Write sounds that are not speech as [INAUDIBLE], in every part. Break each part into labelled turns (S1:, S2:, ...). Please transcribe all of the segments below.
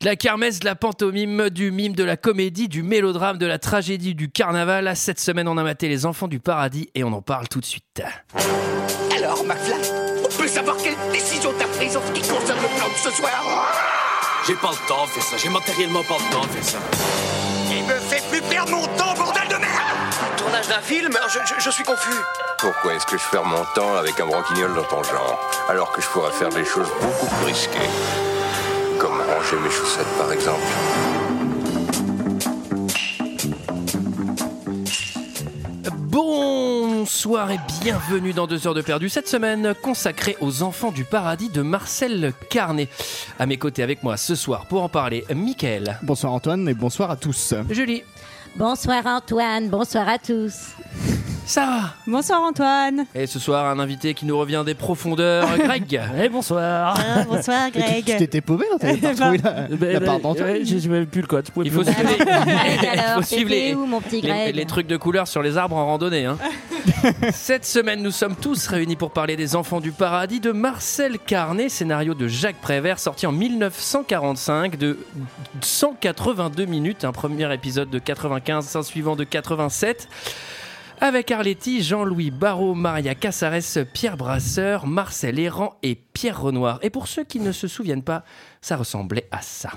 S1: De la kermesse, de la pantomime, du mime, de la comédie, du mélodrame, de la tragédie, du carnaval. À cette semaine, on a maté Les Enfants du Paradis et on en parle tout de suite.
S2: Alors, McFly, on peut savoir quelle décision t'as prise en ce qui concerne le plan de ce soir
S3: J'ai pas le temps de faire ça, j'ai matériellement pas le temps de faire ça.
S2: Il me fait plus perdre mon temps, bordel de merde
S4: Tournage d'un film je, je- je suis confus.
S5: Pourquoi est-ce que je perds mon temps avec un broquignol dans ton genre, alors que je pourrais faire des choses beaucoup plus risquées Comme ranger mes chaussettes, par exemple.
S1: Bonsoir et bienvenue dans 2 heures de perdu cette semaine consacrée aux enfants du paradis de Marcel Carnet. À mes côtés avec moi ce soir pour en parler, Mickaël.
S6: Bonsoir Antoine et bonsoir à tous.
S1: Julie.
S7: Bonsoir Antoine, bonsoir à [LAUGHS] tous.
S1: Sarah.
S8: Bonsoir Antoine.
S1: Et ce soir un invité qui nous revient des profondeurs, Greg.
S9: Eh bonsoir.
S8: bonsoir
S6: Tu t'étais paumé là, t'avais pas
S8: Eh ben,
S6: retrouvé la,
S9: Eh ben,
S6: la
S9: eh ben,
S6: part d'Antoine.
S9: ouais, J'ai j'ai même plus le code.
S1: Il faut suivre les,
S10: [LAUGHS]
S1: [LAUGHS] il faut
S7: Alors,
S1: suivre
S7: t'étais
S1: les,
S7: où mon petit
S1: les-
S7: Greg
S1: les trucs de couleur sur les arbres en
S7: [LAUGHS]
S1: randonnée. hein. Cette semaine, nous sommes tous réunis pour parler des Enfants du Paradis de Marcel Carnet, scénario de Jacques Prévert, sorti en 1945 de 182 minutes, un premier épisode de 95, un suivant de 87. Avec Arletty, Jean-Louis Barrault, Maria Cassares, Pierre Brasseur, Marcel Errant et Pierre Renoir. Et pour ceux qui ne se souviennent pas, ça ressemblait à ça.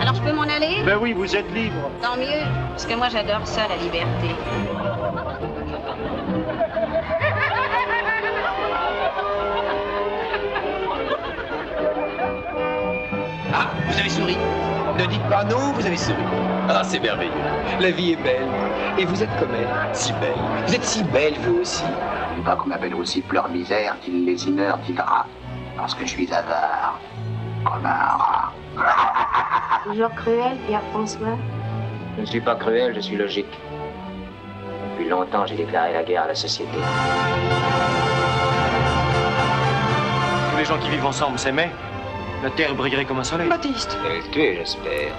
S11: Alors je peux m'en aller
S4: Ben oui, vous êtes libre.
S11: Tant mieux, parce que moi j'adore ça, la liberté.
S2: Ah, vous avez souri Ne dites pas non, vous avez souri. Ah, c'est merveilleux. La vie est belle. Et vous êtes comme elle, si belle. Vous êtes si belle, vous aussi.
S9: Ah,
S4: Pas qu'on m'appelle aussi pleure misère, qu'il lésineur, qu'il rat. Parce que je suis avare. Comme un rat.
S11: Toujours cruel, Pierre-François
S4: Je ne suis pas cruel, je suis logique. Depuis longtemps, j'ai déclaré la guerre à la société. Tous les gens qui vivent ensemble s'aimaient. La terre brillerait comme un soleil.
S11: Baptiste
S4: tuer, j'espère.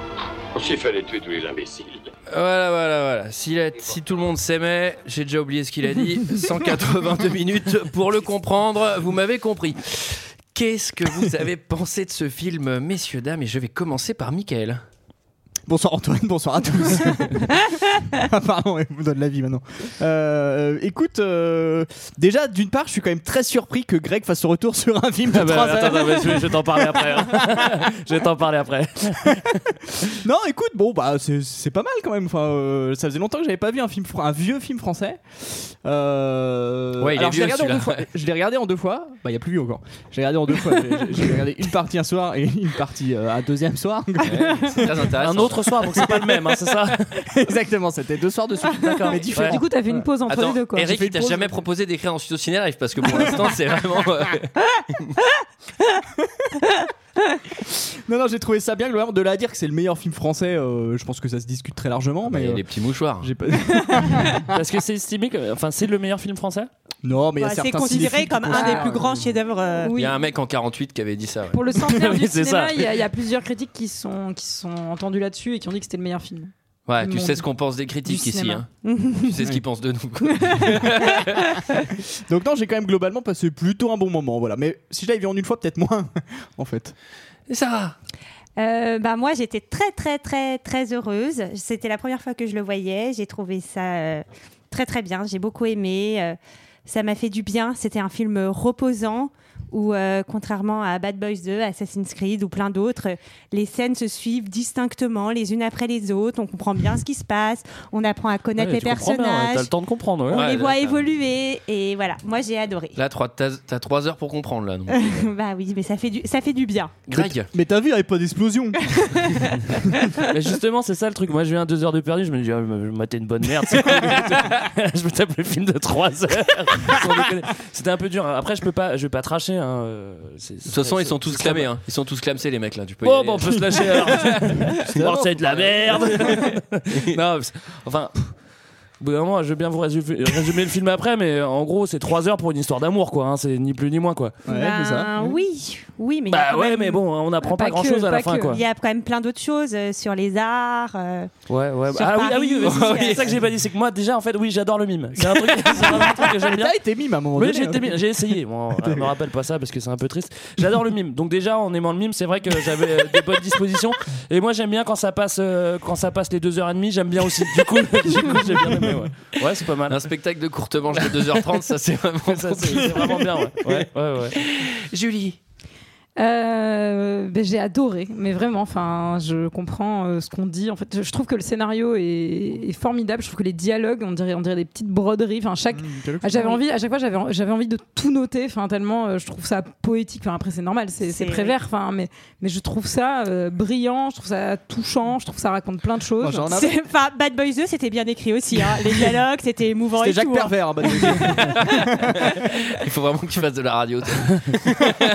S3: Aussi fallait tuer tous les imbéciles.
S1: Voilà, voilà, voilà. Si, la- si tout le monde s'aimait, j'ai déjà oublié ce qu'il a dit. [LAUGHS] 182 minutes pour le comprendre, vous m'avez compris. Qu'est-ce que vous
S9: [LAUGHS]
S1: avez pensé de ce film, messieurs, dames Et je vais commencer par Michael.
S6: Bonsoir Antoine, bonsoir à tous. Ah, Pardon, il me donne la vie maintenant. Euh, écoute, euh, déjà d'une part, je suis quand même très surpris que Greg fasse son retour sur un film de
S9: Ah bah,
S6: trois heures.
S9: attends, non, mais je, je vais t'en parler après.
S6: [LAUGHS]
S9: hein. je vais t'en parler après.
S6: Non, écoute, bon, bah c'est- c'est pas mal quand même. Enfin, euh, ça faisait longtemps que j'avais pas vu un film, fr- un vieux film français. Euh,
S1: Ouais, il est
S6: alors, je l'ai
S1: vieux,
S6: regardé en
S1: celui-là.
S6: deux fois. Je l'ai regardé en deux fois. Bah, il y a plus vieux encore. Je l'ai regardé en deux fois. J'ai- J'ai j'ai regardé une partie un soir et une partie euh, un deuxième soir.
S1: C'est très intéressant.
S9: Un autre soir, donc c'est
S6: [LAUGHS]
S9: pas le même, hein, c'est ça
S6: Exactement, c'était deux soirs de suite.
S9: D'accord.
S6: Mais différent.
S8: Du coup, t'as fait une pause entre
S1: Attends,
S8: les deux quoi.
S1: Eric,
S6: fait
S1: il
S6: une
S1: t'a
S6: pause.
S1: jamais proposé d'écrire en studio ciné live parce que pour l'instant, c'est vraiment. euh,
S6: Ah, Non, non, j'ai trouvé ça bien. Gloire de là à dire que c'est le meilleur film français, euh, je pense que ça se discute très largement. Mais
S1: Bah, il y a
S6: euh,
S1: des petits mouchoirs.
S6: j'ai pas. [LAUGHS]
S9: Parce que c'est estimé que. Enfin, c'est le meilleur film français
S6: Non, mais il y a
S8: Bah, c'est
S6: certains
S8: considéré
S6: cinéphiles
S8: comme
S6: qui
S8: un des
S6: considèrent,
S8: plus grands
S6: euh,
S8: chefs-d'œuvre. euh,
S1: Il
S8: oui.
S1: y a un mec en 48 qui avait dit ça. ouais.
S8: Pour le
S1: [LAUGHS]
S8: centenaire
S9: Oui,
S8: du
S9: c'est
S8: cinéma,
S9: ça.
S8: il y, a- il y a plusieurs critiques qui se sont, qui se sont entendues là-dessus et qui ont dit que c'était le meilleur film.
S1: Ouais, tu
S8: Mon-
S1: sais ce qu'on pense des critiques
S8: du
S1: ici.
S8: cinéma.
S1: hein. tu sais ce qu'ils pensent de nous. quoi.
S6: Donc, non, j'ai quand même globalement passé plutôt un bon moment. Voilà. Mais si je l'avais vu en une fois, peut-être moins, [LAUGHS] en fait.
S1: Et Sarah
S12: Euh, bah moi j'étais très très très très heureuse. C'était la première fois que je le voyais. J'ai trouvé ça euh, très très bien. J'ai beaucoup aimé. Euh, ça m'a fait du bien. C'était un film reposant où, euh, contrairement à Bad Boys 2, Assassin's Creed ou plein d'autres, euh, les scènes se suivent distinctement les unes après les autres. On comprend bien ce qui se passe. On apprend à connaître
S9: Ouais,
S12: les
S9: tu comprends bien, ouais, T'as
S12: personnages.
S9: le temps de comprendre, ouais.
S12: On
S1: Ouais,
S12: les
S1: là,
S12: voit
S1: t'as-
S12: évoluer. Et voilà, moi j'ai adoré. [LAUGHS]
S1: Là, trois- t'as t'as trois heures pour comprendre. là. donc.
S12: bah oui, mais ça fait du, ça fait du bien.
S1: Greg
S6: Mais t'as vu, il n'y avait pas
S10: [LAUGHS]
S6: d'explosion.
S9: Mais justement, c'est ça le truc. Moi, j'ai eu un 2 heures de perdu. Je me dis, ah, je me matais une bonne merde. c'est cool. je me tape le film de 3 heures. Sans déconner. C'était un peu dur. Après, je peux pas, je vais pas tracher. Hein. euh, c'est-
S1: De toute façon, ils sont tous
S9: c'est-
S1: clamés. hein. Ils sont tous clamsés, les mecs, là. Tu peux y
S9: Bon,
S1: aller.
S9: bah, on
S1: [LAUGHS]
S9: peut se lâcher alors. Bon, c'est de la merde. non, parce- enfin. pff, Au bout d'un moment, je veux bien vous résu- résumer le film après, mais en gros, c'est 3 heures pour une histoire d'amour, quoi. hein, c'est ni plus ni moins, quoi.
S12: Ben,
S10: Bah,
S12: Oui, oui, mais il y a
S9: Bah
S12: quand
S9: ouais,
S12: même-
S9: mais bon, on n'apprend pas,
S12: que,
S9: grand-chose à la
S12: pas
S9: fin,
S12: que.
S9: quoi.
S12: Il y a quand même plein d'autres choses euh, sur les arts. euh,
S9: Ouais, ouais.
S12: Sur
S9: Ah oui, ah oui,
S12: Paris,
S9: oui, oui,
S12: euh,
S9: c'est ça que j'ai pas dit. C'est que moi, déjà, en fait, oui, j'adore le mime. C'est un truc, c'est vraiment un truc que j'aime bien.
S6: Bah, T'as été mime à un moment
S9: Oui,
S6: donné,
S9: j'ai
S6: hein.
S9: été mime. J'ai essayé. Bon, je me rappelle pas ça parce que c'est un peu triste. J'adore le mime. Donc déjà, en aimant le mime, c'est vrai que j'avais euh, des bonnes dispositions. Et moi, j'aime bien quand ça passe, euh, quand ça passe les deux heures et demie. J'aime bien aussi. Du coup, du coup, j'ai bien aimé. Ouais. Ouais, c'est pas mal.
S1: Un spectacle de courte manche de 2h30, ça c'est vraiment,
S9: Ça, c'est- c'est vraiment bien. Ouais. Ouais, ouais, ouais.
S1: Julie.
S10: Euh, ben, j'ai adoré, mais vraiment, enfin, je comprends euh, ce qu'on dit. En fait, je trouve que le scénario est, est formidable. Je trouve que les dialogues, on dirait, on dirait des petites broderies. Enfin, chaque,
S6: Mm,
S10: Ah,
S6: Bah
S10: j'avais envie, à chaque fois, j'avais, en- j'avais envie de tout noter. Enfin, tellement, euh, je trouve ça poétique. Enfin, après, c'est normal, c'est, c'est
S12: C'est-
S10: prévert. Enfin, mais, mais je trouve ça euh, brillant, je trouve ça touchant, je trouve ça raconte plein de choses. [LAUGHS]
S12: c'est- Enfin, Bad Boys 2, c'était bien écrit aussi. hein.
S6: [LAUGHS]
S12: Les dialogues, c'était émouvant.
S6: C'était
S12: et
S6: Jacques
S12: tout, hein.
S6: Pervers. bah, désolé.
S10: [LAUGHS]
S1: Il faut vraiment que tu fasses de la radio. toi.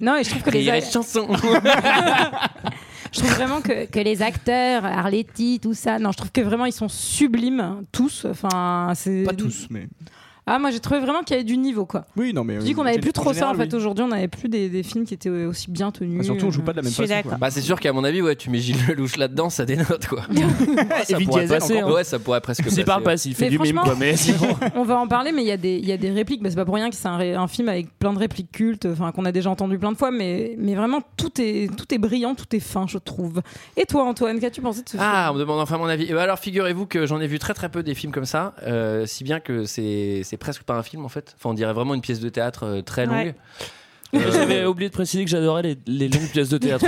S10: Non, et je trouve que les
S1: Rire et
S10: a-
S1: chanson.
S10: je trouve vraiment que, que les acteurs, Arletty, tout ça, non, je trouve que vraiment ils sont sublimes tous. Enfin, c'est
S6: Pas tous, mais.
S10: Ah, moi j'ai trouvé vraiment qu'il y avait du niveau quoi.
S6: Oui, non, mais.
S10: Je
S6: euh,
S10: dis qu'on avait
S6: en
S10: plus trop
S6: général,
S10: ça en
S6: oui.
S10: fait aujourd'hui, on n'avait plus des, des films qui étaient aussi bien tenus. euh,
S6: Ah, surtout, on joue pas de la même Je suis façon, quoi. d'accord.
S1: Bah, c'est sûr qu'à mon avis, ouais, tu mets Gilles Lelouch là-dedans, ça dénote quoi.
S9: Et Vin Diesel, encore.
S1: hein. Ouais, ça pourrait presque.
S9: S'il
S1: passer,
S6: Bah,
S9: parle
S1: ouais.
S9: pas, s'il fait
S10: Mais
S9: du mime,
S10: franchement-
S9: quoi. Mais sinon-
S10: On va en parler, mais il y, a des- il y a des répliques. Bah, c'est pas pour rien que c'est un, ré- un film avec plein de répliques cultes, enfin qu'on a déjà entendu plein de fois, mais, mais vraiment tout est, tout est brillant, tout est fin, je trouve. Et toi, Antoine, qu'as-tu pensé de ce
S1: Ah, on me demande enfin mon avis. Eh ben alors, figurez-vous que j'en ai vu très très peu des films comme ça, euh, si bien que c'est c'est presque pas un film en fait. Enfin, on dirait vraiment une pièce de théâtre euh, très longue. Euh,
S9: Ouais. J'avais oublié de préciser que j'adorais les, les longues pièces de théâtre.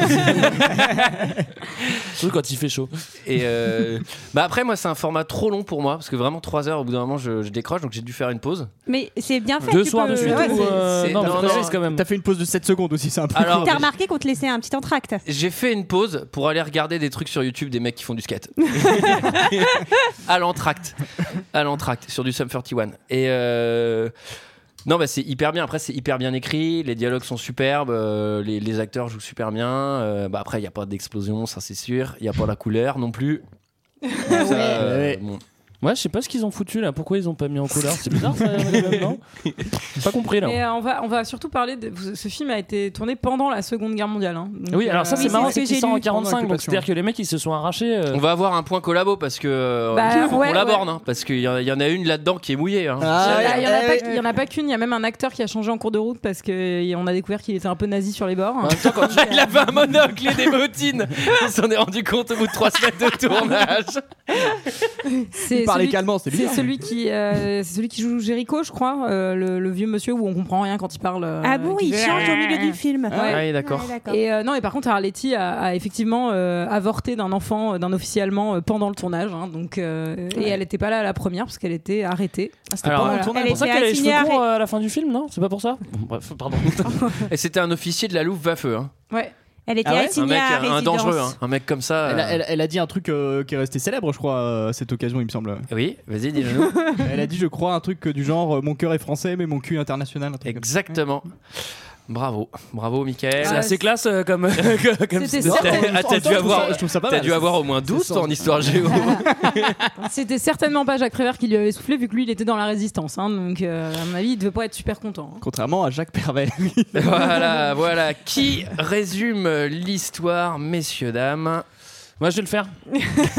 S1: [LAUGHS]
S9: Surtout quand il fait chaud.
S1: Et euh, bah après, moi, c'est un format trop long pour moi parce que vraiment 3 heures au bout d'un moment, je, je décroche donc j'ai dû faire une pause.
S12: Mais c'est bien fait.
S1: Deux
S12: tu
S1: soirs
S12: peux-
S1: de suite,
S12: ouais,
S1: ou,
S12: c'est-
S1: euh,
S12: c'est-
S1: non, mais
S6: T'as-
S1: quand même.
S6: [LAUGHS] T'as fait une pause de 7 secondes aussi, c'est un peu.
S9: Ah,
S1: Alors-
S12: T'as remarqué qu'on te laissait un petit entracte.
S1: J'ai fait une pause pour aller regarder des trucs sur YouTube des mecs qui font du skate. à l'entracte. À l'entracte, sur du Sum 41. Et. euh, Non, bah, c'est hyper bien. Après, c'est hyper bien écrit. Les dialogues sont superbes. euh, les, les acteurs jouent super bien. euh, bah, après, il n'y a pas d'explosion, ça c'est sûr. Il n'y a pas la couleur non plus. Ça, euh, bon.
S9: Ouais, je sais pas ce qu'ils ont foutu là. Pourquoi ils ont pas mis en couleur C'est bizarre ça, madame, non J'ai pas compris là.
S10: Mais euh, on, va, on va surtout parler de. vous- Ce film a été tourné pendant la Seconde Guerre mondiale. hein. Donc,
S9: Oui, alors
S10: euh,
S9: ça c'est marrant, c'est qu'ils sont en 45, donc c'est-à-dire que les mecs ils se sont arrachés. euh.
S1: On va avoir un point collabo parce que. euh,
S10: Bah,
S1: il faut qu'on
S10: ouais, Ah.
S1: la
S10: ouais.
S1: borne. hein, parce qu'il y, en a- il y en a une là-dedans qui est mouillée. hein.
S6: Ah,
S10: Bah, Il y en a- il y en a pas-
S1: eh,
S10: il y en a pas qu'une, il y a même un acteur qui a changé en cours de route parce qu'on a découvert qu'il était un peu nazi sur les bords.
S1: En même temps,
S10: [LAUGHS]
S1: quand tu- il avait un monocle et des bottines, on s'en est rendu compte au bout de trois semaines de tournage.
S10: C'est
S6: Il parlait
S10: celui-
S6: calmement, c'est
S9: hein.
S6: bizarre.
S10: celui qui, euh, c'est celui qui joue Jericho, je crois, euh, le, le vieux monsieur où on comprend rien quand il parle. euh,
S12: Ah bon,
S10: qui
S12: il
S10: fait-
S12: change au milieu du film.
S10: Ah ouais.
S1: oui, d'accord.
S10: Et euh, non, et par contre, Arletty a, a effectivement euh, avorté d'un enfant, euh, d'un officier allemand euh, pendant le tournage. hein, donc, euh, et elle n'était pas là à la première parce qu'elle était arrêtée.
S9: Alors,
S10: pendant le
S9: c'est
S10: tournage.
S9: pour ça qu'elle a les
S10: assignée
S9: cheveux
S10: à-
S9: courts euh, à la fin du film, non C'est pas pour ça Bon, Bref,
S10: [LAUGHS]
S9: pardon.
S1: Et c'était un officier de la Louve Vafeux. Hein.
S10: Ouais.
S12: Elle était
S1: Ah ouais un
S12: assignée
S1: mec,
S12: à
S1: un,
S12: résidence.
S1: dangereux, hein. un mec comme ça.
S6: Elle
S1: euh,
S6: a, elle- elle a dit un truc euh, qui est resté célèbre, je crois, euh, à cette occasion, il me semble.
S1: Oui, vas-y, dis-nous.
S6: elle a dit, je crois, un truc euh, du genre euh, Mon cœur est français, mais mon cul est international. un truc comme ça.
S1: Exactement. Bravo, bravo, Michael.
S9: C'est assez classe euh, comme. [LAUGHS] comme
S10: C'était
S9: comme-
S10: certain-
S1: Ah, t'as dû avoir,
S6: je trouve ça pas
S1: t'as
S6: mal.
S1: dû avoir au moins 12 en histoire géo.
S10: C'était certainement pas Jacques Prévert qui lui avait soufflé, vu que lui, il était dans la résistance. hein, donc, euh, à mon avis, il devait pas être super content. hein.
S6: Contrairement à Jacques [LAUGHS] Pervers.
S1: voilà, voilà. Qui résume l'histoire, messieurs, dames
S9: Moi je vais le faire.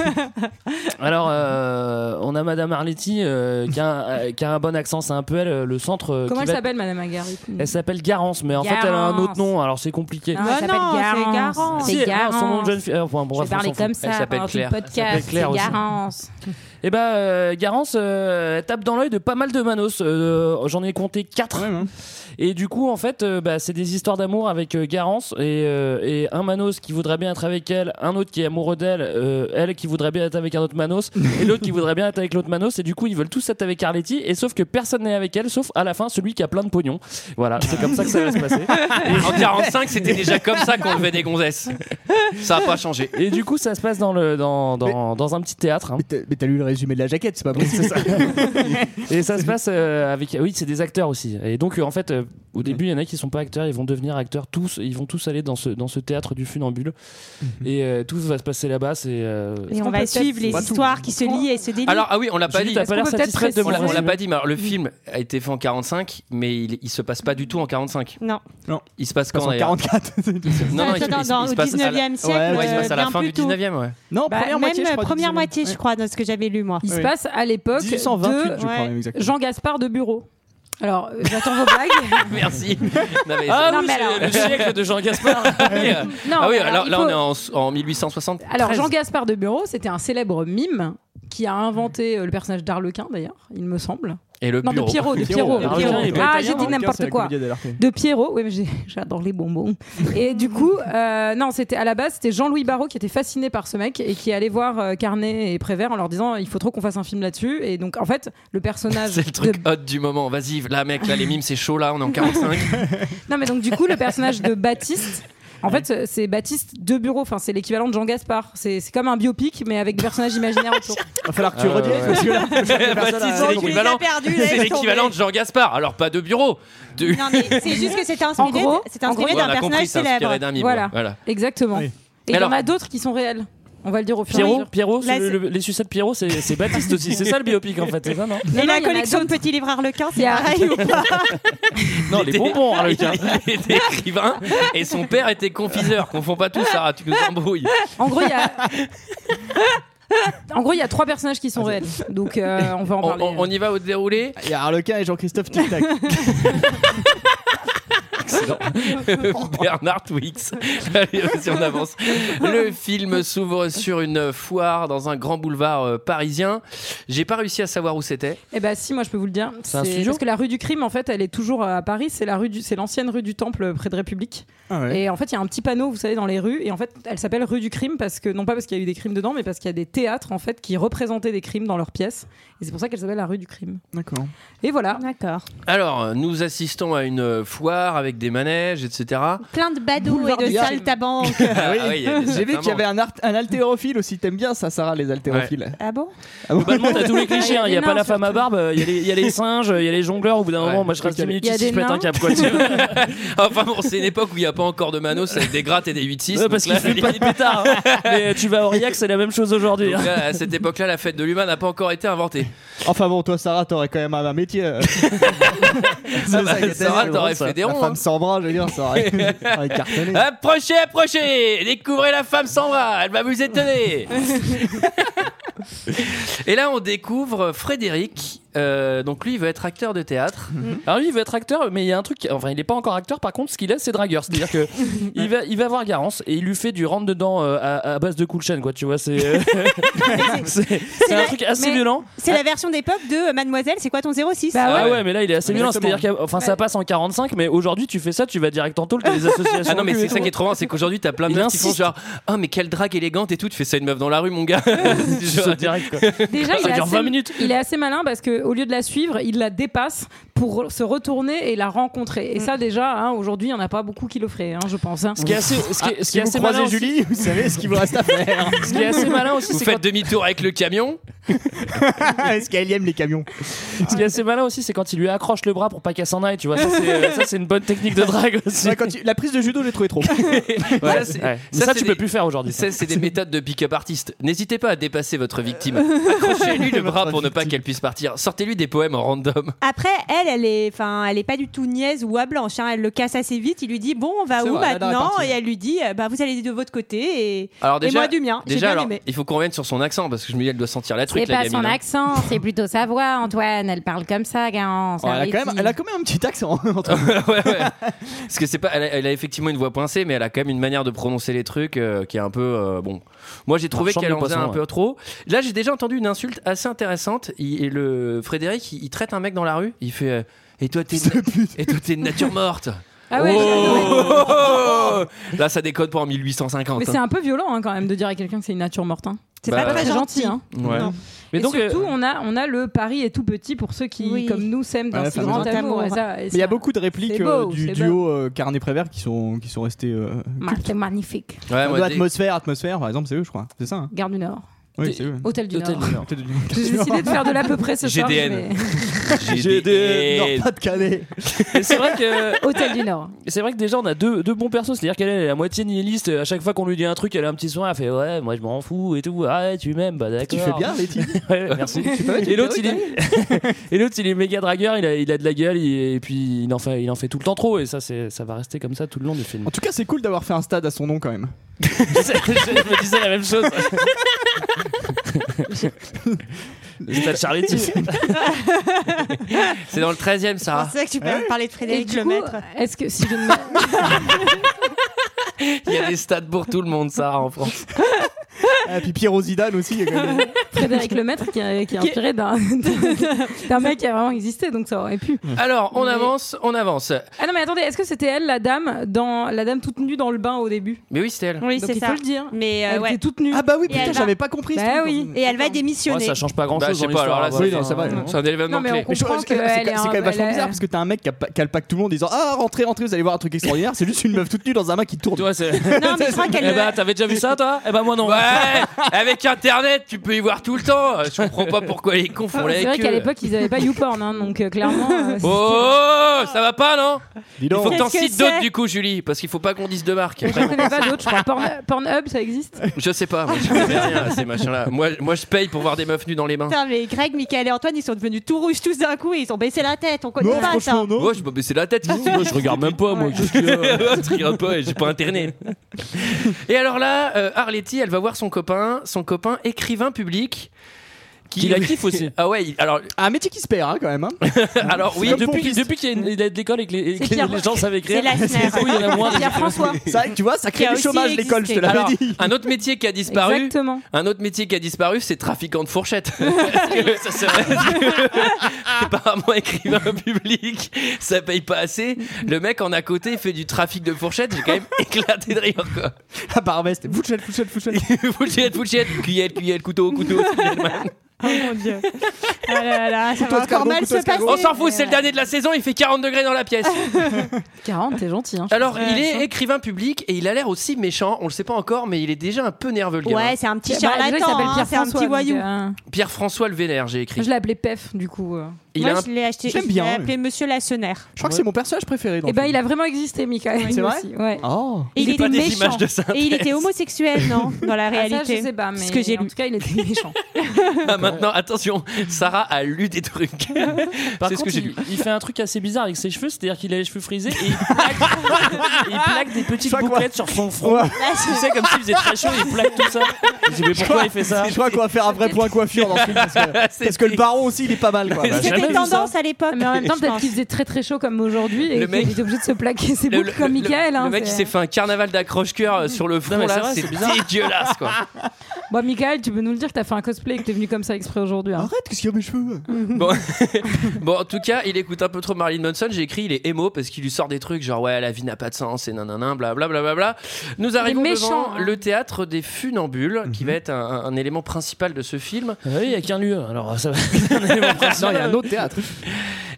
S9: [LAUGHS] Alors, euh, on a Madame Arletty euh, qui, a, un- euh, qui a un bon accent, c'est un peu elle, euh, le centre. euh,
S10: Comment
S9: qui
S10: elle
S9: va-
S10: s'appelle, Madame Agarity
S9: Elle s'appelle Garance, mais en fait elle a un autre nom, alors c'est compliqué.
S10: Non, Ah, elle s'appelle
S12: non, c'est
S10: Garance.
S12: Garance.
S9: Si,
S10: Ah, C'est
S9: non, son nom
S10: Garance.
S9: de jeune fille. euh, bon, bon,
S10: Je
S9: bref, on
S10: vais parler
S9: s'en fout.
S10: comme ça hein.
S1: Elle s'appelle
S10: pendant tout le
S1: Claire. Elle
S10: podcast.
S9: s'appelle Claire
S10: C'est
S9: aussi.
S10: Garance.
S9: Eh ben, euh, Garance, euh, elle tape dans l'œil de pas mal de manos. Euh, J'en ai compté 4. Et du coup, en fait, euh, bah, c'est des histoires d'amour avec euh, Garance et, euh, et un manos qui voudrait bien être avec elle, un autre qui est amoureux d'elle, euh, elle qui voudrait bien être avec un autre manos, et l'autre qui voudrait bien être avec l'autre manos. Et du coup, ils veulent tous être avec Arletty, et sauf que personne n'est avec elle, sauf à la fin celui qui a plein de pognon. Voilà, c'est comme ça que ça va se passer.
S1: [LAUGHS] En 45, c'était déjà comme ça qu'on levait des gonzesses. Ça n'a pas changé.
S9: Et du coup, ça se passe dans, le, dans, dans, dans un petit théâtre. hein.
S6: Mais t'as- mais t'as lu le résumé de la jaquette, [LAUGHS] c'est pas bon.
S9: Et ça se passe euh, avec. Oui, c'est des acteurs aussi. Et donc, euh, en fait, euh,
S6: Mm-hmm.
S9: Au début, il y en a qui sont pas acteurs, ils vont devenir acteurs tous, ils vont tous aller dans ce, dans ce théâtre du funambule
S6: Mm-hmm.
S9: et euh, tout va se passer là-bas. C'est euh,
S12: Et on va suivre les histoires qui se lient et se délient.
S1: Alors, ah oui, on l'a pas
S9: Julie,
S1: dit.
S9: t'as pas l'air Est-ce qu'on peut peut-être satisfaite de mon
S1: On l'a- on l'a
S9: résumé
S1: pas dit, mais alors, le film a été fait en 45, mais il, il se passe pas du tout en 45.
S12: Non.
S6: Non.
S1: Il se passe
S6: passe
S1: quand
S6: en
S1: d'ailleurs
S6: [LAUGHS] 44.
S1: Non, non, il,
S12: Ça,
S1: il-
S12: dans-
S1: il
S12: euh, dans-
S1: se
S12: au
S1: passe à la-
S12: 19e siècle,
S1: Ouais, ouais, il se passe à la
S12: euh,
S1: fin
S12: bien
S1: du
S12: plus tôt.
S1: 19e, ouais.
S6: Non,
S12: Bah,
S10: première
S12: même
S10: moitié, je crois,
S12: première
S10: 19e,
S12: moitié, je
S10: ouais.
S12: crois, dans ce que j'avais lu moi.
S10: Il se passe à l'époque
S6: 1828,
S10: de
S6: je crois, même exactement.
S10: Jean Gaspard de Bureau. Alors, euh, j'attends vos
S1: [LAUGHS]
S10: blagues.
S1: Ah, Merci. Non, mais-
S10: Ah oui, Non, mais c'est alors-
S9: le siècle de Jean
S10: [LAUGHS]
S9: Gaspard.
S10: Non,
S1: ah oui,
S10: mais
S1: alors,
S10: alors, il
S1: là,
S10: faut-
S1: on est en, s- en 1860.
S10: Alors, Jean Gaspard de Bureau, c'était un célèbre mime qui a inventé euh, le personnage d'Arlequin, d'ailleurs, il me semble.
S1: Et le
S10: non,
S1: Pierrot.
S10: de Pierrot, de
S1: Pierrot.
S10: Pierrot. de
S1: Arlequin,
S10: Pierrot.
S1: il est pas
S10: Ah,
S1: italien,
S10: j'ai dit
S1: Arlequin,
S6: c'est
S10: n'importe
S6: la
S10: quoi.
S6: comédia dell'arte.
S10: De Pierrot, oui, mais j'ai- [LAUGHS] j'adore les bonbons. Et du coup, euh, non, c'était à la base, c'était Jean-Louis Barrault qui était fasciné par ce mec et qui allait voir euh, Carnet et Prévert en leur disant il faut trop qu'on fasse un film là-dessus. Et donc, en fait, le
S1: [LAUGHS]
S10: personnage.
S1: C'est le truc hot du moment. Vas-y, là, mec, là, les mimes, c'est chaud, là, on est en 45.
S10: Non, mais donc du coup, le personnage de Baptiste. En fait, c'est Baptiste de Bureau. Enfin, c'est l'équivalent de Jean Gaspard. C'est c'est comme un biopic, mais avec des personnages
S12: [LAUGHS]
S10: imaginaires autour.
S6: Il va falloir que tu
S1: Ah,
S6: redises
S1: ouais.
S6: parce que
S1: [LAUGHS]
S6: là,
S1: Bah, si,
S6: Donc,
S1: c'est
S6: il les a
S1: l'équivalent.
S6: perdus,
S1: C'est
S6: laisse
S1: l'équivalent de Jean Gaspard. Alors, pas de bureau. Du...
S12: Non, mais c'est juste que c'était
S10: En
S12: inspiré,
S10: gros,
S12: c'était inspiré
S1: en gros,
S12: d'un
S1: on a compris,
S12: personnage
S1: c'est inspiré
S12: célèbre.
S1: d'un mime,
S10: voilà.
S1: ouais, voilà.
S10: exactement. Et il y
S1: Alors-
S10: en a d'autres qui sont réels. On va le dire au fur et à
S9: Pierrot,
S10: mesure.
S9: Pierrot
S10: Là,
S9: c'est le-
S10: c'est-
S9: le- les sucettes Pierrot, c'est c'est Baptiste aussi. C'est ça le biopic en fait, c'est ça non
S12: Et
S10: Non,
S12: la
S10: il y en a
S12: collection de petits livres Arlequin, c'est
S10: Il y a-
S12: pareil
S1: [LAUGHS]
S12: ou pas
S9: Non, les bonbons, hein, Arlequin.
S1: Il était écrivain et son père était confiseur. Confond pas tout, Sarah, tu nous embrouilles.
S10: En gros, il y
S12: [LAUGHS]
S10: a. En gros, il y a trois personnages qui sont réels. Donc, euh, on va en
S1: On,
S10: parler.
S1: on- on y va au
S10: [LAUGHS]
S1: déroulé.
S6: Il y a Harlequin et Jean-Christophe Tic-Tac.
S1: [LAUGHS] Bernard Twix. Allez, vas-y, on avance. Le film s'ouvre sur une foire dans un grand boulevard euh, parisien. J'ai pas réussi à savoir où c'était.
S10: Eh ben si, moi je peux vous le dire.
S1: C'est un
S10: C'est-
S1: studio
S10: Parce que la rue du crime, en fait, elle est toujours à Paris. C'est la rue du, c'est l'ancienne rue du Temple euh, près de République.
S6: Ah ouais.
S10: Et en fait, il y a un petit panneau, vous savez, dans les rues. Et en fait, elle s'appelle rue du crime parce que non pas parce qu'il y a eu des crimes dedans, mais parce qu'il y a des théâtres en fait qui représentaient des crimes dans leurs pièces. Et c'est pour ça qu'elle s'appelle la rue du crime.
S6: D'accord.
S10: Et voilà.
S12: D'accord.
S1: Alors, euh, nous assistons à une euh, foire avec des manèges, etc.
S12: Plein de badauds et de
S6: Boulevard du-
S12: saltabanques.
S6: [LAUGHS]
S1: Ah oui, il y a des
S6: J'ai vu qu'il y
S1: saltimbanques.
S6: avait un, art- un haltérophile aussi. T'aimes bien ça, Sarah, les haltérophiles
S12: Ah bon
S6: Ah bon
S9: Globalement, t'as tous les clichés. hein. Il y a
S10: Des
S9: pas la
S10: nains,
S9: femme à barbe, il y, a les- il y
S4: [LAUGHS]
S9: a les singes, il y a les jongleurs. Au bout d'un moment, moi je reste 10 minutes
S10: Il y a
S9: ici,
S10: des
S9: je pète un
S10: nains.
S9: câble. Quoi, tu vois.
S1: [LAUGHS] Enfin bon, c'est une époque où il n'y a pas encore de manos avec des grattes et des 8-6.
S9: Ouais, parce
S1: donc
S9: qu'il
S1: là,
S9: fait pas des pétards. hein. Mais tu vas à Aurillac, c'est la même chose aujourd'hui.
S1: donc là, à cette époque-là, la fête de l'humain n'a pas encore été inventée.
S6: Enfin bon, toi, Sarah, t'aurais quand même un, un métier. [LAUGHS] euh. C'est
S1: Ah bah,
S6: ça qui est
S1: Sarah,
S6: terrible.
S1: t'aurais fait des
S6: La
S1: ronds. Ah,
S6: femme sans bras, je veux dire, ça aurait, ça aurait cartonné.
S1: Approchez, approchez Découvrez la femme sans bras, elle va vous
S9: [LAUGHS]
S1: étonner Et là, on découvre Frédéric. Euh, donc lui, il veut être acteur de théâtre.
S9: Alors lui, il veut être acteur, mais il y a un truc. Enfin, il n'est pas encore acteur. Par contre, ce qu'il a, c'est dragueur. C'est-à-dire que il va, il va voir Garance et il lui fait du rentre dedans euh, à, à base de cool chaîne, quoi. Tu vois, c'est euh, c'est c'est un
S12: la-
S9: truc assez
S12: mais-
S9: violent.
S12: C'est la version d'époque de euh, Mademoiselle, c'est quoi ton 06
S10: Bah
S9: Ah
S10: ouais.
S9: ouais, mais là, il est assez violent.
S6: Exactement.
S9: C'est-à-dire que, enfin, ça passe en 45, mais aujourd'hui, tu fais ça, tu vas direct en tôle. T'as des associations.
S1: Ah non, mais
S9: de cul
S1: c'est
S9: et
S1: ça
S9: tout.
S1: qui est trop marrant, c'est qu'aujourd'hui, t'as plein de
S9: Il
S1: meufs qui font
S9: insiste.
S1: genre Ah, mais quelle drague élégante et tout, tu fais ça à une meuf dans la rue, mon gars
S9: [LAUGHS] Tu sautes direct, quoi. [LAUGHS]
S10: Déjà,
S9: Ça
S10: il, est
S9: dure
S10: assez,
S9: 20 minutes.
S10: il est assez malin parce que au lieu de la suivre, il la dépasse pour se retourner et la rencontrer. Et ça,
S7: Mm.
S10: déjà, hein, aujourd'hui, il n'y en a pas beaucoup qui le feraient, hein, je pense. hein.
S9: Ce qui est assez, ce qui est- ce qui
S6: Ah, Si
S9: est
S6: vous
S9: assez
S6: croisez
S9: malin aussi-
S6: Julie, vous savez ce qu'il vous reste à faire. [LAUGHS]
S9: ce qui est assez malin aussi,
S1: Vous
S9: c'est quand
S1: faites demi-tour avec le camion
S6: Est-ce qu'elle aime les camions
S9: Ce qui est assez malin aussi, c'est quand il lui accroche le bras pour pas qu'elle s'en aille, tu vois. Ça, c'est, euh, ça, c'est une bonne technique de drague aussi.
S6: Ouais, quand tu- La prise de judo, j'ai trouvé trop.
S9: Ouais,
S1: Ça, c'est-
S9: ouais. Mais
S1: ça,
S9: ça,
S1: c'est
S9: tu
S1: des-
S9: peux plus faire aujourd'hui.
S1: Ça, c'est des méthodes de pick-up artiste. N'hésitez pas à dépasser votre victime. Accrochez-lui le bras pour ne pas qu'elle puisse partir. Sortez-lui des poèmes en random.
S12: Après, elle, elle est, enfin, elle est pas du tout niaise ou à blanche. hein. Elle le casse assez vite. Il lui dit bon, on va
S6: C'est
S12: où
S6: vrai, elle a la
S12: maintenant
S6: partie.
S12: Et elle lui dit euh, bah vous allez de votre côté et,
S1: Alors
S12: et
S1: déjà,
S12: moi du mien. J'ai
S1: déjà,
S12: bien
S1: alors,
S12: aimé.
S1: il faut qu'on revienne sur son accent parce que je me dis elle doit sentir la truc
S7: C'est
S1: la
S7: pas
S1: gamine.
S7: son
S1: hein.
S7: accent, c'est plutôt sa voix, Antoine. Elle parle comme ça, Garance.
S6: Oh, elle, a quand même,
S7: Arletty.
S6: elle a quand même un petit accent. hein,
S1: [LAUGHS]
S6: entre-
S1: Ouais, ouais. Parce que c'est pas, elle a, elle a effectivement une voix pincée, mais elle a quand même une manière de prononcer les trucs euh, qui est un peu euh, bon. Moi, j'ai trouvé
S9: Marchand
S1: qu'elle
S9: de
S1: en faisait
S9: poissons,
S1: un peu trop. Là, j'ai déjà entendu une insulte assez intéressante. Il, et le Frédéric, il, il traite un mec dans la rue. Il fait euh, et toi
S9: [LAUGHS]
S1: t'es une- et toi t'es une nature morte.
S10: Ah ouais,
S1: Oh
S10: j'ai adoré.
S1: Là, ça décode pas en 1850.
S10: Mais
S1: hein.
S10: c'est un peu violent hein, quand même de dire à quelqu'un que c'est une nature morte. hein.
S12: C'est
S1: bah,
S12: pas très
S10: Très
S12: gentil.
S10: gentil. hein.
S1: Ouais.
S12: Non.
S9: Mais
S10: et
S9: donc, euh,
S10: surtout, on, a, on a le Paris est tout petit pour ceux qui,
S12: Oui.
S10: comme nous, s'aiment d'un
S6: Ouais,
S10: si
S6: la
S10: grand
S12: fameuse-
S10: amour. Et ça- et
S6: Mais il y a
S10: ça-
S6: beaucoup de répliques
S10: C'est beau,
S6: euh, du
S10: c'est
S6: duo euh, Carnet-Prévert qui sont, qui sont restées. euh,
S10: Ma- C'est magnifique.
S1: Ouais, Ah, moi, dès-
S6: atmosphère, atmosphère, par exemple, c'est eux, je crois. C'est ça hein
S10: Gare du Nord.
S6: Oui,
S9: Des-
S6: c'est eux.
S10: Hôtel du
S9: Hôtel
S10: Nord.
S9: du Nord.
S10: J'ai décidé de faire de l'à peu près ce soir.
S1: GDN.
S10: je
S6: [LAUGHS]
S10: vais-
S6: J'ai des.
S1: [LAUGHS]
S6: Non, pas de Calais.
S9: Mais c'est vrai que
S10: [LAUGHS] Hôtel du Nord.
S9: Et C'est vrai que déjà on a deux, deux bons persos, c'est-à-dire qu'elle elle est à moitié nihiliste, à chaque fois qu'on lui dit un truc, elle a un petit soin, elle fait ouais, moi je m'en fous et tout, ah ouais, tu m'aimes, bah d'accord.
S6: Tu fais bien, Letty.
S9: [LAUGHS] Ouais, merci.
S6: [LAUGHS] Tu peux mettre
S9: Et
S6: une
S9: l'autre il est [LAUGHS] et l'autre il est méga dragueur, il a, il a de la gueule il- et puis il en fait il en fait tout le temps trop et ça c'est ça va rester comme ça tout le long du film.
S6: En tout cas, c'est cool d'avoir fait un stade à son nom quand même.
S9: [LAUGHS] je me disais la même chose. Le [LAUGHS] stade Charletti.
S1: C'est dans le 13 e Sarah.
S12: C'est vrai que tu peux parler de
S10: Et
S12: Frédéric
S10: du
S12: Lemaître.
S10: coup, Est-ce que si je ne m'a-
S1: Il y a des stades pour tout le monde, Sarah, en
S9: [LAUGHS]
S1: France.
S6: Ah, Et puis Pierrot Zidane aussi. il y a quand même-
S12: [LAUGHS]
S10: Frédéric Lemaître qui, est- qui est
S12: Qui-
S10: inspiré [LAUGHS] d'un d'un mec qui a vraiment existé, donc ça aurait pu.
S1: Alors, on avance, on avance.
S10: Ah non mais attendez, est-ce que c'était elle la dame dans la dame toute nue dans le bain au début
S1: Mais oui, c'est elle.
S12: Oui,
S10: Donc
S12: c'est
S10: il
S12: ça.
S10: faut le dire.
S12: Mais euh,
S10: elle
S12: ouais.
S10: était toute nue.
S6: Ah bah oui,
S12: Et
S6: putain,
S12: elle
S6: j'avais
S12: va-
S6: pas compris. ce
S10: bah
S6: truc.
S10: oui.
S12: Et elle va
S9: Ouais,
S12: démissionner.
S9: ça change pas grand
S1: Bah,
S9: chose.
S1: je sais pas, alors là,
S6: Oui, non, ça va.
S1: c'est un événement
S10: Non, mais
S1: clé.
S10: on
S6: Mais je-
S10: comprend
S6: je-
S10: qu'elle
S6: c'est
S10: est
S6: quand- c'est
S10: un-
S6: quand même vachement
S10: elle est-
S6: bizarre parce que t'as un mec qui a, pa- qui a le pack tout le monde en disant Ah, rentrez, rentrez, vous allez voir un truc extraordinaire. C'est juste une meuf toute nue dans un bain qui tourne.
S9: Toi, c'est.
S10: [LAUGHS]
S12: Non, mais je crois
S9: Eh
S12: qu'elle.
S9: ben, t'avais déjà vu ça, toi Eh ben, moi non.
S1: Ouais, avec internet, tu peux y voir tout le temps. Je comprends pas pourquoi les cons font
S10: C'est
S1: les
S10: vrai qu'à
S1: queues.
S10: l'époque ils avaient pas YouPorn, hein, donc euh, clairement. euh, c'est-
S1: Oh, ça va pas, non
S6: Dis
S1: Il faut
S6: donc.
S1: que t'en
S12: Qu'est-ce que
S1: cites d'autres
S12: c'est
S1: du coup, Julie, parce qu'il faut pas qu'on dise de marque.
S10: Je connais pas d'autres, je crois. Porn- Pornhub, ça existe
S1: Je sais pas, moi je connais rien à ces machins-là. Moi, moi je paye pour voir des meufs nues dans les mains.
S12: Putain, hein. mais Greg, Michael et Antoine, ils sont devenus tout rouges tous d'un coup et ils ont baissé la tête. On connaît
S6: Non,
S12: pas ça.
S6: franchement, non.
S1: Oh, je peux baisser la tête.
S9: Moi, je regarde même pas, moi. qu'est-ce qu'il y a
S1: Je regarde pas, j'ai pas internet. Et alors là, euh, Arletty, elle va voir son copain, son copain écrivain public.
S9: Qui la kiffe aussi.
S1: Ah ouais, il- alors,
S6: Un métier qui se perd hein, quand même. hein.
S1: alors oui,
S9: Oui,
S6: comme
S9: depuis,
S6: pompiste.
S9: depuis qu'il y a une- il y a de l'école et que les, et
S12: C'est
S9: que
S12: Pierre-
S9: les gens savent écrire,
S12: C'est Lassner.
S9: du coup, il y en a moins.
S12: Pierre François.
S6: Ça, tu vois, ça
S12: Qui
S6: crée
S12: a
S6: du
S12: aussi
S6: chômage l'école, je te
S12: existé.
S6: l'avais
S1: Alors,
S6: dit. [LAUGHS]
S1: un autre métier qui a disparu,
S10: Exactement.
S1: un autre métier qui a disparu, c'est trafiquant de
S12: [LAUGHS]
S1: fourchettes. Parce que ça c'est vrai [LAUGHS] que- apparemment écrivain public, ça paye pas assez. Le mec en à côté il fait du trafic de fourchettes, j'ai quand même [LAUGHS] éclaté de rire quoi. [LAUGHS]
S6: Ah bah ouais, c'était Fouchette, Fouchette, Fouchette. [LAUGHS]
S1: fourchette, fourchette, cuillette, cuillette, couteau, couteau.
S12: Oh mon dieu. Ah là là, ça
S6: Couteau
S12: va encore
S6: escargot,
S12: mal
S6: couteau
S12: se passer.
S6: escargot.
S1: On s'en fout, c'est le dernier de la saison, il fait 40 degrés dans la
S12: [LAUGHS]
S1: pièce.
S10: 40, t'es gentil. Hein, je
S1: Alors,
S10: pense.
S1: il est écrivain public et il a l'air aussi méchant, on le sait pas encore, mais il est déjà un peu nerveux le gamin.
S12: Ouais, c'est un petit
S10: Bah, déjà, il
S12: charlatan,
S10: s'appelle
S12: hein,
S10: Pierre
S12: c'est un
S10: François,
S12: petit
S10: donc,
S12: voyou.
S10: euh,
S1: Pierre-François le Vénère, j'ai écrit.
S10: je l'appelais Pef, du coup. euh.
S1: Il a
S12: Moi,
S1: un-
S12: je l'ai acheté.
S6: J'aime
S12: je
S6: bien,
S12: l'ai
S6: ouais.
S12: appelé Monsieur Lassonnaire.
S6: Je crois que c'est mon personnage préféré. Dans
S10: Eh ben,
S6: le
S10: il a vraiment existé, Michael.
S6: C'est vrai
S10: aussi, ouais.
S6: Oh.
S12: Et il,
S1: C'est
S12: était
S1: pas des
S12: méchant.
S1: images de synthèse.
S12: Et il était homosexuel, non Dans la
S10: Ah,
S12: réalité.
S10: ça, je sais pas, mais
S12: Ce que j'ai
S10: en
S12: lu.
S10: tout cas, il était
S12: [LAUGHS]
S10: méchant.
S1: Ah, maintenant, attention, Sarah a lu des trucs.
S9: Par
S1: C'est ce
S9: contre,
S1: que j'ai
S9: il,
S1: lu.
S9: il fait un truc assez bizarre avec ses cheveux, c'est-à-dire qu'il a les cheveux frisés et il plaque,
S1: [LAUGHS]
S9: il plaque des petites
S6: Ça, quoi.
S9: bouclettes sur son front. Tu sais, comme s'il faisait très chaud, il plaque tout ça.
S1: [LAUGHS]
S9: Je dis, mais pourquoi il fait ça
S6: Je crois qu'on va faire un vrai point coiffure dans ce
S9: [LAUGHS]
S6: film parce que,
S1: Ah, C'est
S6: parce que le baron aussi il est pas mal quoi.
S9: Bah, jamais
S12: C'était
S9: vu ça.
S12: tendance à l'époque.
S10: Ah, Mais en même temps,
S12: je
S10: peut-être
S12: pense.
S10: qu'il faisait très très chaud comme aujourd'hui et
S1: Le
S10: qu'il
S1: mec-
S10: était obligé de se plaquer ses boucles comme Michael.
S1: le
S10: hein,
S1: mec il s'est fait un carnaval d'accroche-cœur euh, sur le front
S9: mais c'est
S1: là,
S9: vrai,
S1: c'est
S9: c'est bizarre.
S1: dégueulasse
S9: [LAUGHS]
S1: quoi.
S10: Bon, Michael, tu peux nous le dire que t'as fait un cosplay et que t'es venu comme ça exprès aujourd'hui. hein.
S6: Arrête, qu'est-ce qu'il y a mes cheveux
S1: Bon. bon, en tout cas, il écoute un peu trop Marilyn Manson. J'ai écrit, il est émo parce qu'il lui sort des trucs genre ouais, la vie n'a pas de sens et nanana, blablabla. Bla, bla. Nous arrivons
S10: méchant,
S1: devant
S10: hein.
S1: le théâtre des funambules
S6: Mhm.
S1: qui va être un, un élément principal de ce film.
S9: Ah Oui, il y a qu'un lieu. Alors, ça va.
S6: Non, il y a un autre théâtre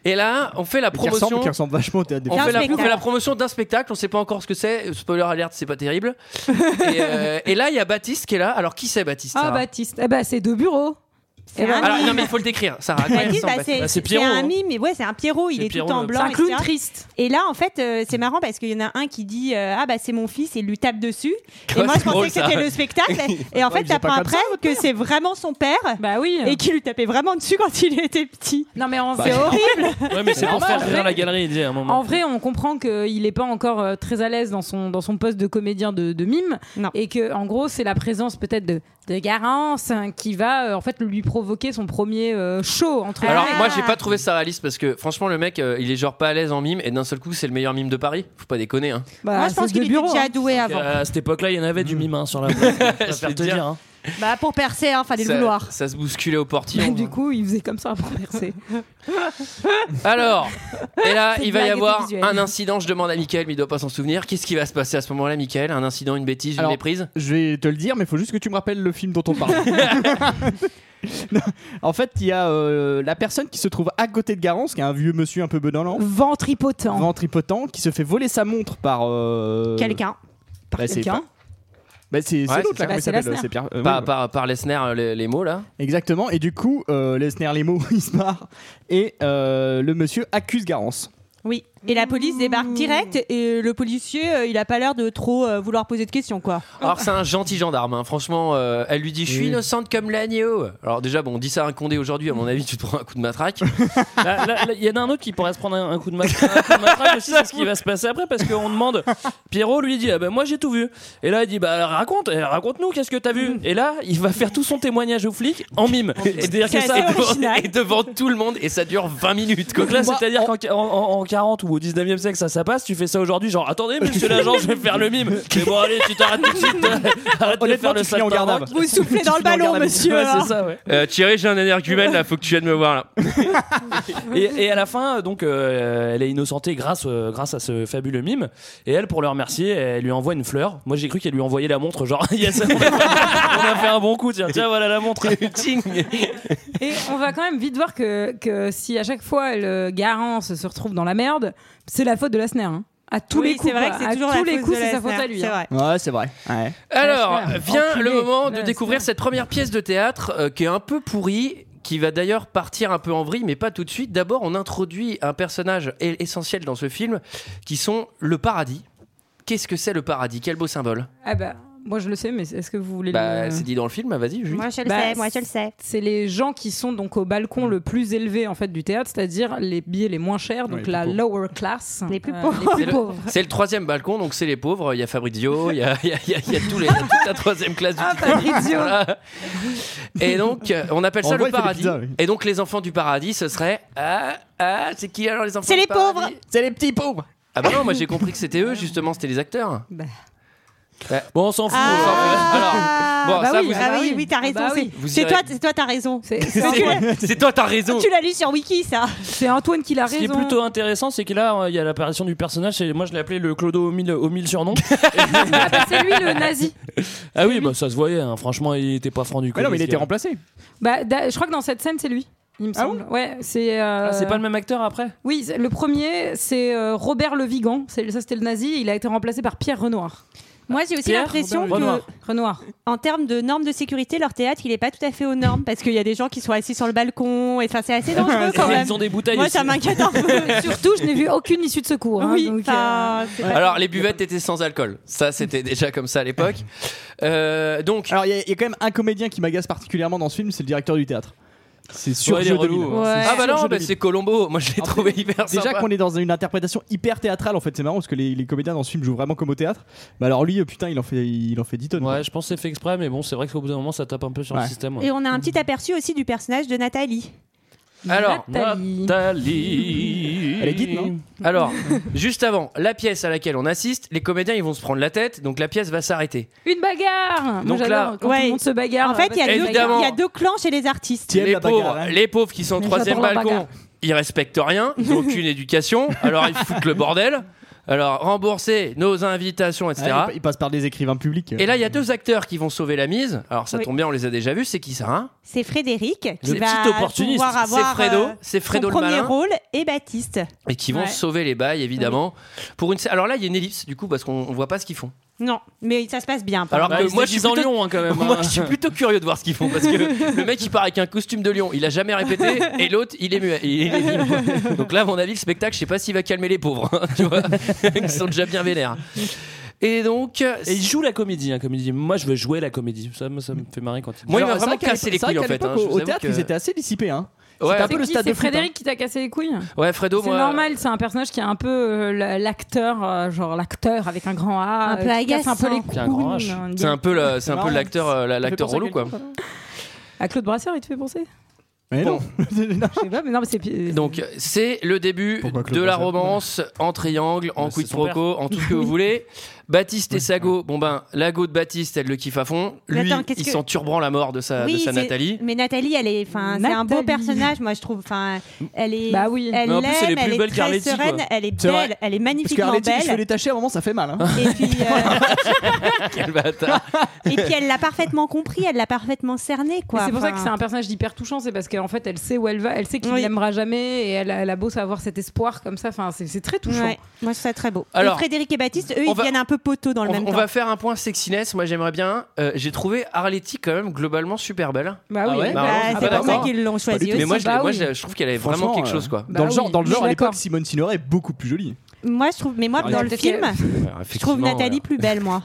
S1: Et là, on fait la
S6: qui ressemble,
S1: promotion.
S6: qui ressemble vachement au théâtre des
S1: On
S12: D'un
S1: fait, la, on
S12: spectacle.
S1: fait la promotion d'un spectacle, on sait pas encore ce que c'est. Spoiler alert, c'est pas terrible. et, euh, et là, il y a Baptiste qui est là. Alors, qui c'est Baptiste
S10: Ah,
S1: Sarah
S10: Baptiste. Eh ben, c'est deux bureaux.
S12: C'est
S10: Eh ben,
S12: un
S1: Alors,
S12: mime.
S1: non, mais il faut le décrire, Sarah. à quoi il
S12: Bah, dis,
S1: ressemble,
S12: bah,
S1: Baptiste
S12: c'est
S9: c'est
S12: c'est
S9: Pierrot, hein.
S12: un mime, mais ouais, c'est un Pierrot. Il
S9: C'est
S12: est
S9: Pierrot,
S12: tout en
S9: le-
S10: C'est
S12: blanc.
S10: un clown
S12: etc.
S10: triste.
S12: Et là, en fait, euh, c'est marrant parce qu'il y en a un qui dit euh, Ah, bah, c'est mon fils, et il lui tape dessus.
S1: Quoi,
S12: et moi,
S1: c'est
S12: je pensais
S1: drôle,
S12: que
S1: ça.
S12: c'était le spectacle. Et
S6: Ouais,
S12: en fait,
S6: il faisait
S12: t'apprends
S6: pas comme ça,
S12: après que c'est vraiment son père
S10: Bah oui.
S12: et qu'il lui tapait vraiment dessus quand il était petit.
S10: Non, mais en
S6: Bah,
S10: c'est horrible.
S9: Ouais,
S12: Ah,
S9: mais c'est
S12: bah,
S9: pour faire rire la galerie, il dit à un
S10: En
S9: moment.
S10: vrai, on comprend qu'il n'est pas encore euh, très à l'aise dans son, dans son poste de comédien de, de mime.
S12: Non.
S10: Et que, en gros, c'est la présence peut-être de, de Garance hein, qui va euh, en fait lui provoquer son premier euh, show. Entre
S1: Alors
S10: guillemets.
S1: moi
S12: euh,
S1: j'ai pas trouvé ça réaliste parce que franchement le mec euh, il est genre pas à l'aise en mime et d'un seul coup c'est le meilleur mime de Paris. Faut pas déconner hein. Mm.
S10: Bah,
S12: moi, je
S10: c'est
S12: pense
S10: ce
S12: qu'il
S10: de
S12: était
S10: bureau,
S12: déjà
S10: hein.
S12: doué avant.
S9: Euh, À cette époque-là, il y en avait du mime
S1: [LAUGHS]
S9: hein, sur la place.
S1: Je
S9: Je
S1: vais
S9: vais te
S1: dire.
S9: dire. hein.
S12: Bah, pour percer, hein, fallait
S1: ça,
S12: le vouloir.
S1: ça se bousculait au portillon.
S10: Bah, du coup, il faisait comme ça pour percer. [LAUGHS]
S1: Alors et là
S10: Cette
S1: il va y
S10: blague
S1: avoir
S10: était visuelle.
S1: un incident. Je demande à Michael mais il doit pas s'en souvenir. Qu'est-ce qui va se passer à ce moment-là Michael Un incident, une bêtise, une
S6: Alors-
S1: méprise
S6: Je vais te le dire, mais il faut juste que tu me rappelles le film dont
S1: [LAUGHS]
S6: on parle. Non, en fait, il y a euh, la personne qui se trouve à côté de Garance, qui est un vieux monsieur un peu benelant,
S10: Ventripotent.
S6: ventripotent, qui se fait voler sa montre par euh,
S12: Quelqu'un.
S6: bah, c'est
S10: quelqu'un.
S6: pas- Bah, c'est c'est
S1: Ouais,
S6: l'autre
S1: c'est
S6: là,
S1: ça.
S6: comment il s'appelle, c'est Pierre. euh,
S1: par,
S6: oui,
S1: par- par Lesner, euh, les, les mots là.
S6: Exactement. Et du coup, euh, Lesner les mots, [LAUGHS] il se barre et euh, le monsieur accuse Garance.
S13: Oui, et la police débarque direct et le policier, euh, il a pas l'air de trop euh, vouloir poser de questions quoi.
S1: Alors c'est un gentil gendarme, hein. franchement, euh, elle lui dit je suis
S13: Oui.
S1: innocente comme l'agneau. Alors déjà bon, on dit ça à un condé aujourd'hui, à mon avis tu te prends un coup de matraque.
S9: [LAUGHS] Là, là, là, Il y en a un autre qui pourrait se prendre un, un coup de matraque, un coup
S1: [LAUGHS]
S9: de matraque aussi, c'est ce qui va se passer après parce qu'on demande. Pierrot lui dit ah ben moi j'ai tout vu. Et là il dit bah raconte, eh, raconte-nous qu'est-ce que t'as
S1: Mm.
S9: vu. Et là il va faire tout son témoignage au flic en mime. C'est-à-dire que
S1: C'est
S9: ça
S1: assez
S9: [LAUGHS]
S1: original. et devant tout le monde et ça dure 20 minutes. Quoi. Bah,
S9: Donc là, c'est-à-dire qu'en en, en- en 40 ou au 19e siècle, ça, ça passe, tu fais ça aujourd'hui, genre attendez, monsieur l'agent, je vais faire le mime. Mais bon, allez, tu t'arrêtes tout de suite. Arrête de faire le sale taroc.
S13: Vous soufflez
S6: Oh,
S13: dans le ballon, monsieur.
S9: Ouais,
S13: hein.
S9: c'est ça, ouais.
S1: Euh, Thierry, j'ai un énergumène là, faut que tu viennes me voir là.
S9: Et, et à la fin, donc, euh, elle est innocentée grâce, euh, grâce à ce fabuleux mime. Et elle, pour le remercier, elle lui envoie une fleur. Moi, j'ai cru qu'elle lui envoyait la montre, genre, yes, on a, fait, on a fait un bon coup, tiens, tiens, voilà la montre.
S10: Et on va quand même vite voir que, que si à chaque fois le Garance se retrouve dans la merde, c'est la faute de Lassner. Hein. À tous
S13: Oui,
S10: les coups,
S13: c'est vrai
S10: quoi.
S13: que c'est
S10: à
S13: toujours
S10: tous
S13: la
S10: les
S13: faute
S10: coups,
S13: de
S10: c'est sa
S13: Lassner,
S10: faute à lui.
S13: c'est
S10: hein.
S12: hein.
S13: vrai.
S6: Ouais, c'est vrai. Ouais.
S1: Alors,
S10: Lassner.
S1: vient
S10: Enculé.
S1: le moment de
S10: Lassner.
S1: découvrir cette première pièce de théâtre euh, qui est un peu pourrie, qui va d'ailleurs partir un peu en vrille, mais pas tout de suite. D'abord, on introduit un personnage e- essentiel dans ce film, qui sont le paradis. Qu'est-ce que c'est le paradis Quel beau symbole
S10: Ah bah, moi je le sais, mais est-ce que vous voulez
S1: Bah,
S9: euh,
S10: le...
S1: c'est dit dans le film, bah, vas-y, Julie.
S12: Bah, sais, moi, je le sais.
S10: C'est les gens qui sont donc au balcon le plus élevé en fait du théâtre, c'est-à-dire les billets les moins chers, donc
S1: les plus
S10: la lower class, les plus
S12: pauvres.
S10: les
S1: C'est
S10: plus
S1: le-
S10: pauvres.
S1: C'est le troisième balcon, donc c'est les pauvres. Il y a Fabrizio, il y a, il y a- il y a- il y a tous les, toute la troisième classe
S12: Ah,
S1: du
S10: Fabrizio.
S1: Voilà. Et donc, euh, on appelle
S6: En
S1: ça le
S6: vrai, il fait des
S1: paradis.
S6: pizzas, oui.
S1: Et donc, les enfants du paradis, ce serait. Ah, ah, c'est qui alors les enfants
S13: C'est
S1: du
S13: les
S1: paradis
S13: pauvres.
S6: C'est les petits pauvres.
S1: Ah bah non, moi j'ai compris que c'était eux, justement, c'était les
S6: [LAUGHS]
S1: acteurs.
S9: Bon, on s'en fout.
S1: Alors, bon,
S13: bah
S1: ça,
S13: oui,
S1: vous-
S13: ah oui, oui, t'as raison.
S10: Bah
S13: c'est-
S10: oui.
S1: Vous
S13: C'est
S1: irez-
S13: toi, c'est toi, t'as raison.
S1: C'est- C'est toi, t'as raison.
S13: Tu l'as lu sur Wiki, ça.
S10: C'est Antoine qui l'a
S9: Ce qui est
S13: raison.
S9: plutôt intéressant, c'est que là, euh, il y a l'apparition du personnage. et Moi, je l'ai appelé le Clodo au mille, au
S1: [LAUGHS]
S9: mille surnoms.
S10: Ah, bah, c'est lui le nazi.
S9: Ah oui, bah, ça se voyait. hein. Franchement, il était pas franc du coup.
S6: non, mais il était remplacé.
S10: Bah, da- je crois que dans cette scène c'est lui. Il me semble. ouais, c'est. euh,
S9: Ah, c'est pas le même acteur après
S10: Oui, c'est- le premier c'est euh, Robert Le Vigan. C'est- Ça c'était le nazi. Il a été remplacé par Pierre Renoir.
S12: Moi, j'ai aussi
S10: Pierre
S12: l'impression que,
S10: Robert Renoir. Renoir.
S12: [LAUGHS] en termes de normes de sécurité, leur théâtre, il est pas tout à fait aux normes parce qu'il y a des gens qui sont assis sur le balcon. Et enfin, c'est assez dangereux quand même.
S9: Ils ont des bouteilles.
S12: Moi,
S9: aussi.
S12: ça m'inquiète un
S1: [LAUGHS]
S12: peu.
S10: Et surtout, je n'ai vu aucune issue de secours. hein,
S12: Oui,
S10: donc,
S12: enfin,
S10: euh,
S12: c'est-
S1: Alors, les buvettes étaient sans alcool. Ça, c'était déjà comme ça à l'époque. Euh, donc.
S6: Alors, il y, a- il y a quand même un comédien qui m'agace particulièrement dans ce film, c'est le directeur du théâtre. C'est sur
S1: Ouais, il est
S6: Jeux
S1: relou.
S6: 2000. C'est
S1: Ah bah
S6: sur Jeux
S1: non, bah,
S6: 2000.
S1: c'est Colombo. Moi, je l'ai trouvé hyper
S6: Déjà
S1: sympa.
S6: qu'on est dans une interprétation hyper théâtrale en fait, c'est marrant parce que les, les comédiens dans ce film jouent vraiment comme au théâtre. Bah alors lui, euh, putain, il en fait, il en fait 10 tonnes.
S9: Ouais, je pense que c'est fait exprès, mais bon, c'est vrai qu'au bout d'un moment, ça tape un peu sur le système. ouais.
S12: Et on a un petit aperçu aussi du personnage de Nathalie.
S1: Alors,
S12: Nathalie.
S1: Nathalie.
S6: Elle est guide, non
S1: Alors, juste avant, la pièce à laquelle on assiste, les comédiens, ils vont se prendre la tête, donc la pièce va s'arrêter.
S10: Une bagarre. Moi,
S1: Donc là-
S10: j'adore quand tout le monde se bagarre.
S12: En fait, il y, a deux-
S1: Évidemment.
S12: il y a deux clans chez les artistes.
S1: les, pauvres, les pauvres qui sont au
S12: Mais
S1: troisième
S12: j'adore la
S1: balcon,
S12: bagarre.
S1: ils respectent rien, ils n'ont aucune éducation, alors ils foutent le bordel. Alors, rembourser nos invitations, etc.
S6: Ah, il, il passe par des écrivains publics. euh.
S1: Et là, il y a deux acteurs qui vont sauver la mise. Alors, ça
S12: Oui.
S1: tombe bien, on les a déjà vus. C'est qui ça hein
S12: C'est Frédéric qui
S1: Le
S12: va
S1: petit opportuniste.
S12: Bah, pouvoir
S1: C'est
S12: avoir
S1: Fredo,
S12: euh,
S1: c'est Fredo
S12: son
S1: le
S12: premier
S1: malin.
S12: rôle et Baptiste.
S1: Et qui vont
S12: Ouais.
S1: sauver les bails, évidemment. Pour une... Alors là, il y a une ellipse, du coup, parce qu'on on voit pas ce qu'ils font.
S12: Non, mais ça Bah, se passe bien. par
S1: Alors
S12: contre.
S1: que moi, je suis
S9: en
S1: plutôt...
S9: lion, hein, quand même, hein.
S1: Moi, je suis plutôt curieux de voir ce qu'ils font parce que le mec il part avec un costume de lion, il a jamais répété, et l'autre il est muet. il est libre. Donc là, à mon avis, le spectacle, je sais pas s'il va calmer les pauvres, hein, tu vois, [LAUGHS] ils sont déjà bien vénères. Et donc,
S9: Et il joue la comédie, hein, comédie. Moi, je veux jouer la comédie. Ça, me- ça me fait marrer quand il.
S1: Moi, il m'a
S6: Alors, c'est
S1: vraiment
S6: vrai qu'à
S1: cassé les
S6: l'époque-
S1: couilles en
S6: c'est vrai
S1: fait.
S6: qu'à
S1: hein,
S6: l'époque,
S1: je vous
S6: Au
S1: avoue
S6: théâtre,
S1: que-
S6: ils étaient assez dissipés. Hein.
S1: Ouais.
S6: C'était un
S1: C'est
S6: peu le
S1: qui
S6: stade
S10: C'est
S6: de foot, hein.
S10: Frédéric qui t'a cassé les couilles.
S1: Ouais, Fredo,
S10: C'est
S1: moi.
S10: normal, c'est un personnage qui est un peu euh, la- l'acteur, euh, genre l'acteur avec un grand A,
S12: Un
S10: euh,
S12: peu
S10: qui casse un peu les
S12: agaçant.
S10: couilles.
S1: C'est un grand H.
S10: hein,
S1: C'est un peu le- c'est un peu
S10: marrant.
S1: l'acteur, euh, la-
S10: Ça fait
S1: l'acteur
S10: penser à
S1: relou quoi.
S10: quelqu'un, À Claude Brasseur, il te fait penser
S6: Mais non. [LAUGHS]
S10: Je sais pas, mais non, mais c'est.
S1: Donc c'est le début de
S10: Claude
S1: la
S10: Brasseur
S1: romance en triangle, en
S9: c'est son
S1: quiproquo, en tout
S12: [LAUGHS]
S1: ce que vous voulez. Baptiste et Sago, bon ben la go de Baptiste, elle le kiffe à fond.
S12: Mais
S1: Lui,
S12: attends, qu'est-ce
S1: il
S12: que-
S1: s'en turbrant la mort de sa,
S12: Oui,
S1: de sa
S12: c'est- [LAUGHS]
S1: Nathalie.
S12: Mais Nathalie, elle est, enfin, c'est un beau personnage, moi je trouve. Enfin, elle est,
S10: Bah oui.
S12: elle
S1: Mais en plus, elle est
S12: l'aime,
S1: plus
S12: elle est
S1: belle
S12: très
S1: qu'Arletty,
S12: sereine,
S1: quoi.
S12: elle est
S1: C'est vrai.
S12: belle, elle
S6: Parce
S12: est
S6: que
S12: magnifiquement
S6: Arletty, les cheveux
S12: belle. euh,
S6: détachés, à un moment, ça fait mal. hein.
S1: [LAUGHS] Quel bâtard.
S12: Et puis elle l'a parfaitement compris, elle l'a parfaitement cerné,
S10: Mais
S12: quoi.
S10: C'est pour ça que
S12: Enfin,
S10: c'est un personnage d'hyper touchant, c'est parce qu'en fait elle sait où elle va, elle sait qu'il
S12: Oui.
S10: l'aimera jamais et elle a, elle a beau savoir cet espoir comme ça, enfin c'est c'est très touchant.
S12: Ouais. Moi je trouve ça très beau.
S1: Alors,
S12: et Frédéric et Baptiste, eux,
S1: on
S12: ils
S1: va-
S12: viennent un
S13: peu poteau dans le
S1: on,
S13: même
S1: on
S13: temps.
S1: va faire un point sexiness. Moi, j'aimerais bien. euh, J'ai trouvé Arletty quand même globalement super belle.
S13: Bah oui, Ah ouais bah,
S1: je suis
S13: c'est
S1: pas
S13: pour ça
S1: d'accord.
S13: qu'ils l'ont choisie
S1: Pas du tout. Mais
S13: aussi.
S1: moi, je, l'ai-
S13: Bah
S1: moi,
S13: oui.
S1: je- je trouve qu'elle avait vraiment
S6: Franchement, euh,
S1: quelque
S9: euh,
S1: chose, quoi. Bah
S6: Dans le genre, dans le
S12: je
S6: genre
S12: suis
S6: à
S12: d'accord.
S6: l'époque, Simone Signoret est beaucoup plus jolie.
S12: Moi, je trouve, mais moi,
S1: Ah,
S6: Ouais,
S12: dans le
S6: peut-être
S12: film,
S6: qu'elle-
S12: je trouve
S9: effectivement,
S12: Nathalie
S9: ouais.
S12: plus belle, moi.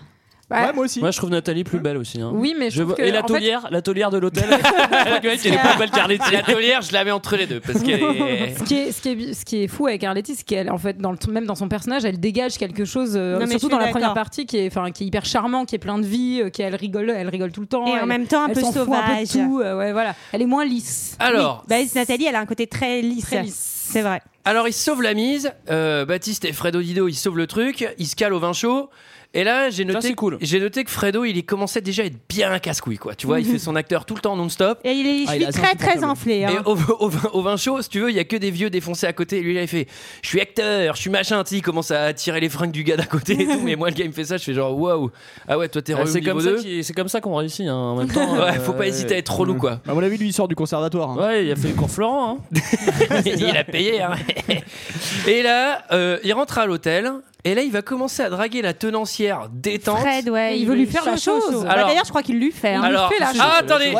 S6: Ouais, moi aussi.
S9: Moi, je trouve Nathalie plus belle aussi. hein.
S10: bah, Oui, mais je trouve que,
S9: Et la
S10: en fait-
S9: taulière, la taulière de l'hôtel.
S12: [LAUGHS]
S9: Je crois que, mec, elle est plus belle qu'Arletty.
S1: La taulière, je la mets entre les deux parce qu'elle
S12: [LAUGHS]
S1: est.
S10: [LAUGHS] ce, qui est, ce, qui est, bi- ce qui est fou avec Arletty, c'est qu'elle, en fait, dans le, même dans son personnage, elle dégage quelque chose, euh,
S12: Non, mais je
S10: surtout
S12: suis
S10: dans la
S12: d'accord.
S10: première partie, qui est, enfin, qui est hyper charmant, qui est plein de vie, euh, qui est- elle rigole, elle rigole tout le temps.
S12: Et en
S10: elle-
S12: même temps, un
S10: elle
S12: peu
S10: s'en fout un peu de
S12: sauvage.
S10: tout, euh, ouais, voilà. Elle est moins lisse.
S1: Alors.
S12: Bah, Nathalie, elle a un côté très lisse.
S10: Très lisse.
S12: C'est vrai.
S1: Alors, ils sauvent la mise. Euh, Baptiste et Fredo Dido, ils sauvent le truc. Ils se calent au vin chaud. Et là, j'ai noté, que- j'ai noté que Fredo, il y commençait déjà à être bien casse-couille, quoi. Tu vois, il fait son acteur tout le temps non-stop.
S12: Et il est, je
S1: Ah, il
S12: suis
S1: est assez
S12: très, très
S1: insupportable.
S12: enflée.
S1: Et
S12: hein.
S1: au, au vin, au vin chaud, si tu veux, il y a que des vieux défoncés à côté. Et lui, là, il fait Je suis acteur, je suis machin. Tu sais, il commence à tirer les fringues du gars d'à côté et tout. Mais moi, le gars, il me fait ça. Je fais genre Waouh, ah ouais, toi, t'es
S9: Ah,
S1: revenu
S9: c'est
S1: au
S9: comme,
S1: niveau 2.
S9: ça
S1: [LAUGHS]
S9: qu'il- c'est comme ça qu'on réussit hein, en même temps.
S1: Ouais, faut pas hésiter à être relou,
S9: Mm.
S1: quoi.
S6: À mon avis, lui, il sort du conservatoire. hein.
S9: Ouais, il a fait le cours Florent.
S1: Hein. [LAUGHS] il a payé. hein. [LAUGHS] Et là, euh, il rentre à l'hôtel. Et là, il va commencer à draguer la tenancière détente.
S12: Fred, ouais,
S10: Il veut lui faire la
S12: chaud,
S10: chose.
S12: chaud. Bah,
S1: Alors-
S12: D'ailleurs, je crois qu'il lui fait. hein.
S1: Alors, ah, attendez,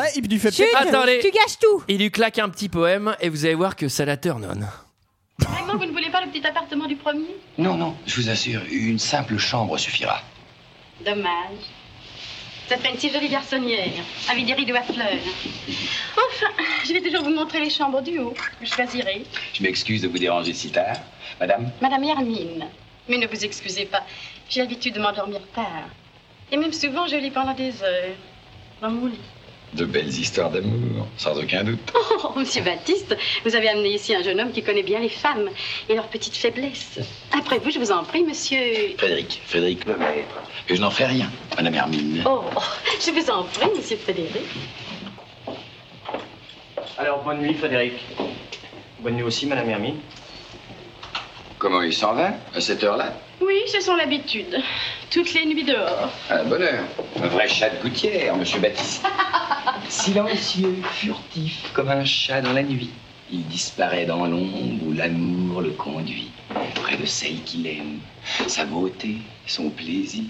S12: Chut,
S1: attendez.
S12: tu gâches tout.
S1: Il lui claque un petit poème et vous allez voir que ça la turn on.
S11: Par exemple, vous ne voulez pas le petit appartement du premier
S2: Non, non, je vous assure, une simple chambre suffira.
S11: Dommage. Ça te fait une si jolie garçonnière, avec des rideaux à fleurs. Enfin, je vais toujours vous montrer les chambres du haut que je choisirai.
S2: Je m'excuse de vous déranger si tard. Madame,
S11: Madame Hermine. Mais ne vous excusez pas, j'ai l'habitude de m'endormir tard. Et même souvent, je lis pendant des heures. Dans mon lit.
S2: de belles histoires d'amour, sans aucun doute.
S11: Oh, monsieur Baptiste, vous avez amené ici un jeune homme qui connaît bien les femmes et leurs petites faiblesses. Après vous, je vous en prie, monsieur.
S2: Frédéric, Frédéric le maître. Mais je n'en fais rien, Madame Hermine.
S11: Oh, je vous en prie, monsieur Frédéric.
S14: Alors, bonne nuit, Frédéric. Bonne nuit aussi, Madame Hermine.
S2: Comment il s'en va à cette heure-là
S11: Oui, ce sont l'habitude. Toutes les nuits dehors.
S2: À la bonne heure. Un vrai chat de gouttière, monsieur Baptiste. [LAUGHS] Silencieux, furtif, comme un chat dans la nuit. Il disparaît dans l'ombre où l'amour le conduit, près de celle qu'il aime. Sa beauté, son plaisir,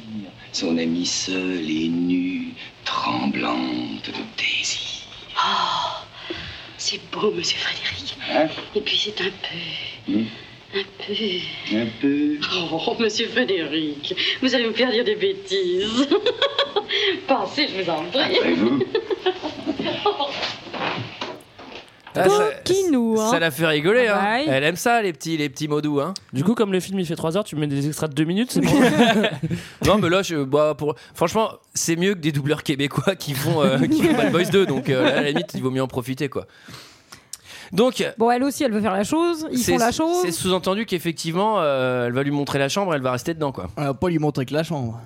S2: son amie seule et nue, tremblante de désir.
S11: Oh, c'est beau, monsieur Frédéric.
S2: Hein
S11: Et puis c'est un peu,
S2: Hmm
S11: un peu.
S2: Un peu.
S11: Oh, monsieur Frédéric, vous allez me faire dire des bêtises. [LAUGHS] Pensez, je vous en
S2: Après
S11: prie.
S2: vous.
S1: Ah,
S13: Coquinou,
S1: ça,
S13: hein.
S1: ça la fait rigoler. hein.
S6: bah
S13: Ah, ouais.
S1: Elle aime ça, les petits, les petits mots doux. Hein.
S9: Du coup, comme le film il fait 3 heures, tu mets des extraits de 2 minutes, c'est bon
S1: [LAUGHS] non, mais là, je, bah, pour... franchement, c'est mieux que des doubleurs québécois qui font, euh, qui font Bad Boys 2. Donc, euh, là, à la limite, il vaut mieux en profiter. quoi. Donc,
S10: Bon, elle aussi, elle veut faire la chose. Ils
S1: c'est
S10: font la chose.
S1: c'est sous-entendu qu'effectivement, euh, elle va lui montrer la chambre, elle va rester dedans. quoi.
S6: On va pas lui montrer que la chambre.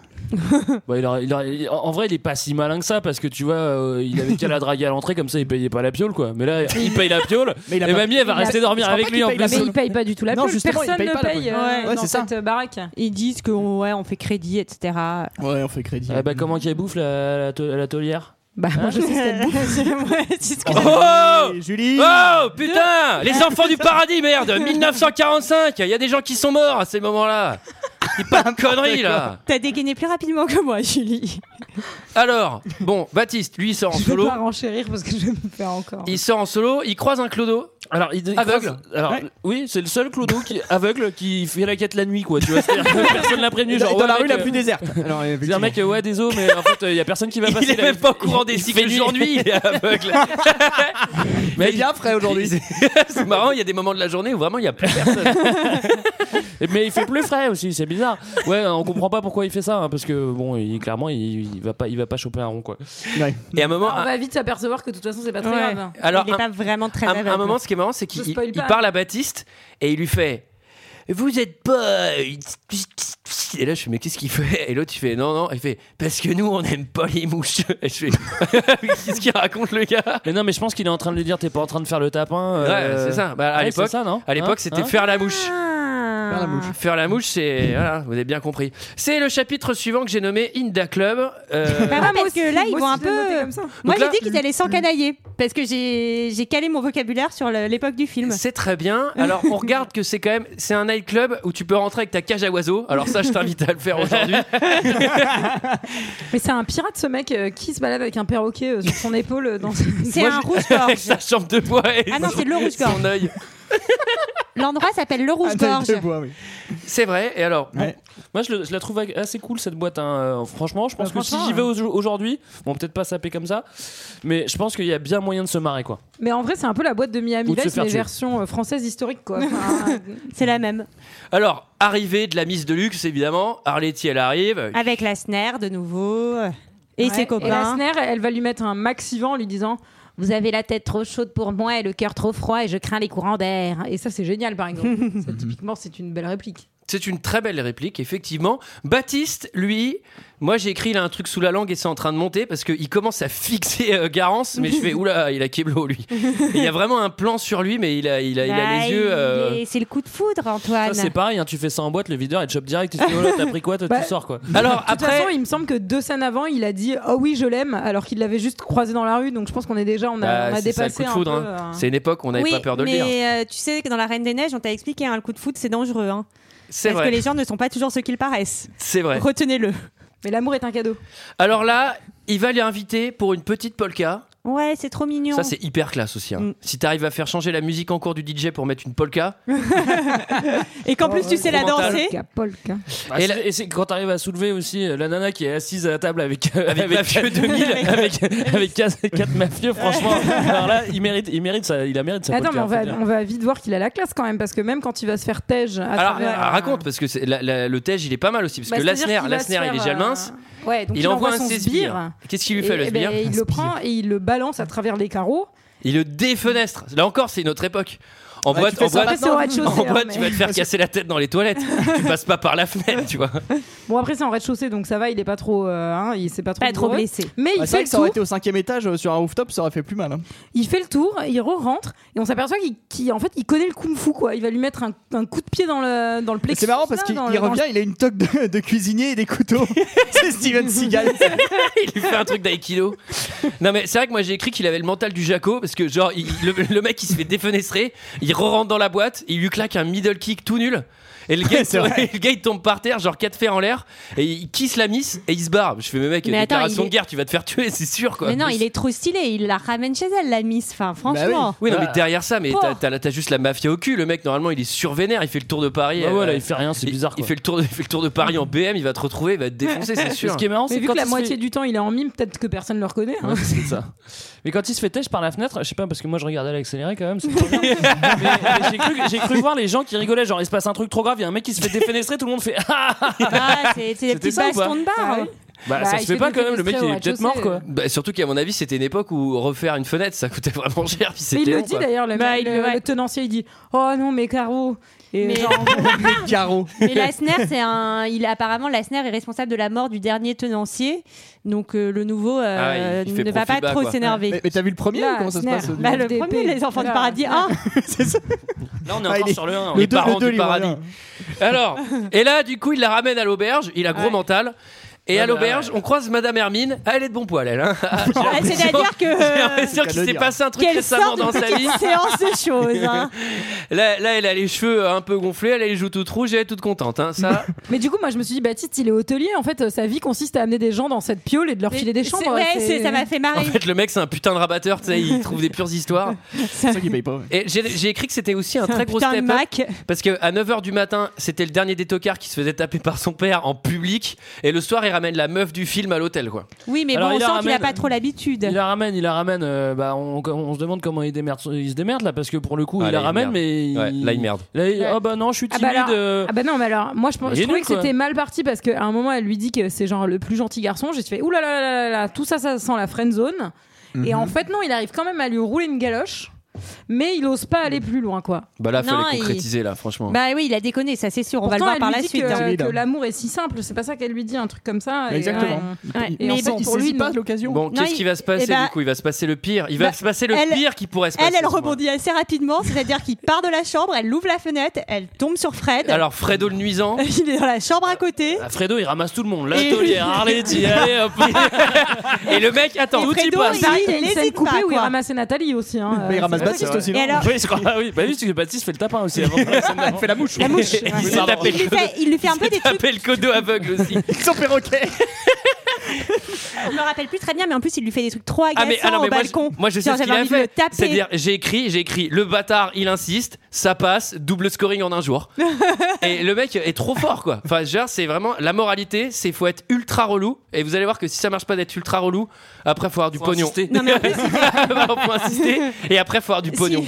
S9: Bah, il aurait- il aurait- il- en en vrai, il est pas si malin que ça parce que tu vois, euh, il avait qu'à la draguer à l'entrée, comme ça il payait pas la piole quoi. Mais là, il paye la piole
S6: Mais il a
S1: Eh
S9: et
S6: pas-
S1: bah,
S9: mamie elle va
S6: il a-
S9: rester dormir
S6: je crois
S9: avec
S6: pas
S9: lui
S6: qu'il
S9: en
S6: paye la
S9: plus.
S10: Mais ils payent pas du tout la
S6: Non,
S10: pub.
S6: justement, ils
S10: Personne
S6: payent
S10: ne
S6: pas la
S10: paye
S6: pub.
S10: euh,
S6: Ouais, ouais,
S10: dans
S6: c'est ça.
S10: cette euh, baraque.
S13: Ils disent qu'on ouais, on fait crédit, etc.
S1: Euh.
S6: Ouais, on fait crédit.
S1: Eh ben,
S9: Ah bah, comment qu'elle bouffe la, la, to- la taulière
S10: Bah,
S9: moi,
S10: [LAUGHS] je sais ce qu'elle
S12: [LAUGHS]
S1: Oh
S6: Julie
S1: Oh putain Les enfants du paradis, merde 1945 Il y a des gens qui sont morts à ces moments-là Dis pas de conneries là
S13: T'as dégainé plus rapidement que moi, Julie.
S1: Alors, bon, Baptiste, lui, il sort en
S10: Je vais
S1: solo.
S10: pas renchérir parce que je vais me faire encore.
S1: Il sort en solo, il croise un clodo.
S9: Alors, il, il
S1: Aveugle.
S9: croise- alors,
S1: Ouais.
S9: oui, c'est le seul Clodo qui aveugle qui fait la quête la nuit, quoi. Tu vois, c'est-à-dire que personne l'a prévenu.
S6: Et
S9: Genre,
S6: dans
S9: ouais,
S6: la
S9: mec,
S6: rue la
S9: euh,
S6: plus déserte. Alors,
S9: C'est un mec, euh, ouais, désolé, mais en fait, il y a personne qui va
S1: [LAUGHS] Il
S9: passer.
S1: est même pas au courant des cycles jour-nuit,
S9: [LAUGHS]
S1: il est aveugle.
S9: Mais
S1: bien frais aujourd'hui.
S9: [LAUGHS]
S1: C'est marrant, il y a des moments de la journée où vraiment il n'y a plus personne. [LAUGHS]
S9: Mais il fait plus frais aussi, c'est bizarre. Ouais, on comprend pas pourquoi il fait ça, hein, parce que bon, il, clairement, il, il va pas, il va pas choper un rond, quoi.
S1: Et à un moment,
S10: Ah,
S9: Ah,
S10: On va vite s'apercevoir que de toute façon, c'est pas très
S13: Ouais.
S10: grave.
S1: Alors,
S13: il est
S1: un-
S13: pas vraiment très
S1: à
S13: aveugle.
S1: un moment, ce qui est marrant, c'est
S10: Je
S1: qu'il il-
S10: spoil
S1: il
S10: pas.
S1: parle à Baptiste et il lui fait Vous êtes pas. Et là, je fais Mais qu'est-ce qu'il fait Et l'autre, il fait Non, non. Il fait Parce que nous, on n'aime pas les mouches. Et je fais [LAUGHS] Qu'est-ce qu'il raconte, le gars
S9: Mais non, mais je pense qu'il est en train de lui dire, t'es pas en train de faire le tapin. euh.
S1: Ouais, c'est ça. Bah, à l'époque,
S9: c'est ça, non
S1: à l'époque,
S9: Hein
S1: c'était
S9: Hein
S1: faire la mouche.
S12: Ah.
S1: Faire la mouche. Faire la mouche, c'est. Voilà, vous avez bien compris. C'est le chapitre suivant que j'ai nommé Inda Club. Euh,
S12: Bah ouais, parce que là, ils
S13: moi
S12: vont
S13: aussi, je l'ai noté
S12: un peu. euh,
S13: comme ça.
S12: Moi,
S1: Donc
S12: j'ai
S1: là-
S12: dit qu'ils allaient s'encanailler parce que j'ai j'ai calé mon vocabulaire sur le- l'époque du film.
S1: C'est très bien. Alors, on regarde que c'est quand même. C'est un nightclub où tu peux rentrer avec ta cage à oiseaux. Alors, ça, je t'invite à le faire
S12: [LAUGHS]
S1: aujourd'hui.
S10: Mais c'est un pirate ce mec euh, qui se balade avec un perroquet euh, sur son [LAUGHS] épaule. euh, Dans...
S1: Moi, je- [LAUGHS] Avec sa chambre de bois. et
S12: Ah non,
S1: son-
S12: c'est le rouge-gorge.
S1: Son œil.
S12: L'endroit s'appelle
S1: Ah,
S12: le
S6: Ah,
S12: Rouge Gorge.
S1: C'est vrai. Et alors,
S9: bon, moi je, le- je la trouve assez cool cette boîte. hein. Euh, Franchement, je pense
S10: Bah,
S9: que si
S10: franchement,
S9: j'y vais au- aujourd'hui, bon peut-être pas sapé comme ça, mais je pense qu'il y a bien moyen de se marrer quoi.
S10: Mais en vrai, c'est un peu la boîte de
S9: Ou
S10: Miami
S9: de se
S10: Vice,
S9: faire
S10: mais
S9: tuer.
S10: version euh, française historique
S12: [LAUGHS]
S10: quoi. Enfin,
S12: C'est la même.
S1: alors, arrivée de la mise de luxe, évidemment. Arletty, elle arrive.
S12: Avec la snare de nouveau euh, et
S10: Ouais.
S12: ses
S10: Et la
S12: copains.
S10: snare, elle va lui mettre un maxivant en lui disant Vous avez la tête trop chaude pour moi et le cœur trop froid et je crains les courants d'air. Et ça, c'est génial, par exemple.
S12: [LAUGHS]
S10: Ça, typiquement, c'est une belle réplique.
S1: C'est une très belle réplique, effectivement. Baptiste, lui, moi j'ai écrit là un truc sous la langue et c'est en train de monter parce qu'il commence à [LAUGHS] fixer euh, Garance, mais je
S12: [LAUGHS]
S1: fais oula, il a Keblo lui. Et Il y a vraiment un plan sur lui, mais il a, il a, il a
S12: Bah,
S1: les yeux. euh,
S12: il est- C'est le coup de foudre, Antoine.
S9: Ça, c'est pareil, hein, tu fais ça en boîte, le videur il te chope direct, tu te dis, oh là, t'as pris quoi, toi,
S12: Bah,
S9: tu sors quoi.
S1: Alors
S10: De toute façon, il me semble que deux scènes avant, il a dit Oh oui, je l'aime, alors qu'il l'avait juste croisé dans la rue. Donc je pense qu'on est déjà, on
S1: bah,
S10: a, on a
S1: c'est ça, le
S10: dépassé
S1: coup de foudre.
S10: un peu.
S1: hein.
S10: euh,
S1: C'est une époque où on n'avait
S12: oui,
S1: pas peur de le
S12: mais,
S1: dire.
S12: euh, tu sais que dans la Reine des Neiges, on t'a expliqué, hein, le coup de foot, c'est dangereux. hein.
S1: C'est
S12: Parce
S1: vrai.
S12: que les gens ne sont pas toujours ceux qu'ils paraissent.
S1: C'est
S12: [LAUGHS]
S1: vrai.
S12: Retenez-le.
S10: Mais l'amour est un cadeau.
S1: Alors là, il va les inviter pour une petite polka.
S12: Ouais, c'est trop mignon.
S1: Ça, c'est hyper classe aussi. hein.
S12: Mm.
S1: Si t'arrives à faire changer la musique en cours du DJ pour mettre une polka.
S12: Et qu'en plus, tu sais la
S1: Mental.
S12: danser.
S1: Bah,
S9: Ah, c'est- et c'est quand t'arrives à soulever aussi euh, la nana qui est assise à la table avec euh, avec,
S1: Mafieux 2000. [LAUGHS]
S9: avec, avec quatre, quatre mafieux, franchement. Alors là, il mérite, il mérite ça, il a mérite ça.
S10: Attends, mais on va, on va vite voir qu'il a la classe quand même, parce que même quand il va se faire tège. à
S1: Alors, ah,
S10: travers- euh,
S1: raconte, parce que c'est- la- la- le Tej, il est pas mal aussi. Parce
S10: Bah,
S1: que la
S10: c'est-à-dire
S1: snare,
S10: qu'il
S1: la
S10: va se
S1: snare, il est
S10: faire,
S1: déjà
S10: euh,
S1: mince.
S10: Ouais, donc
S1: il, envoie, un de ses sbires. Qu'est-ce qu'il lui
S10: Et-
S1: fait, le
S10: eh ben,
S1: sbire
S10: Il le prend et il le balance à travers les carreaux.
S1: Il le défenestre. Là encore, c'est une autre époque. En
S10: Ouais,
S1: boîte,
S10: tu fais
S1: en
S10: ça
S1: boîte,
S10: maintenant. Après, c'est au rez-de-chaussée,
S1: [LAUGHS] en
S10: hein,
S1: boîte,
S10: mais-
S1: tu vas te faire casser la tête dans les toilettes. tu passes pas par la fenêtre, tu vois.
S10: Bon, après, c'est en rez-de-chaussée, donc ça va, il est pas trop. euh, hein, il s'est pas trop,
S12: Pas trop
S10: douloureux.
S12: blessé.
S10: Mais
S6: Bah,
S10: il
S6: c'est
S10: fait
S6: vrai
S10: le
S6: que ça aurait été
S10: tour.
S6: au cinquième étage euh, sur un rooftop, ça aurait fait plus mal. hein.
S10: Il fait le tour, il re-rentre et on s'aperçoit qu'il, qu'il- en fait, il connaît le kung-fu, quoi. Il va lui mettre un, un coup de pied dans le, dans le plexus.
S6: C'est marrant parce
S10: là,
S6: qu'il
S10: dans
S6: il
S10: le- dans le-
S6: revient, il a une toque de, de cuisinier et des couteaux. c'est Steven Seagal.
S1: il lui fait un truc d'aïkido. Non, mais c'est vrai que moi j'ai écrit qu'il avait le mental du Jaco parce que, genre, il- le, le mec il se fait défenestrer, il re-rentre dans la boîte, il lui claque un middle kick tout nul. Et le gars,
S9: [LAUGHS]
S1: il
S6: C'est
S1: tombe-
S6: vrai.
S1: [LAUGHS] le gars, il tombe par terre, genre quatre fers en l'air, et il kiss la miss et il se barre. Je fais, mais mec,
S12: Mais attends,
S1: déclaration
S12: il est-
S1: de guerre, tu vas te faire tuer, c'est sûr quoi.
S12: Mais non, il
S1: [LAUGHS]
S12: est trop stylé. Il la ramène chez elle, la Miss.
S6: Bah
S12: Enfin, franchement.
S1: Oui, non,
S9: Ah.
S1: mais derrière ça, mais
S12: Pour.
S1: t'as- t'as t'as juste la mafia au cul. Le mec, normalement, il est survénère. Il fait le tour de Paris.
S9: Bah
S1: euh,
S9: voilà, il fait rien, c'est
S1: il-
S9: bizarre,
S1: Il
S9: quoi.
S1: fait, le tour de, il fait le tour de Paris en BM. Il va te retrouver, il va te
S9: [LAUGHS]
S1: défoncer, c'est sûr.
S9: Ce qui est marrant,
S10: Mais
S9: c'est
S10: vu
S9: quand
S10: que la
S9: il se
S10: moitié
S9: fait-
S10: du temps il est en mime, peut-être que personne ne le reconnaît. hein.
S9: Ouais, c'est ça. Mais quand il se fait tèche par la fenêtre, je sais pas, parce que moi je regardais à l'accéléré quand même. c'est trop bien. mais, mais j'ai, cru, j'ai cru voir les gens qui rigolaient, genre il se passe un truc trop grave, il y a un mec qui se fait défenestrer, tout le monde fait Ah
S12: Ah, c'est c'est les
S9: C'était
S12: petits
S9: ça ou pas
S12: bastons de barre. hein.
S9: Bah,
S1: Bah,
S9: ça
S1: il
S9: se
S1: se
S9: fait pas
S1: fait
S9: quand même, le mec il
S10: défenestrer
S9: est
S10: au
S9: peut-être mort quoi.
S1: Bah, surtout qu'à mon avis, c'était une époque où refaire une fenêtre, ça coûtait [LAUGHS] vraiment cher. Puis
S10: Mais
S1: c'était
S10: il le
S1: long,
S10: dit
S1: quoi.
S10: d'ailleurs, le,
S12: Bah,
S10: le-
S12: il-
S10: le
S12: ouais.
S10: tenancier il dit Oh non, mais carreaux. Et
S12: Mais-
S10: genre, en gros,
S6: Ah, Caro.
S12: Mais Lassner, E c'est un. Il apparemment Lassner est responsable de la mort du dernier tenancier, donc euh, le nouveau euh,
S1: Ah, il- il fait
S12: ne va
S1: profil
S12: pas
S1: bas,
S12: trop
S1: quoi.
S12: s'énerver.
S6: Mais, mais t'as vu le premier
S10: Là,
S6: ou comment ça se
S10: Snare.
S6: passe au
S12: Bah, le
S10: FDP.
S12: premier, les enfants
S10: Voilà.
S12: du paradis ah,
S1: [LAUGHS]
S12: 1
S6: [LAUGHS] C'est ça.
S1: Là, on est
S6: Ah,
S1: encore
S6: il est-
S1: sur le 1.
S6: le
S1: Les
S6: deux- le
S1: parents
S6: deux,
S1: du
S6: il est
S1: paradis.
S6: moyen.
S1: Alors, et là, du coup, il la ramène à l'auberge. Il a gros mental. Et à
S9: Ouais, bah,
S1: l'auberge, on croise Madame Hermine. Ah, Elle est de bon poil, elle. hein. Ah, j'ai l'impression-
S12: C'est-à-dire que
S1: [LAUGHS] J'ai
S12: euh,
S1: l'impression qu'il
S6: le
S1: s'est
S6: dire.
S1: passé un truc
S12: quelle
S1: récemment
S12: sorte
S1: dans
S12: de
S1: sa vie.
S12: petite [LAUGHS] séance de choses. hein.
S1: Là, là, elle a les cheveux euh, un peu gonflés, elle a les joues toutes rouges, elle est toute contente. Hein, ça.
S10: Mais du coup, moi, je me suis dit, Baptiste, il est hôtelier. En fait, euh, sa vie consiste à amener des gens dans cette piole et de leur filer des
S12: C'est-
S10: chambres.
S12: ouais,
S10: C'est-
S12: c'est- ça m'a fait
S1: en
S12: marrer.
S1: fait, le mec, c'est un putain de rabatteur, tu sais, il trouve des pures histoires.
S6: C'est ça qui paye pas. ouais.
S1: Et j'ai j'ai écrit que c'était aussi un
S12: C'est un
S1: très gros
S12: putain de
S1: step
S12: Mac.
S1: parce que à 9h du matin, c'était le dernier des tocards qui se faisait taper par son père en public, et le soir, il ramène la meuf du film à l'hôtel, quoi.
S12: Oui, mais
S9: Alors,
S12: bon, on
S9: il la
S12: sent qu'il n'a
S9: ramène.
S12: pas trop l'habitude.
S9: Il la ramène, il la ramène. euh, bah, on, on se demande comment il, démerde, il se démerde là, parce que pour le coup,
S1: Ah, là,
S9: il la
S1: il
S9: ramène,
S1: merde.
S9: mais. il-
S1: Ouais, là, il merde.
S9: Là, il- Oh bah non, je suis
S10: Ah
S9: timide.
S10: bah, alors-
S9: euh,
S10: ah bah non, mais alors, moi je, pense-
S9: Il
S10: je
S9: est
S10: trouvais
S9: nul,
S10: que
S9: quoi.
S10: c'était mal parti parce qu'à un moment elle lui dit que c'est genre le plus gentil garçon. J'ai fait
S9: Mhm.
S10: oulala, là là là là, tout ça, ça sent la friend zone. Et en fait, non, il arrive quand même à lui rouler une galoche. mais il ose pas aller plus loin, quoi.
S1: Bah là,
S10: Non,
S1: fallait
S10: il-
S1: concrétiser, là, franchement.
S12: Bah oui, il a déconné, ça c'est sûr. On va le
S10: Pourtant,
S12: voir
S10: elle
S12: par
S10: lui
S12: la
S10: dit
S12: suite.
S10: que-
S12: hein.
S10: Que, l'amour est si simple, c'est pas ça qu'elle lui dit, un truc comme ça. et-
S6: Exactement.
S10: Ouais. Ouais. Et
S12: Mais
S10: en fait,
S12: bon,
S10: il
S12: pour lui,
S10: saisit pas
S12: non.
S10: l'occasion.
S1: Bon,
S12: Non,
S1: qu'est-ce
S12: il-
S1: qui va se passer
S12: eh ben,
S1: du coup Il va se passer le pire. Il va
S12: bah,
S1: se passer le
S12: elle-
S1: pire qui pourrait se passer.
S12: Elle, elle
S1: ce mois.
S12: rebondit assez rapidement, c'est-à-dire qu'il part de la chambre, elle ouvre la fenêtre, elle tombe sur Fred.
S1: Alors, Fredo le nuisant.
S12: [LAUGHS] il est dans la chambre à côté.
S9: Ah, Fredo, il ramasse tout le monde. L'atelier, Arletty, allez hop.
S1: Et le mec, attends,
S9: tout y
S10: Fredo,
S9: passe.
S10: il il y a une
S12: n'hésite
S10: scène coupée
S12: pas,
S10: où il
S12: quoi.
S10: ramasse Nathalie aussi. hein.
S6: Mais Bah, il
S10: Euh,
S6: ramasse
S10: c'est vrai
S6: Baptiste
S10: que-
S6: aussi,
S10: Et
S9: [LAUGHS]
S10: alors-
S9: Oui, je crois, oui. Bah, oui, parce que Baptiste fait le tapin
S1: [LAUGHS]
S9: aussi. Avant il fait la mouche.
S1: La mouche, ouais. Il s'est tapé le
S12: Il lui fait, il lui fait un peu des trucs.
S1: Appelle Kodo aveugle
S9: [LAUGHS]
S1: aussi.
S6: Son perroquet.
S12: Je me rappelle plus très bien, mais en plus, il lui fait des trucs trop agaçants
S1: Ah mais, ah non,
S12: au
S1: mais moi, [LAUGHS]
S12: balcon.
S1: je- moi je sais
S12: Genre,
S1: ce qu'il
S12: j'avais
S1: a
S12: envie de le
S1: fait.
S12: taper.
S1: C'est-à-dire j'ai écrit, j'ai écrit le bâtard, il insiste, ça passe, double scoring en un
S12: [LAUGHS]
S1: jour. et le mec est trop fort quoi. Enfin genre c'est vraiment la moralité, c'est faut être ultra relou et vous allez voir que si ça marche pas d'être ultra relou, après faut avoir du pognon.
S9: insister.
S12: Non, mais en plus,
S1: Voilà, [LAUGHS] faut insister et après faut avoir du
S12: [LAUGHS]
S1: pognon.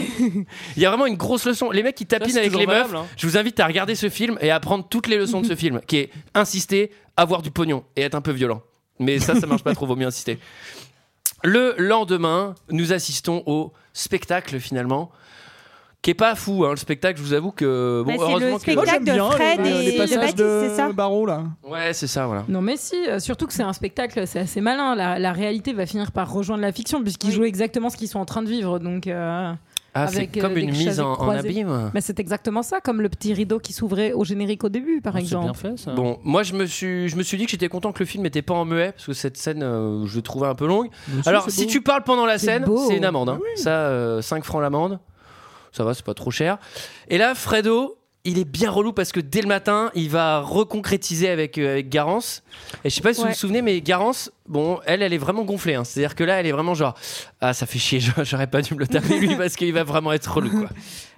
S1: Il y a vraiment une grosse leçon. Les mecs qui tapinent
S9: c'est
S1: avec les
S9: toujours
S1: meufs,
S9: valable, hein.
S1: je vous invite à regarder ce film et à apprendre toutes les
S9: [LAUGHS]
S1: leçons de ce film qui est insister, avoir du pognon et être un peu violent. Mais ça ça marche pas trop, vaut mieux insister. Le lendemain, nous assistons au spectacle finalement, qui est pas fou. hein, le spectacle, je vous avoue que
S12: Bah,
S1: bon,
S12: c'est le
S1: heureusement que.
S12: spectacle de Fred
S6: les-
S12: et
S6: les
S12: de
S6: passages
S12: Baptiste,
S6: de
S12: c'est ça
S6: Barreau là.
S1: Ouais, c'est ça, voilà.
S10: Non mais si, euh, surtout que c'est un spectacle, c'est assez malin. La, la réalité va finir par rejoindre la fiction puisqu'ils jouent exactement ce qu'ils sont en train de vivre. Donc euh,
S1: Ah, c'est
S10: avec, euh,
S1: comme
S10: des
S1: une
S10: chaises
S1: mise en- en
S10: croisées.
S1: abîme.
S10: Mais c'est exactement ça, comme le petit rideau qui s'ouvrait au générique au début,
S12: Oh,
S10: par
S9: C'est
S10: exemple.
S9: bien fait ça.
S1: Bon, moi je me suis, je me suis dit que j'étais content que le film n'était pas en muet parce que cette scène, euh, je le trouvais un peu longue.
S9: aussi,
S1: Alors
S9: c'est
S1: si
S9: beau.
S1: tu parles pendant la
S9: C'est
S1: scène,
S9: beau.
S1: c'est une amende. hein. Ça, 5 francs l'amende. Ça va, c'est pas trop cher. Et là, Fredo. Il est bien relou parce que dès le matin, il va reconcrétiser avec, euh, avec Garance. Et je sais pas si vous
S10: Ouais.
S1: vous souvenez, mais Garance, bon, elle, elle est vraiment gonflée. hein. C'est-à-dire que là, elle est vraiment genre, ah, ça fait chier, j'aurais pas dû me le taper lui parce qu'il va vraiment être relou, quoi.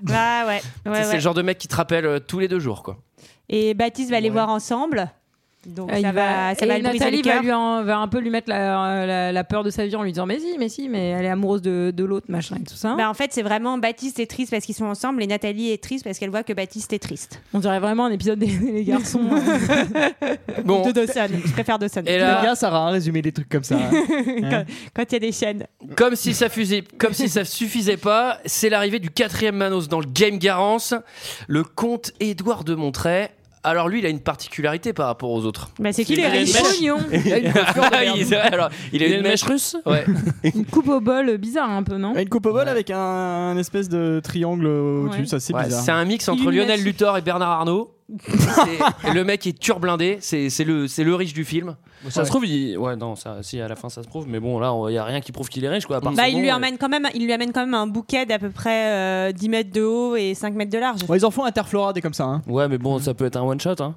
S12: Bah ouais. ouais,
S1: c'est
S12: ouais.
S1: le genre de mec qui te rappelle euh, tous les deux jours, quoi.
S12: Et Baptiste va les voir ensemble. Donc
S10: Euh,
S12: ça
S10: il va-
S12: va, ça
S10: et
S12: va le briser
S10: Nathalie
S12: le
S10: va,
S12: cœur.
S10: lui en- va un peu lui mettre la, la- la peur de sa vie en lui disant mais si mais si mais elle est amoureuse de, de l'autre machin et tout ça.
S12: Bah, en fait, c'est vraiment Baptiste est triste parce qu'ils sont ensemble et Nathalie est triste parce qu'elle voit que Baptiste est triste.
S10: On dirait vraiment un épisode des, des garçons.
S12: [LAUGHS]
S10: euh,
S1: Bon.
S12: De Dawson, je préfère Dawson.
S1: Et
S6: T'aimes
S1: là-
S6: bien Sarah, résumer les trucs comme ça.
S12: quand quand il y a des chaînes.
S1: Comme si ça fusait, comme si ça suffisait pas, c'est l'arrivée du quatrième Manos dans le Game Garance, le comte Édouard de Montray. Alors lui, il a une particularité par rapport aux autres.
S12: Bah, c'est qu'il
S9: Il
S12: est
S9: a une
S12: riche.
S9: mèche.
S10: Pognon.
S1: Il a une, alors, [LAUGHS] il a
S9: Il
S1: une
S9: a une mèche russe [LAUGHS]
S1: Ouais.
S10: Une coupe au bol euh, bizarre un peu non
S6: Une coupe au bol avec un, un espèce de triangle au-dessus,
S10: Ouais.
S6: ça c'est
S1: Ouais,
S6: bizarre.
S1: c'est un mix entre
S10: Illuminati.
S1: Lionel Luthor et Bernard Arnault.
S12: [LAUGHS]
S1: C'est- le mec est turblindé, c'est c'est le, c'est le riche du film.
S9: Ça se trouve, il... ouais, non, ça, si à la fin ça se prouve, mais bon, là, il y a rien qui prouve qu'il est riche, quoi. À part
S12: Bah,
S9: son
S12: il
S9: nom, euh.
S12: lui
S9: et-
S12: emmène quand même, il lui amène quand même un bouquet d'à peu près euh, 10 mètres de haut et 5 mètres de large.
S6: Bon, ils en font Interflora des comme ça. hein.
S9: Ouais, mais bon, ça peut être un one shot, hein.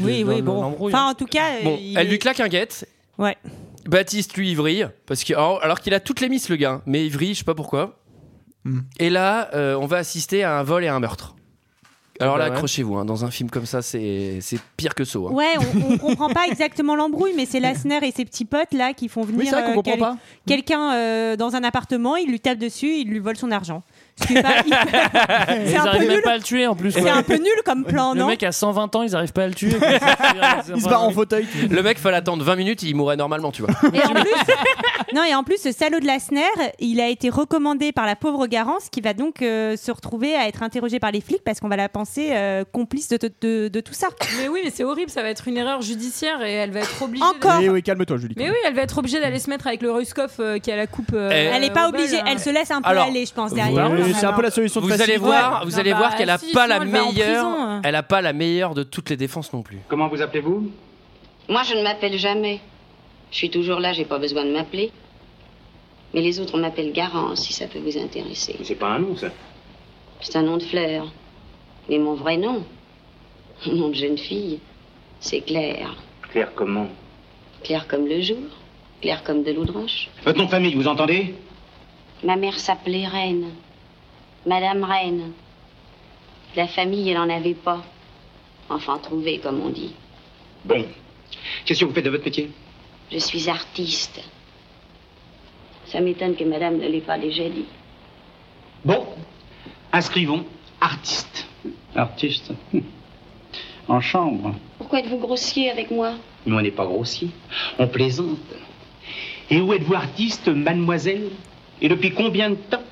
S12: Oui,
S9: Dans
S12: oui,
S9: le-
S12: bon.
S9: l'embrouille,
S12: Enfin,
S9: hein.
S12: en tout cas,
S1: Bon,
S12: il
S1: elle lui
S12: est-
S1: claque un guette.
S12: Ouais.
S1: Baptiste lui il vrille parce que alors, alors qu'il a toutes les misses le gars, mais il vrille, je sais pas pourquoi.
S6: Hmm.
S1: Et là, euh, on va assister à un vol et à un meurtre. Alors
S9: Bah
S1: là,
S9: ouais.
S1: accrochez-vous, hein, dans un film comme ça, c'est c'est pire que saut. hein.
S12: Ouais,
S1: [LAUGHS]
S12: on, on comprend pas exactement l'embrouille, mais c'est Lassner et ses petits potes là qui font venir
S6: Oui, c'est vrai qu'on
S12: euh,
S6: comprend
S12: quel-
S6: pas.
S12: quelqu'un euh, dans un appartement, ils lui tapent dessus, ils lui volent son argent. Ce qui
S1: [LAUGHS]
S12: est pas- [LAUGHS]
S9: Ils
S12: c'est un peu
S9: arrivent
S12: nul.
S9: même pas à le tuer en plus.
S12: C'est
S9: quoi.
S12: un peu nul comme plan,
S9: Le
S12: non
S9: mec à 120 ans, ils arrivent pas à le tuer.
S6: Il se barre en fauteuil.
S1: [LAUGHS] Le mec, fallait attendre 20 minutes, il mourrait normalement, tu vois.
S12: Et en plus, non, et en plus, ce salaud de Lassner, il a été recommandé par la pauvre Garance qui va donc euh, se retrouver à être interrogée par les flics parce qu'on va la penser euh, complice de, t- de- de tout ça.
S10: Mais oui, mais c'est horrible, ça va être une erreur judiciaire et elle va être obligée.
S12: Encore.
S10: d'aller-
S6: Et Eh oui, calme-toi, Julie.
S10: Mais oui, elle va être obligée d'aller se mettre avec le Ruskov euh, qui a la coupe. euh,
S1: Eh.
S12: Elle n'est pas
S10: au bol,
S12: obligée,
S10: hein.
S12: elle se laisse un peu
S1: Alors,
S12: aller, je pense,
S6: Oui,
S12: derrière. quand
S6: c'est un
S12: même,
S6: peu
S12: hein.
S6: la solution de
S1: Vous allez
S6: facilité.
S1: voir, vous
S10: Non,
S1: allez
S10: bah,
S1: voir qu'elle a
S10: si,
S1: pas
S10: sinon
S1: la
S10: elle va en prison,
S1: meilleure,
S10: hein.
S1: elle a pas la meilleure de toutes les défenses non plus.
S14: Comment vous appelez-vous
S11: Moi, je ne m'appelle jamais. Je suis toujours là, j'ai pas besoin de m'appeler. Mais les autres m'appellent Garance, si ça peut vous intéresser.
S14: C'est pas un nom, ça.
S11: C'est un nom de fleur. Mais mon vrai nom, mon nom de jeune fille, c'est Claire.
S14: Claire, comment
S11: Claire comme le jour, claire comme de l'eau de roche.
S14: Votre nom de famille, vous entendez
S11: Ma mère s'appelait Reine. Madame Reine. La famille, elle en avait pas. Enfant trouvé, comme on dit.
S14: Bon. Qu'est-ce que vous faites de votre métier
S11: Je suis artiste. Ça m'étonne que madame ne l'ait pas déjà dit.
S14: Bon. Inscrivons artiste. Artiste Hmm. En chambre.
S11: Pourquoi êtes-vous grossier avec moi
S14: Mais on n'est pas grossier. On plaisante. Et où êtes-vous artiste, mademoiselle Et depuis combien de temps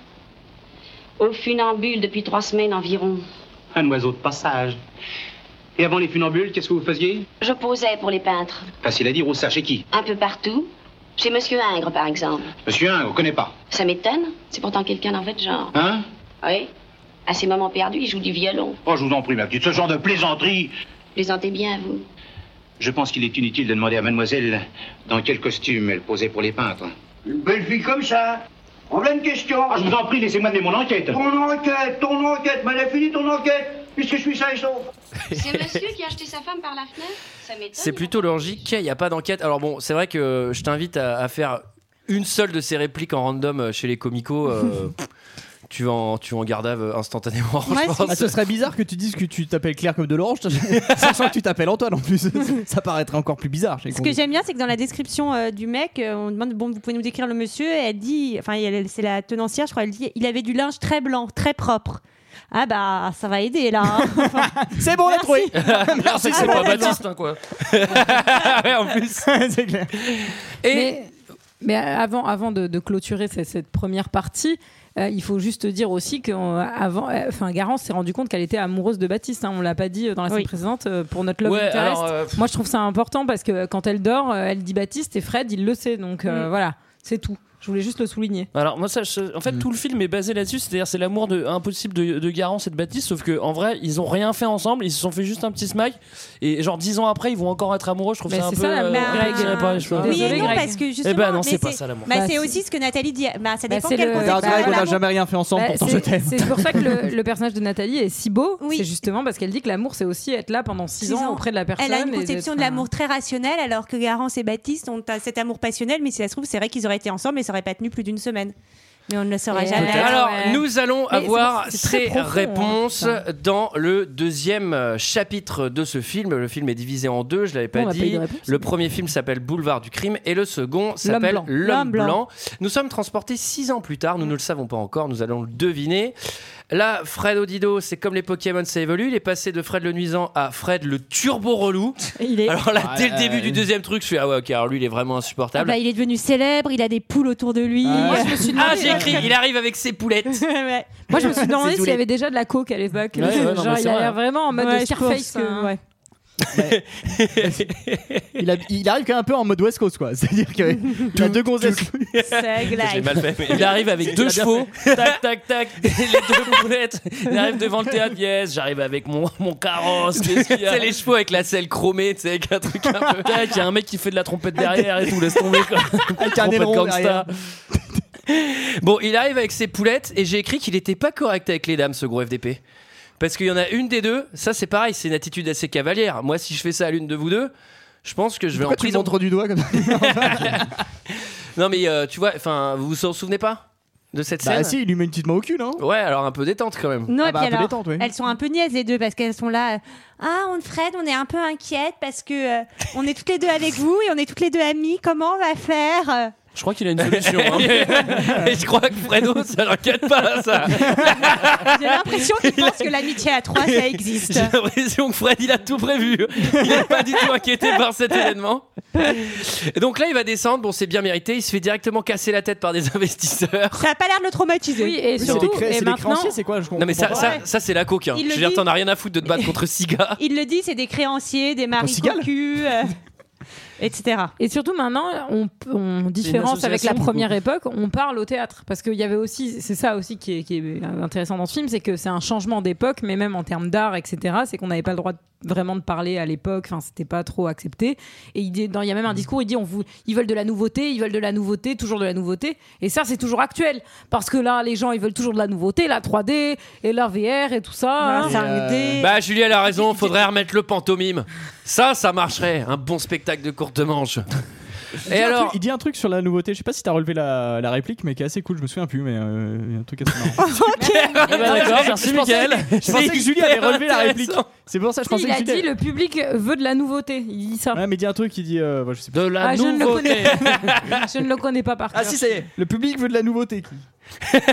S11: Au funambule depuis trois semaines environ.
S14: Un oiseau de passage. Et avant les funambules, qu'est-ce que vous faisiez
S11: Je posais pour les peintres,
S14: Facile à dire, où ça, chez qui
S11: un peu partout. Chez Monsieur Ingres, par exemple.
S14: Monsieur un, on connaît pas.
S11: Ça m'étonne, c'est pourtant quelqu'un dans votre genre.
S14: Hein
S11: Oui À ses moments perdus, il joue du violon.
S14: Oh, je vous en prie, ma petite, ce genre de plaisanterie.
S11: Plaisantez bien, vous.
S14: Je pense qu'il est inutile de demander à mademoiselle dans quel costume elle posait pour les peintres.
S15: Une belle fille comme ça. En pleine question.
S14: Ah, je vous en prie, laissez-moi mener mon enquête.
S15: Ton enquête, ton enquête, mais elle a fini ton enquête, puisque je suis sain et sauf.
S11: C'est monsieur qui a acheté sa femme par la fenêtre Ça m'étonne.
S1: C'est plutôt logique, il n'y a pas d'enquête. Alors bon, c'est vrai que je t'invite à, à faire une seule de ces répliques en random euh, chez les comicos.
S12: [LAUGHS]
S1: euh, pff, tu vas en, tu vas en gardave euh, instantanément. [LAUGHS] je pense.
S6: Ah, ce serait bizarre que tu dises que tu t'appelles Claire comme de l'orange, [LAUGHS] sachant que tu t'appelles Antoine en plus. [LAUGHS] Ça paraîtrait encore plus bizarre. chez les
S12: Ce que
S6: condés.
S12: j'aime bien, c'est que dans la description euh, du mec, euh, on demande bon, vous pouvez nous décrire le monsieur. Et elle dit, enfin, elle- c'est la tenancière, je crois, elle dit, il avait du linge très blanc, très propre. Ah bah, ça va aider là. hein. Enfin,
S6: c'est bon, on l'a trouvé.
S12: [LAUGHS]
S1: Merci, c'est
S12: Ah,
S1: pas
S12: bah,
S1: Baptiste, hein, quoi. ouais, en plus.
S6: c'est clair.
S1: Et-
S10: Mais, mais avant, avant de, de clôturer cette, cette première partie, euh, il faut juste dire aussi qu'avant, euh, enfin, Garance s'est rendu compte qu'elle était amoureuse de Baptiste. hein. on l'a pas dit euh, dans la scène précédente euh, pour notre love
S1: Ouais,
S10: interest.
S1: alors, euh,
S10: Moi, je trouve ça important parce que quand elle dort, euh, elle dit Baptiste et Fred, il le sait. Donc euh,
S9: Mm.
S10: voilà, c'est tout. Je voulais juste le souligner.
S9: Alors moi ça, je- en fait
S1: Mm.
S9: tout le film est basé là-dessus, c'est-à-dire c'est l'amour de impossible de, de Garance et de Baptiste, sauf que en vrai ils ont rien fait ensemble, ils se sont fait juste un petit smack et genre dix ans après ils vont encore être amoureux, je trouve
S10: Mais
S9: ça un peu.
S10: c'est ça, l'amour,
S9: euh,
S10: Greg.
S9: on dirait pas, je vois.
S12: oui et non, parce que justement.
S9: Eh ben non
S12: mais
S9: c'est pas ça l'amour.
S12: Bah,
S10: Bah,
S12: c'est
S10: c'est-
S12: aussi ce que Nathalie dit. Bah, ça
S10: Bah,
S12: dépend
S10: c'est
S12: quel
S10: le-
S12: contexte.
S10: Bah,
S6: Greg, on n'a
S10: l'amour.
S6: jamais rien fait ensemble,
S10: Bah,
S6: pourtant
S10: c'est-
S6: je t'aime.
S10: C'est pour ça que
S12: [LAUGHS]
S10: le, le personnage de Nathalie est si beau. C'est justement parce qu'elle dit que l'amour, c'est aussi être là pendant six
S12: Six
S10: ans
S12: ans.
S10: auprès de la personne.
S12: Elle a une
S10: et
S12: conception
S10: d'être
S12: de l'amour très rationnelle, alors que Garance et Baptiste ont un- cet amour passionnel, mais si ça se trouve, c'est vrai qu'ils auraient été ensemble et ça aurait pas tenu plus d'une semaine. Mais on ne le saura jamais.
S1: Alors, nous allons
S12: Mais
S1: avoir
S12: c'est- c'est très
S1: ces
S12: profond, hein,
S1: réponses
S12: ça.
S1: dans le deuxième euh, chapitre de ce film. Le film est divisé en deux, je l'avais pas
S9: On va pas y
S1: dit.
S9: de
S10: [LAUGHS]
S9: réponse.
S1: le premier film s'appelle Boulevard du crime et le second s'appelle
S9: blanc.
S1: L'homme
S9: L'homme
S1: blanc.
S9: blanc.
S1: Nous sommes transportés six ans plus tard, nous ne le savons pas encore, nous allons le deviner. Là, Fred Odido, c'est comme les Pokémon, ça évolue. Il est passé de Fred le nuisant à Fred le turbo relou. Alors là, dès le
S9: Ouais.
S1: début du deuxième truc, je fais Ah ouais, ok, alors lui, il est vraiment
S12: Ah
S1: insupportable.
S12: bah, il est devenu célèbre, il a des poules autour de lui.
S1: ah, j'ai écrit, il arrive avec ses poulettes.
S10: Moi, je me suis demandé
S1: [LAUGHS] C'est
S10: s'il y
S1: Zoulette.
S10: avait déjà de la coke à l'époque.
S1: Ouais, ouais, non,
S10: Genre,
S1: mais
S10: il
S1: c'est vrai,
S10: a
S1: hein.
S10: l'air vraiment en mode
S1: Ouais, je
S10: Scarface.
S12: pense que-
S10: hein.
S12: [LAUGHS]
S6: il, a- il arrive quand même un peu en mode West Coast, quoi. [LAUGHS] C'est-à-dire qu'il a deux gonzesses.
S9: J'ai mal fait, mais Il arrive avec deux chevaux, tac tac [LAUGHS] tac, les deux boulettes. Il arrive devant le théâtre, yes, j'arrive avec mon, mon carrosse.
S1: C'est les chevaux avec la selle chromée, tu sais, avec un truc un peu.
S9: Tac, il y a un mec qui fait de la trompette derrière et tout, laisse tomber quoi.
S1: Avec un
S9: Trompette
S1: aileron
S9: gangsta.
S1: derrière. Bon, il arrive avec ses poulettes et j'ai écrit qu'il était pas correct avec les dames, ce gros FDP. Parce qu'il y en a une des deux, ça c'est pareil, c'est une attitude assez cavalière. Moi, si je fais ça à l'une de vous deux, je pense que je vais
S6: Pourquoi
S1: en
S6: tu le
S1: prison.
S6: montres du doigt comme ça
S1: Non, mais euh, tu vois, enfin, vous vous en souvenez pas de cette
S6: Bah
S1: scène
S6: si, il lui met une petite main au cul, non
S1: Ouais, alors un peu détente quand même.
S12: Non, et puis alors, elles sont un peu niaises les deux parce qu'elles sont là. euh, Ah, on Fred, on est un peu inquiète parce que euh, on est toutes les deux avec vous et on est toutes les deux amies. Comment on va faire
S9: Je crois qu'il a une solution. hein.
S1: Et je crois que Fredo, ça l'inquiète pas, ça.
S12: J'ai l'impression qu'ils pensent que l'amitié à trois, ça
S1: [LAUGHS]
S12: existe.
S1: J'ai l'impression que Fred, il a tout prévu. Il n'est pas du tout inquiété par cet événement. Et donc là, il va descendre. Bon, c'est bien mérité. Il se fait directement casser la tête par des investisseurs.
S12: Ça a pas l'air de le traumatiser.
S10: Oui, et
S1: c'est
S10: surtout,
S1: des cré-
S10: et
S1: c'est des
S10: maintenant,
S1: créanciers,
S6: c'est quoi je
S1: Non, mais ça, ça, ça, c'est la coque. hein.
S12: Il
S1: Je
S12: le
S1: veux dire,
S12: dit.
S1: t'en as rien à foutre de te battre contre six gars.
S12: Il le dit, c'est des créanciers, des maris
S1: cigale
S12: cocus, euh, [LAUGHS] etc.
S10: Et surtout maintenant, on, on différence avec la
S12: association,
S10: première époque, on parle au théâtre parce qu'il y avait aussi, c'est ça aussi qui est, qui est intéressant dans ce film, c'est que c'est un changement d'époque, mais même en termes d'art, etc. C'est qu'on n'avait pas le droit de- vraiment de parler à l'époque, enfin c'était pas trop accepté. Et il, dit- dans- il y a même un discours, il dit on vous, ils veulent de la nouveauté, ils veulent de la nouveauté, toujours de la nouveauté. Et ça c'est toujours actuel parce que là les gens ils veulent toujours de la nouveauté, la 3D et la VR et tout ça. hein.
S1: Bah, Julie, elle a raison. Faudrait remettre le pantomime. Ça, ça marcherait. Un bon spectacle de courte manche.
S6: Il dit
S1: Et
S6: un
S1: alors,
S6: truc- il dit un truc sur la nouveauté, je sais pas si t'as relevé la, la réplique, mais qui est assez cool, je me souviens plus, mais euh, il y a un truc assez marrant.
S10: Ah
S9: bah d'accord, merci
S6: Je pensais-
S9: Mickaël.
S6: Je pensais que
S9: C'est
S6: Julie avait
S9: hyper
S6: relevé la réplique.
S9: intéressant.
S6: C'est pour ça que je
S10: Si,
S6: pensais
S10: il
S6: que
S10: a
S6: Julie
S10: dit le public veut de la nouveauté, il dit ça.
S6: Ouais, mais il dit un truc, il dit. euh, bah, je sais pas.
S1: De la
S10: Ah, je ne le connais Je ne le connais pas par cœur.
S6: Ah si, ça y est, le public veut de la nouveauté.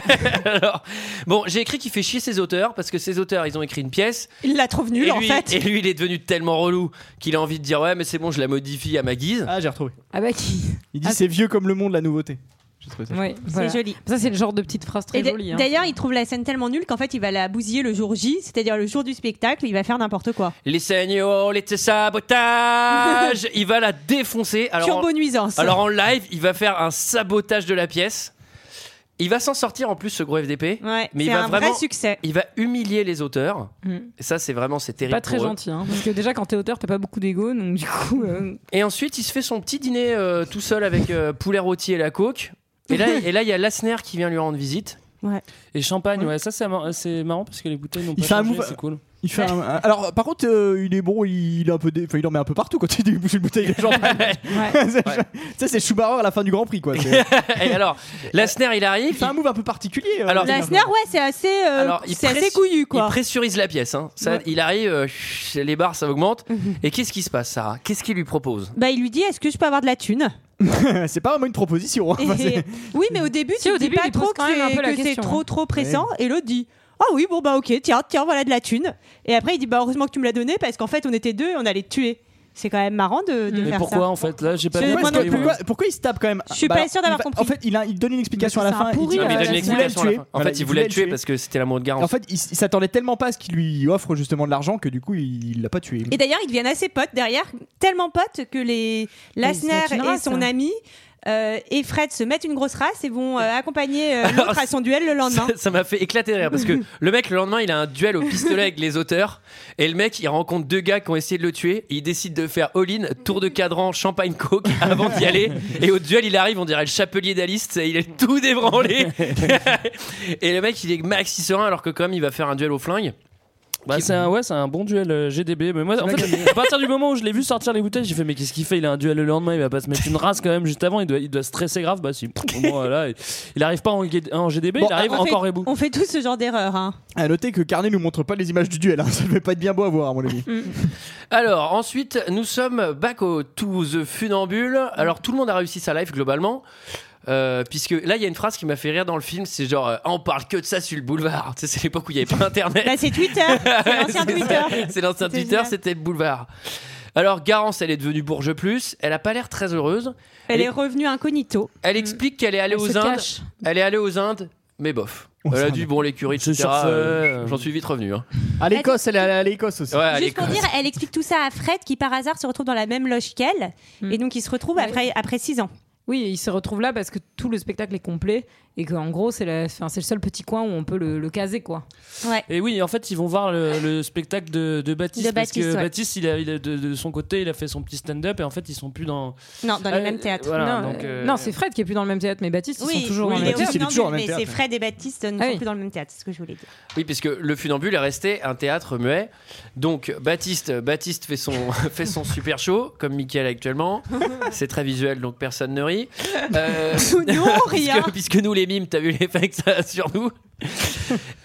S1: [LAUGHS] alors, bon, j'ai écrit qu'il fait chier ses auteurs parce que ses auteurs, ils ont écrit une pièce.
S12: Il la trouve nulle
S1: et
S12: en
S1: lui-
S12: fait.
S1: Et lui, il est devenu tellement relou qu'il a envie de dire ouais, mais c'est bon, je la modifie à ma guise.
S6: Ah, j'ai retrouvé.
S10: Ah bah qui
S6: Il dit c'est vieux comme le monde la nouveauté. J'ai trouvé ça
S10: Oui,
S6: chouette.
S10: voilà.
S12: C'est joli.
S10: Ça, c'est le genre de petite phrase très
S12: Et d'a-
S10: jolie. hein.
S12: D'ailleurs, il trouve la scène tellement nulle qu'en fait, il va la bousiller le jour J, c'est-à-dire le jour du spectacle, il va faire n'importe quoi.
S1: Les signaux, les sabotages Il va la défoncer. Alors,
S12: Turbo
S1: en-
S12: nuisance.
S1: Alors en live, il va faire un sabotage de la pièce. Il va s'en sortir en plus ce gros FDP. mais il
S12: c'est
S1: va
S12: un vrai
S1: vraiment,
S12: succès.
S1: Il va humilier les auteurs. Et ça, c'est vraiment, c'est terrible.
S10: Pas très
S1: pour eux.
S10: gentil, hein, parce que déjà quand t'es auteur, t'as pas beaucoup d'ego, donc du coup. euh,
S1: Et ensuite, il se fait son petit dîner euh, tout seul avec euh, poulet rôti et la coke. Et là, et là, il y a Lassner qui vient lui rendre visite.
S2: Et champagne, ouais, ça c'est mar- c'est marrant parce que les bouteilles n'ont pas
S6: Il fait un
S2: changé,
S6: move-
S2: c'est cool.
S6: Il fait un- Alors, par contre, euh, il est bon, il, il est un peu dé- enfin, il en met un peu partout quand il bouge une bouteille de champagne. C'est- [LAUGHS] Ça, c'est Schumacher à la fin du Grand Prix, quoi. C'est-
S1: [LAUGHS] et alors, Lassner, il arrive. Il fait
S6: un move un peu particulier. euh,
S1: alors,
S12: Lassner, ouais, c'est assez, euh,
S1: Alors, il
S12: c'est assez
S1: presse-
S12: couillu,
S1: il
S12: quoi.
S1: pressurise la pièce. hein. Ça,
S12: Ouais.
S1: Il arrive, euh, chut, les barres, ça augmente. Et qu'est-ce qui se passe, Sarah Qu'est-ce qu'il lui propose
S12: Bah, il lui dit, est-ce que je peux avoir de la thune
S6: [LAUGHS] c'est pas vraiment une proposition. hein. Enfin,
S12: Et-
S6: c'est-
S12: [LAUGHS] Oui, mais au début,
S10: Si,
S12: tu
S10: au
S12: dis
S10: début,
S12: pas
S10: il pose
S12: trop que
S10: quand même un
S12: c'est
S10: peu la
S12: que c'est
S10: question,
S12: trop
S10: hein.
S12: trop pressant. Et l'autre dit Ah oui, bon bah ok, tiens, tiens, voilà de la thune. Et après, il dit Bah heureusement que tu me l'as donné parce qu'en fait, on était deux et on allait te tuer. C'est quand même marrant de,
S10: Mm.
S12: de
S2: Mais
S12: faire
S2: pourquoi
S12: ça.
S2: en fait Là, j'ai pas
S12: C'est-
S2: bien
S12: moi non
S2: compris,
S12: plus.
S2: moi.
S6: Pourquoi- Pourquoi il se tape quand même Bah
S12: Je suis pas
S6: alors,
S12: sûre
S6: il
S12: d'avoir
S6: va-
S12: compris.
S6: En fait, il, a- il donne une explication à la
S12: c'est un
S6: fin.
S12: pourri, euh,
S6: dit-
S1: Non, mais il donne
S6: voulait
S1: l'explication à
S6: le
S1: la
S6: tuer.
S1: fin. En
S6: Voilà,
S1: fait, il voulait le tuer
S6: tuer.
S1: parce que c'était l'amour de Garance.
S6: En fait, il s- il s'attendait tellement pas à ce qu'il lui offre justement de l'argent que du coup, il l'a pas tué.
S12: Et d'ailleurs, ils deviennent assez potes derrière, tellement potes que les Lassner
S10: se mettent une
S12: et
S10: race,
S12: son
S10: hein.
S12: ami euh, et Fred se mettent une grosse race et vont euh, accompagner euh,
S1: Alors,
S12: l'autre à son duel le lendemain.
S1: Ça- Ça m'a fait éclater de rire parce que le mec, le lendemain, il a un duel au pistolet avec les auteurs. Et le mec, il rencontre deux gars qui ont essayé de le tuer. Et il décide de faire all-in, tour de cadran, champagne, coke [LAUGHS] avant d'y aller. Et au duel, il arrive, on dirait le chapelier d'Alice. Il est tout
S2: [LAUGHS]
S1: débranlé. et le mec, il est maxi serein alors que, quand même, il va faire un duel au flingue.
S2: Bah, c'est un, ouais, c'est un bon duel euh, GDB. Mais moi, en
S1: [LAUGHS]
S2: fait, à partir du moment où je l'ai vu sortir les bouteilles, j'ai fait, mais qu'est-ce qu'il fait Il a un duel le lendemain, il va pas se mettre une race quand même juste avant, il doit, il doit stresser grave. Bah, si, Pff, bon, voilà, il, il arrive pas en, G- en GDB, il arrive
S12: on
S2: encore
S12: fait,
S2: ébou.
S12: On fait tous ce genre d'erreur. hein.
S6: À noter que Carnet nous montre pas les images du duel. hein. Ça devait pas être bien beau à voir, à mon avis.
S12: Mm.
S1: Alors, ensuite, nous sommes back au To The Funambule. Alors, tout le monde a réussi sa life globalement. Euh, puisque là, il y a une phrase qui m'a fait rire dans le film, c'est genre euh, Ah, on parle que de ça sur le boulevard. [LAUGHS] Tu sais, c'est l'époque où il n'y avait pas internet.
S12: Bah, c'est Twitter,
S1: [LAUGHS]
S12: c'est l'ancien
S1: C'est
S12: Twitter.
S1: ça, C'est l'ancien
S12: C'était
S1: Twitter,
S12: génial.
S1: c'était le boulevard. Alors, Garance, elle est devenue bourge plus. Elle a pas l'air très heureuse.
S12: Elle est
S1: ex-
S12: revenue incognito.
S1: elle explique qu'elle est allée
S12: Mm. Elle se
S1: aux Indes.
S12: cache.
S1: Elle est allée aux Indes, mais bof. Elle a dit Bon, les curés, etc.
S2: sur ce-
S1: euh, J'en suis vite revenu. hein.
S6: À l'Écosse, elle est allée à l'Écosse aussi.
S1: Ouais, à
S12: Juste pour
S1: l'Écosse.
S12: dire, elle explique tout ça à Fred qui par hasard se retrouve dans la même loge qu'elle
S2: Hmm.
S12: et donc il se retrouve après après 6 ans.
S10: Oui, il se retrouve là parce que tout le spectacle est complet et qu'en gros, c'est la- enfin, c'est le seul petit coin où on peut le, le caser, quoi.
S2: Et oui, en fait, ils vont voir le, le spectacle de, de Baptiste.
S10: De
S2: parce
S10: Baptiste,
S2: que
S10: ouais.
S2: Baptiste, il a, il a- de, de son côté, il a fait son petit stand-up et en fait, ils sont plus dans.
S12: Non, dans
S2: Ah,
S12: les mêmes théâtres.
S2: voilà,
S10: non,
S2: donc,
S10: euh,
S2: euh,
S10: non, c'est Fred qui est plus dans le même théâtre, mais Baptiste, ils
S12: Oui,
S10: sont toujours
S12: oui,
S10: dans le
S12: il est
S10: même
S12: au
S10: théâtre.
S12: Funambule, mais c'est Fred et Baptiste ne sont plus dans le même théâtre, c'est ce que je voulais dire.
S1: Oui, puisque le funambule est resté un théâtre muet. Donc Baptiste, Baptiste fait son, [LAUGHS] fait son super show, comme Mickaël
S12: [LAUGHS]
S1: actuellement. C'est très visuel, donc personne ne rit. Euh, [LAUGHS]
S12: nous, on rit, hein.
S1: puisque, puisque nous, les mimes, t'as vu l'effet que ça a sur nous.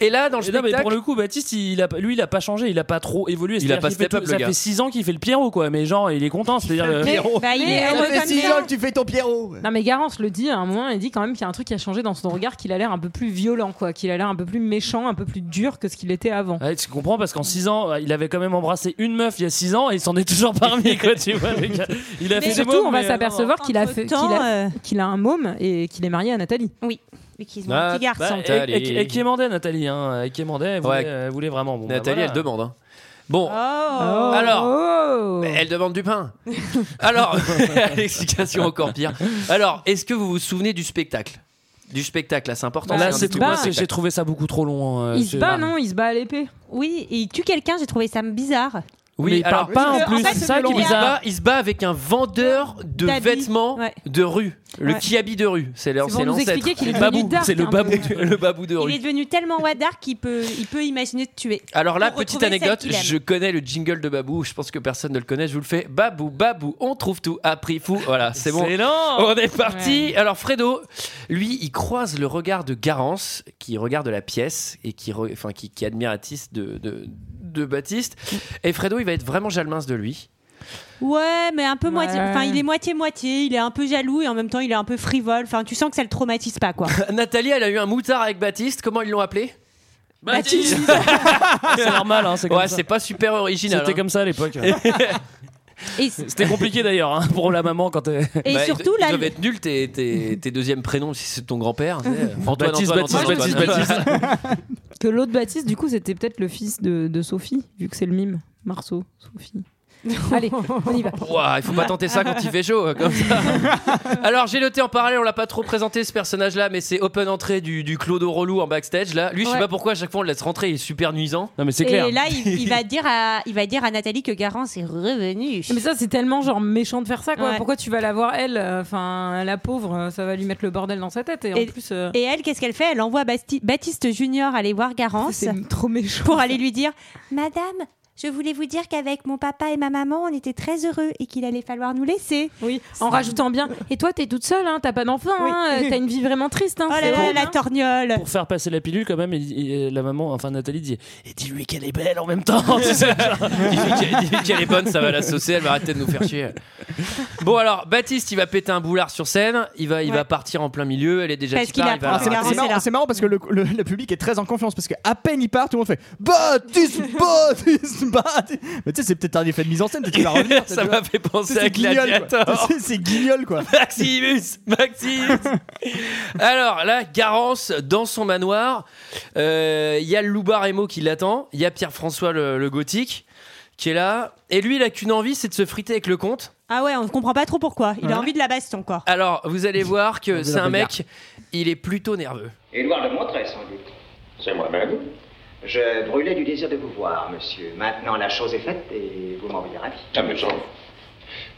S1: Et là, dans le
S2: Et non, mais
S1: spectacle...
S2: pour le coup, Baptiste, il a, lui, il a pas changé, il a pas trop évolué.
S1: Il a
S2: C'est-à-dire
S1: pas
S2: qu'il fait
S1: step up,
S2: tout-
S1: le
S2: Ça
S1: gars.
S2: fait 6 ans qu'il fait le Pierrot, quoi. Mais genre, il est content. C'est-à-dire. euh,
S12: Bah, il est heureux comme ça.
S6: tu fais ton Pierrot.
S10: Non, mais Garance le dit à un moment, il dit quand même qu'il y a un truc qui a changé dans son regard, qu'il a l'air un peu plus violent, quoi, qu'il a l'air un peu plus méchant, un peu plus dur que ce qu'il était avant.
S2: Ouais, tu comprends parce qu'en 6 ans, il avait quand même embrassé une meuf il y a 6 ans et il s'en est toujours parmi
S9: [LAUGHS]
S2: quoi, tu vois. le gars. Il a fait
S10: Mais
S2: des
S10: surtout,
S2: mômes,
S10: on va
S2: mais- euh,
S10: s'apercevoir qu'il a, fait- qu'il
S12: Entre-temps,
S10: a,
S12: euh,
S10: qu'il a un môme et qu'il est marié à Nathalie.
S12: Oui, mais
S1: Ah.
S12: qu'ils ont un petit garçon.
S2: Bah, et, et, et qui demandait Nathalie, hein, et qui demandait, elle voulait,
S1: Ouais.
S2: elle voulait vraiment. Bon, bah,
S1: Nathalie,
S2: voilà.
S1: elle demande. hein. Bon,
S12: Oh.
S1: alors... mais Elle demande du
S12: [LAUGHS]
S1: pain. Alors, [LAUGHS] l'explication encore pire. Alors, est-ce que vous vous souvenez du spectacle Du spectacle, là, c'est important.
S2: Là,
S1: un
S2: c'est
S1: des plus
S2: tout.
S1: gros
S2: Moi, c'est-
S1: spectacles.
S2: j'ai trouvé ça beaucoup trop long.
S9: hein,
S2: euh,
S10: il se
S2: c'est-
S10: bat, non Il se bat à l'épée.
S12: Oui, et il tue quelqu'un, j'ai trouvé ça bizarre.
S2: Oui, Mais il parle pas, en
S12: Parce que,
S2: plus,
S12: fait,
S2: c'est ça
S12: le
S2: qui est
S12: gars-
S1: Il se bat- il se bat avec un vendeur de
S12: D'habits.
S1: vêtements
S12: Ouais.
S1: de rue. Le
S12: Ouais.
S1: kiabi de rue. C'est
S12: pour nous
S1: l'ancêtre.
S12: expliquer qu'il est
S1: Le
S12: devenu
S1: babou.
S12: dark
S1: C'est le
S12: un
S1: babou,
S12: [LAUGHS]
S1: de, le babou de
S12: Il
S1: rue.
S12: est devenu tellement wadar qu'il peut, il peut imaginer de tuer.
S1: Alors là,
S12: Pour
S1: petite
S12: retrouver celle
S1: anecdote,
S12: qu'il aime.
S1: je connais le jingle de Babou. Je pense que personne ne le connaît. Je vous le fais. Babou, Babou, on trouve tout. à prix fou. Voilà, c'est bon.
S2: Excellent.
S1: On est parti. Alors Fredo, lui, il croise le regard de Garance, qui regarde la pièce et qui, re- enfin, qui, qui est admiratif de, de, de Baptiste. Et Fredo, il va être vraiment jalmince de lui. [LAUGHS]
S12: Ouais, mais un peu moitié.
S10: Ouais.
S12: Enfin, il est moitié-moitié, il est un peu jaloux et en même temps, il est un peu frivole. Enfin, tu sens que ça le traumatise pas, quoi.
S1: Nathalie, elle a eu un moutard avec Baptiste. Comment ils l'ont appelé
S2: Baptiste C'est normal, hein, c'est comme
S1: Ouais,
S2: ça.
S1: c'est pas super original.
S2: C'était
S1: hein.
S2: comme ça à l'époque.
S9: C'était compliqué d'ailleurs hein, pour la maman quand elle.
S12: Et
S1: Bah,
S12: surtout,
S1: il,
S12: là,
S1: il devait être nul tes, tes, tes deuxièmes prénoms si c'est ton
S9: [LAUGHS]
S1: grand-père. tu sais. Antoine,
S9: Baptiste,
S1: Antoine,
S9: Baptiste,
S1: Antoine,
S9: Baptiste,
S1: Antoine.
S9: Baptiste.
S10: Que l'autre Baptiste, du coup, c'était peut-être le fils de, de Sophie, vu que c'est le mime. Marceau, Sophie. Allez, on y va.
S1: Ouah, il faut pas tenter ça quand il fait chaud euh, comme ça. Alors j'ai noté en parallèle, on l'a pas trop présenté ce personnage là, mais c'est open entrée du, du Clodo relou en backstage là. Lui, je sais
S12: Ouais.
S1: pas pourquoi à chaque fois on le laisse rentrer, il est super nuisant.
S9: Non mais
S12: et là, il, il va dire à, il va dire à Nathalie que Garance est revenu.
S10: Mais ça, c'est tellement genre méchant de faire ça, quoi.
S12: Ouais.
S10: Pourquoi tu vas la voir, elle euh, Enfin, la pauvre, euh, ça va lui mettre le bordel dans sa tête. Et,
S12: Et-
S10: en plus. euh,
S12: Et elle, qu'est-ce qu'elle fait Elle envoie Basti- Baptiste Junior aller voir Garance.
S10: C'est trop méchant.
S12: Pour aller lui dire Madame, je voulais vous dire qu'avec mon papa et ma maman, on était très heureux et qu'il allait falloir nous laisser.
S10: Oui, en rajoutant bien. Et toi, t'es toute seule, hein, t'as pas d'enfant, hein, euh, t'as une vie vraiment triste. Hein,
S12: Oh là
S10: c'est
S12: là,
S10: horrible,
S12: la
S10: hein.
S12: torgnole
S9: Pour faire passer la pilule quand même, il- il- la maman, enfin Nathalie dit et dis-lui qu'elle est belle en même temps. tu sais, genre.
S1: [LAUGHS] Dis-lui qu'elle est bonne, ça va la saucer, elle va arrêter de nous faire chier. Bon alors, Baptiste, il va péter un boulard sur scène, il va, il va partir en plein milieu, elle est déjà qui part, il va
S6: Alors, Ah, c'est-
S1: la rater.
S6: c'est marrant, c'est marrant parce que le, le- le public est très en confiance parce qu'à peine il part, tout le monde fait
S1: [LAUGHS]
S6: Baptiste, Baptiste, Baptiste. Mais tu sais, c'est peut-être un effet de mise en scène,
S1: [LAUGHS]
S6: peut-être qu'il va revenir.
S1: Ça m'a fait penser
S6: C'est
S1: à
S6: Guignol, quoi.
S1: Gladiator.
S6: C'est- C'est guignol quoi.
S1: Maximus Maximus
S6: [LAUGHS]
S1: Alors là, Garance dans son manoir, Euh, il y a Loubar Emo qui l'attend, il y a Pierre-François le, le gothique qui est là, et lui il a qu'une envie, c'est de se friter avec le comte.
S16: Ah ouais, on comprend pas trop pourquoi. Il
S1: Ouais.
S16: a envie de la baston, quoi.
S1: Alors vous allez voir que
S16: veut
S1: c'est
S16: la
S1: un
S16: bagarre.
S1: mec, il est plutôt nerveux.
S11: Édouard le montrait, sans doute.
S17: C'est moi-même.
S11: Je brûlais du désir de vous voir, monsieur. Maintenant, la chose est faite et vous m'envoyez ravi.
S17: Ah,
S5: Amusant.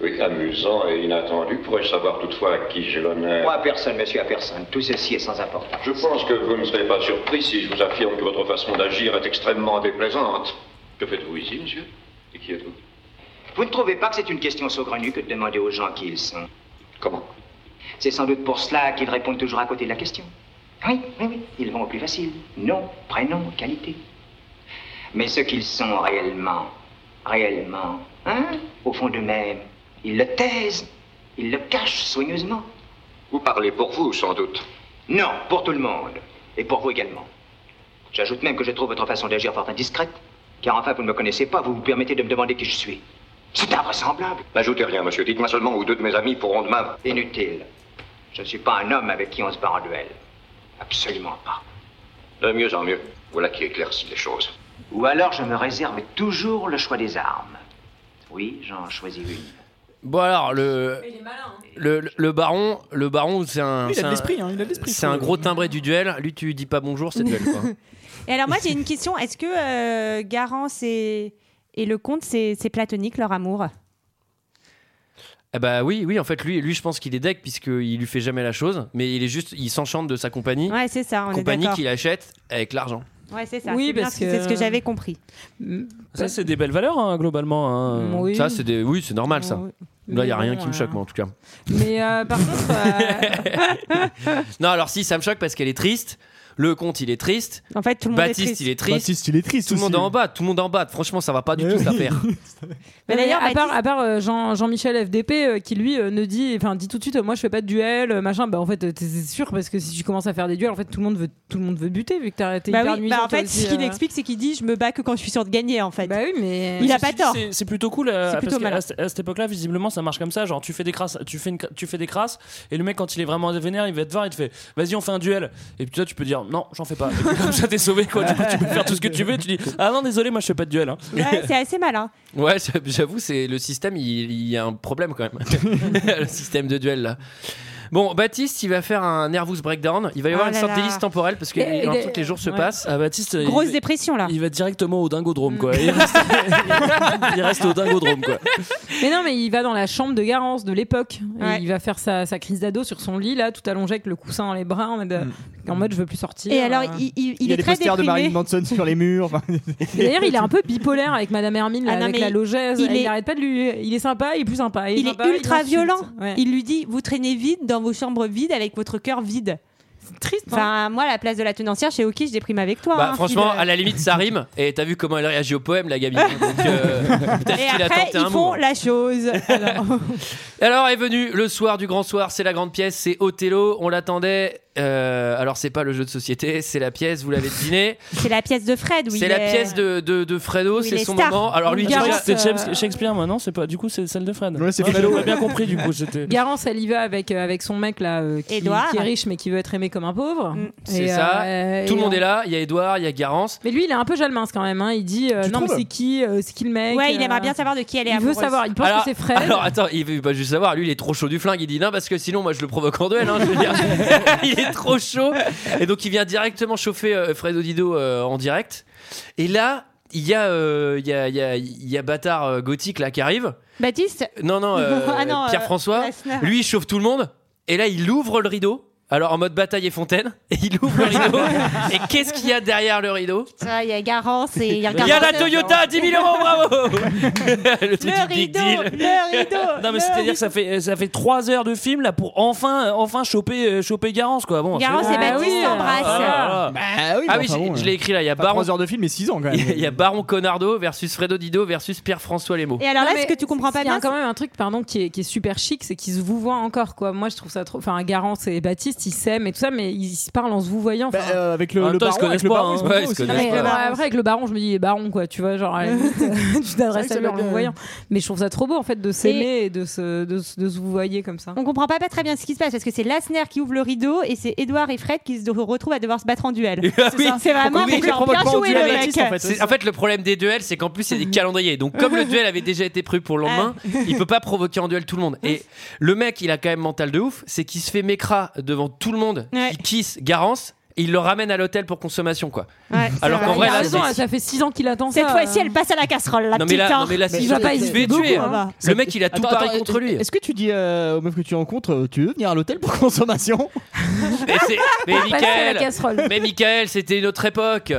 S5: Oui, amusant et inattendu. Pourrais-je savoir toutefois à qui j'ai l'honneur
S11: Moi, à personne, monsieur, à personne. Tout ceci est sans importance.
S5: Je pense que vous ne serez pas surpris si je vous affirme que votre façon d'agir est extrêmement déplaisante. Que faites-vous ici, monsieur Et qui êtes-vous
S11: Vous ne trouvez pas que c'est une question saugrenue que de demander aux gens qui ils sont
S5: Comment
S11: C'est sans doute pour cela qu'ils répondent toujours à côté de la question. Oui, oui, oui, ils vont au plus facile. Nom, prénom, qualité. Mais ce qu'ils sont réellement, réellement, hein, au fond d'eux-mêmes, ils le taisent, ils le cachent soigneusement.
S5: Vous parlez pour vous, sans doute.
S11: Non, pour tout le monde, et pour vous également. J'ajoute même que je trouve votre façon d'agir fort indiscrète, car enfin vous ne me connaissez pas, vous vous permettez de me demander qui je suis. C'est invraisemblable.
S5: N'ajoutez Bah, rien, monsieur. Dites-moi seulement où deux de mes amis pourront demain.
S11: Inutile. Je ne suis pas un homme avec qui on se bat en duel. Absolument pas.
S5: De mieux en mieux. Voilà qui éclaircit les choses.
S11: Ou alors je me réserve toujours le choix des armes. Oui, j'en choisis une.
S1: Bon alors le le, le- le baron, le baron c'est un
S6: Lui, il a
S1: c'est
S6: de
S1: un-
S6: l'esprit, hein, il a de l'esprit.
S1: C'est un gros timbré du duel. Lui, tu lui dis pas bonjour, c'est
S6: [LAUGHS]
S1: duel. Quoi.
S12: Et alors moi j'ai une question, est-ce que euh, Garance et, et le comte c'est c'est platonique leur amour
S1: Ah bah oui, oui. En fait, lui, lui, je pense qu'il est deck puisqu'il lui fait jamais la chose, mais il est juste, il s'enchante de sa compagnie.
S12: Ouais c'est ça, on est
S1: compagnie
S12: d'accord.
S1: qu'il achète avec l'argent.
S12: Ouais c'est ça,
S10: Oui,
S12: c'est bien
S10: parce
S12: ce que- c'est ce que
S10: que-
S12: j'avais compris.
S9: Ça c'est des belles valeurs hein, globalement. hein.
S10: Oui.
S1: Ça, c'est des, oui, c'est normal ça. Là, il y a
S10: Ah, Mais
S1: rien
S10: bon,
S1: qui me choque,
S10: euh,
S1: moi, en tout cas.
S10: Mais euh, par
S1: [LAUGHS]
S10: contre,
S1: Non, alors si, ça me choque parce qu'elle est triste. Le comte, il est triste.
S12: En fait, tout le monde est
S1: Baptiste,
S12: triste.
S1: il est triste.
S6: Baptiste, il est triste
S1: Tout le monde
S6: aussi.
S1: en bat, tout le monde en bat. Franchement, ça va pas du tout cette affaire.
S10: Mais
S12: d'ailleurs,
S10: à part, à part euh, Jean, Jean-Michel FDP euh, qui lui euh, ne dit, enfin dit tout de suite, euh, moi je fais pas de duel, euh, machin. Bah en fait, euh, t'es c'est sûr parce que si tu commences à faire des duels, en fait tout le monde veut, tout le monde veut buter vu que t'as arrêté.
S16: Bah oui, bah en fait, ce qu'il
S12: hein.
S16: explique, c'est qu'il dit Je me bats que quand je suis sûr de gagner, en fait.
S10: euh. Bah oui, mais.
S16: Il a
S9: Ceci
S16: pas
S9: dit,
S16: tort.
S9: c'est- C'est plutôt cool. [LAUGHS] euh,
S16: C'est plutôt
S9: parce que
S16: malin.
S9: à, ce- à cette époque-là, visiblement, ça marche comme ça. Genre, tu fais des crasses, tu fais, une, cra- tu fais des crasses, et le mec, quand il est vraiment vénère, il va te voir, il te fait, vas-y, on fait un duel. Et puis toi, tu peux dire, non, j'en fais pas. Et puis, comme ça, t'es sauvé, quoi. Du coup, tu peux faire tout ce que tu veux. Tu dis, ah non, désolé, moi, je fais pas de duel. hein.
S12: Ouais, c'est assez malin.
S1: Ouais, [LAUGHS] j'a- j'avoue, c'est le système, il, il y a un problème quand
S9: [LAUGHS]
S1: même. le système de duel là. Bon, Baptiste, il va faire un nervous breakdown. Il va y avoir
S12: Oh
S1: une
S12: là
S1: sorte
S12: là.
S1: d'hélice temporelle parce que
S12: Et- et-
S1: genre, tous les jours se
S12: ouais.
S1: passent.
S9: Ah, Baptiste, il-
S12: Grosse
S9: il,
S12: dépression là.
S9: il va directement au dingodrome, quoi.
S12: Mm.
S9: Il reste, [LAUGHS] il reste au dingodrome, quoi.
S10: Mais non, mais il va dans la chambre de Garance de l'époque. Et
S12: Ouais.
S10: Il va faire sa, sa crise d'ado sur son lit, là, tout allongé avec le coussin dans les bras, en mode, euh, en mode je veux plus sortir.
S12: Et alors,
S10: Euh.
S1: hein.
S12: il, il- il
S6: Il y a
S12: est
S6: des
S12: très
S6: posters de Marilyn
S12: déprimé.
S6: Manson sur les
S1: [LAUGHS]
S6: murs. enfin,
S10: Mais D'ailleurs, il est un peu bipolaire avec Madame Hermine, là,
S12: Ah non,
S10: avec
S12: mais
S10: la logèse.
S12: il
S10: Il,
S12: est-
S10: arrête pas de lui. Il est sympa, il est plus sympa.
S12: Il
S10: sympa,
S12: est ultra
S10: l'insulte.
S12: violent.
S10: Ouais.
S12: Il lui dit Vous traînez vide dans vos chambres vides avec votre cœur vide.
S10: C'est triste. hein.
S12: Enfin, moi, à la place de la tenancière, chez Oki, je déprime avec toi.
S1: Bah,
S12: hein,
S1: franchement,
S12: Phil.
S1: à la limite, ça rime. Et t'as vu comment elle réagit au poème, la
S12: [LAUGHS]
S1: gamine. Donc, euh, peut-être
S12: Et
S1: qu'il a
S12: après,
S1: tenté un
S12: ils font
S1: mot. [LAUGHS]
S12: la chose. Alors,
S1: Alors est venu le soir du grand soir, c'est la grande pièce, c'est Othello. On l'attendait Euh, alors c'est pas le jeu de société, c'est la pièce, vous l'avez deviné.
S12: [LAUGHS] C'est la pièce de Fred, oui.
S1: c'est la pièce de, de, de Fredo,
S12: où il
S1: c'est
S12: est
S1: son
S12: star.
S1: moment. Alors lui, déjà-
S9: Garance, c'est
S10: euh,
S9: Shakespeare- Shakespeare maintenant, c'est pas. Du coup, c'est celle de Fred. Ouais,
S6: c'est
S9: Fredo.
S6: Fredo.
S9: On a bien compris du coup. C'était.
S10: Garance, elle y va avec, euh, avec son mec là, euh, qui,
S12: Édouard. Mm.
S10: qui est riche mais qui veut être aimé comme un pauvre.
S1: C'est
S10: Et,
S1: ça.
S10: euh,
S1: Tout
S10: et
S1: le monde
S10: on-
S1: est là. Il y a Edouard, il y a Garance.
S10: Mais lui, il est un peu jalmince quand même. hein. Il dit euh, non, mais
S1: trouves
S10: c'est qui, euh, c'est qui le mec
S12: Ouais, il
S10: euh,
S12: aimerait bien savoir de qui elle est
S10: il veut
S12: amoureuse.
S10: savoir, il pense que c'est
S1: [LAUGHS]
S10: Fred.
S1: Alors attends, il veut pas juste savoir. Lui, il est trop chaud du flingue. Il dit non parce que sinon, moi, je le provoque en duel. hein, je veux dire. [LAUGHS] il est trop chaud. Et donc, il vient directement chauffer euh, Fredo Dido euh, en direct. Et là, il y a, euh, il y a, il y a, il y a bâtard euh, gothique là qui arrive.
S12: Baptiste
S1: Non,
S10: [LAUGHS]
S1: non, euh,
S12: Ah non, euh,
S1: Pierre-François.
S12: Lassner.
S1: lui, il chauffe tout le monde. Et là, il ouvre le rideau. Alors, en mode bataille et fontaine. Et il ouvre le
S10: [LAUGHS]
S1: rideau. et qu'est-ce qu'il y a derrière le rideau
S12: Ça, Il y a Garance et il y a le
S1: Il y a la
S16: euh,
S12: Garance.
S1: Toyota à 10 000 euros,
S6: [LAUGHS]
S1: bravo Le, truc
S12: Le
S1: du big
S12: rideau,
S1: deal.
S12: le
S9: [LAUGHS]
S12: rideau,
S9: Non mais c'est-à-dire que ça
S1: euh,
S9: fait ça fait trois heures de film là pour enfin euh, enfin choper euh, choper Garance quoi. Bon.
S12: Garance
S9: c'est-
S12: et Baptiste s'embrassent.
S9: Ah,
S6: Ah oui,
S1: Ah
S6: bon,
S1: oui,
S6: enfin
S1: j'ai-
S6: bon,
S1: je l'ai écrit là. Il y a
S6: pas
S1: Baron,
S6: trois heures de film et 6 ans quand
S1: [LAUGHS]
S6: même.
S1: il y a Baron Conardo versus Fredo Dido versus Pierre-François Lemo.
S12: Et alors là,
S10: Non,
S12: ce
S10: mais
S12: que tu comprends pas
S10: Il y a
S12: bien,
S10: quand même un truc, pardon, qui est, qui est super chic, c'est qu'ils se vous voient encore, quoi. Moi, je trouve ça trop. Enfin, Garance et Baptiste, ils s'aiment et tout ça, mais ils se parlent en se vous voyant.
S6: Bah, euh, avec le,
S9: En même
S6: le
S9: temps, ils
S6: baron,
S9: se
S6: avec
S9: connaissent
S6: le
S9: pas,
S6: baron,
S9: hein.
S6: ils se
S9: Ouais, ils
S6: connaissent
S9: se
S10: Non, mais,
S9: connaissent
S10: euh,
S9: pas.
S10: après avec le baron je me dis baron quoi tu vois
S12: [LAUGHS]
S10: genre à la limite, euh, [LAUGHS] tu t'adresses
S6: C'est
S10: à
S6: vrai que ça doit
S10: lui en le
S6: être-
S10: voyant mais je trouve ça trop beau en fait de s'aimer et de se, de, se- de se vous voyer comme ça
S12: on comprend pas, pas très bien ce qui se passe parce que c'est Lassner qui ouvre le rideau et c'est Edouard et Fred qui se retrouvent à devoir se battre en duel.
S1: Ah [LAUGHS] oui.
S12: ça. C'est vraiment
S1: Oui,
S12: pour genre
S1: provoque
S12: bien
S1: pas en
S12: joué,
S1: duel,
S12: le
S1: mais
S12: mec.
S1: c'est- c'est- En fait, le problème des duels, c'est qu'en plus, c'est des calendriers. Donc, comme le duel avait déjà été prévu pour le lendemain, il peut pas provoquer en duel tout le monde. Et le mec, il a quand même mental de ouf. C'est qu'il se fait mécra devant tout le monde, qui kiss Garance, et il le ramène à l'hôtel pour consommation, quoi. Alors qu'en vrai,
S10: il a
S1: là,
S10: raison,
S1: c'est-
S10: Ah, ça fait 6 ans qu'il attend
S12: Cette
S10: ça
S12: fois-ci, elle passe à la casserole. La
S1: Non mais
S12: petite,
S1: là,
S12: hein.
S1: non mais là, si
S10: il va
S1: il
S10: pas
S1: se
S10: hésiter
S1: fait tuer.
S10: beaucoup,
S1: hein.
S10: hein.
S1: Le mec, il a tout
S6: Attends,
S1: pari
S6: attends,
S1: contre lui.
S6: Est-ce que tu dis euh, aux meufs que tu rencontres, euh, tu veux venir à l'hôtel pour consommation
S1: Mais, c'est- mais
S10: Passer à la
S1: Michael,
S10: casserole.
S1: mais Michael, c'était une autre époque.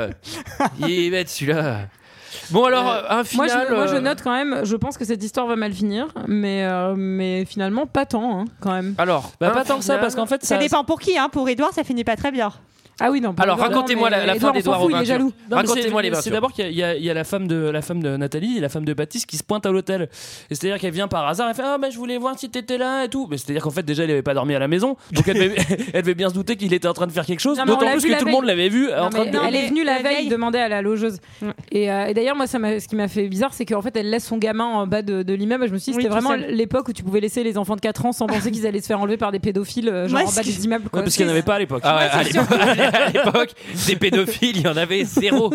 S1: Il va être celui-là. Bon alors, un
S10: moi
S1: final.
S10: je, moi, je
S1: euh,
S10: note quand même je pense que cette histoire va mal finir mais, euh, mais finalement pas tant hein, quand même
S1: Alors,
S9: Bah,
S1: un
S9: pas tant que ça
S1: final.
S9: parce qu'en fait
S12: Ça
S9: ça.
S12: dépend pour qui, hein. Pour Edouard, ça finit pas très bien.
S10: ah oui non pas
S1: Alors,
S10: Edouard,
S1: racontez-moi
S10: mais
S1: la- la fin
S10: Edouard, on s'en
S1: d'Edouard
S10: fout, il est
S1: Aubin, tu vois.
S10: jaloux
S9: Non, mais
S1: Racontez-moi
S9: c'est-
S1: les
S9: C'est
S1: peintures.
S9: d'abord qu'il y, a- il y a- il y a la femme de la femme de Nathalie et la femme de Baptiste qui se pointe à l'hôtel. Et c'est-à-dire qu'elle vient par hasard, elle fait ah ben je voulais voir si t'étais là et tout. Mais c'est-à-dire qu'en fait déjà elle avait pas dormi à la maison, donc
S1: [LAUGHS]
S9: elle devait, elle devait bien se douter qu'il était en train de faire quelque chose.
S10: Non, mais on
S9: D'autant
S10: l'a
S9: plus
S10: vu
S9: que
S10: la
S9: tout le
S10: veille.
S9: monde l'avait vu euh,
S1: Euh,
S9: en
S10: Non,
S9: train
S10: mais
S9: de.
S10: elle est venue la
S12: la
S10: veille
S12: veille.
S10: demander à la logeuse.
S12: Ouais.
S10: Et, euh, et d'ailleurs, moi, ça m'a, ce qui m'a fait bizarre, c'est qu'en fait, elle laisse son gamin en bas de, de l'immeuble. Je me suis dit,
S12: Oui,
S10: c'était
S12: tout
S10: vraiment
S12: seul.
S10: l'époque où tu pouvais laisser les enfants de 4 ans sans penser qu'ils allaient se faire enlever par des pédophiles, euh, genre
S12: Moi,
S10: en bas
S12: ce qui-
S10: des immeubles. Quoi.
S9: Ouais, parce qu'il n'y en avait pas à l'époque.
S1: Ah ouais, à
S9: [LAUGHS]
S1: l'époque- à l'époque, des pédophiles, il y en avait
S10: [LAUGHS]
S1: zéro.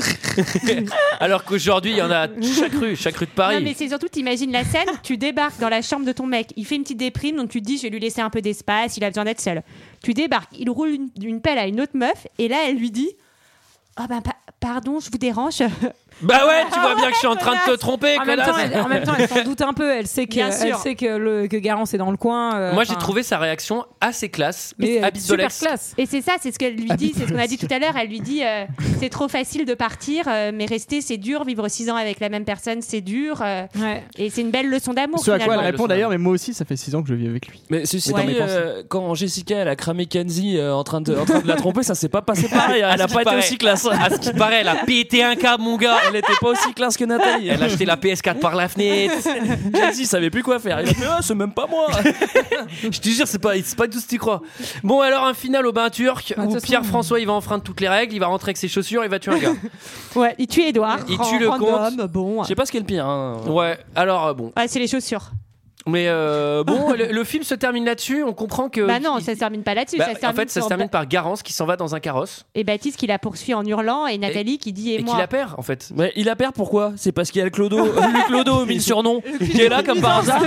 S1: Alors qu'aujourd'hui, il y en a chaque rue, chaque rue de
S12: Non, mais
S1: Paris.
S12: c'est surtout, t'imagines la scène, tu débarques dans la chambre de ton mec, il fait une petite déprime, donc tu te dis, je vais lui laisser un peu d'espace, il a besoin d'être seul. Tu débarques, il roule une, une pelle à une autre meuf, et là, elle lui dit, oh ben, pa- pardon, je vous dérange.
S1: Bah ouais, tu vois bien que je suis en train de te tromper,
S10: Ah, En même, temps,
S1: connasse.
S10: elle, en même temps, elle s'en doute un peu. Elle sait que,
S12: Bien
S10: elle
S12: sûr.
S10: sait que, le, que Garance est dans le coin. euh,
S1: Moi, j'ai
S10: enfin,
S1: trouvé sa réaction assez classe,
S10: mais, euh, super
S1: Abisolex.
S10: classe.
S12: Et c'est ça, c'est ce qu'elle
S1: Ah,
S12: lui dit, c'est ce qu'on a dit tout à l'heure, elle lui dit, euh, c'est trop facile de partir, euh, mais rester, c'est dur, vivre six ans avec la même personne, c'est dur, euh,
S10: Ouais.
S1: Ah,
S12: et c'est une belle leçon d'amour.
S6: Ce à quoi elle
S12: finalement.
S1: le
S6: répond
S1: soir.
S6: d'ailleurs, mais moi aussi, ça fait 6 ans que je vis avec lui.
S9: Mais ceci
S6: Mais t'en
S9: dit,
S6: mets pensé.
S9: euh, quand Jessica elle a cramé Kenzie euh, en, train de, en train de la tromper, ça s'est
S1: [LAUGHS]
S9: pas passé pareil. hein. Elle
S1: ce
S9: a
S1: qui
S9: pas été
S1: paraît.
S9: aussi classe.
S1: À ce qui paraît, elle a pété un câble, mon gars.
S9: Elle était pas aussi classe que Nathalie.
S1: Elle a acheté la PS4 par la fenêtre.
S9: [LAUGHS] Kenzie savait plus quoi faire. Elle a fait ah, c'est même pas moi.
S1: [LAUGHS] Je te jure, c'est pas, c'est pas tout ce que tu crois. Bon, alors un final au bain turc
S10: Bah, de
S1: où
S10: toute façon,
S1: Pierre-François il va enfreindre toutes les règles, il va rentrer avec ses chaussures, il va tuer un gars.
S12: Ouais, il tue Edouard.
S1: Il tue le
S12: random, Bon.
S9: Je sais pas ce qui est le pire. hein.
S1: Ouais, alors euh, bon.
S12: Ouais, c'est les chaussures.
S1: Mais
S9: [LAUGHS]
S1: euh, bon, le, le film se termine là-dessus, on comprend que.
S12: Bah non,
S1: il-
S12: ça se termine pas là-dessus.
S1: Bah,
S12: ça se
S1: en
S12: termine
S1: fait, ça
S12: sur
S1: se termine par Garance qui s'en va dans un carrosse
S12: Et Baptiste qui la poursuit en hurlant et Nathalie qui dit et,
S1: et qui
S12: moi.
S1: la perd en fait.
S9: Ouais, il la perd pourquoi C'est parce qu'il y a le
S12: [LAUGHS]
S9: Clodo, euh, le Clodo, mille surnoms, qui est là comme par hasard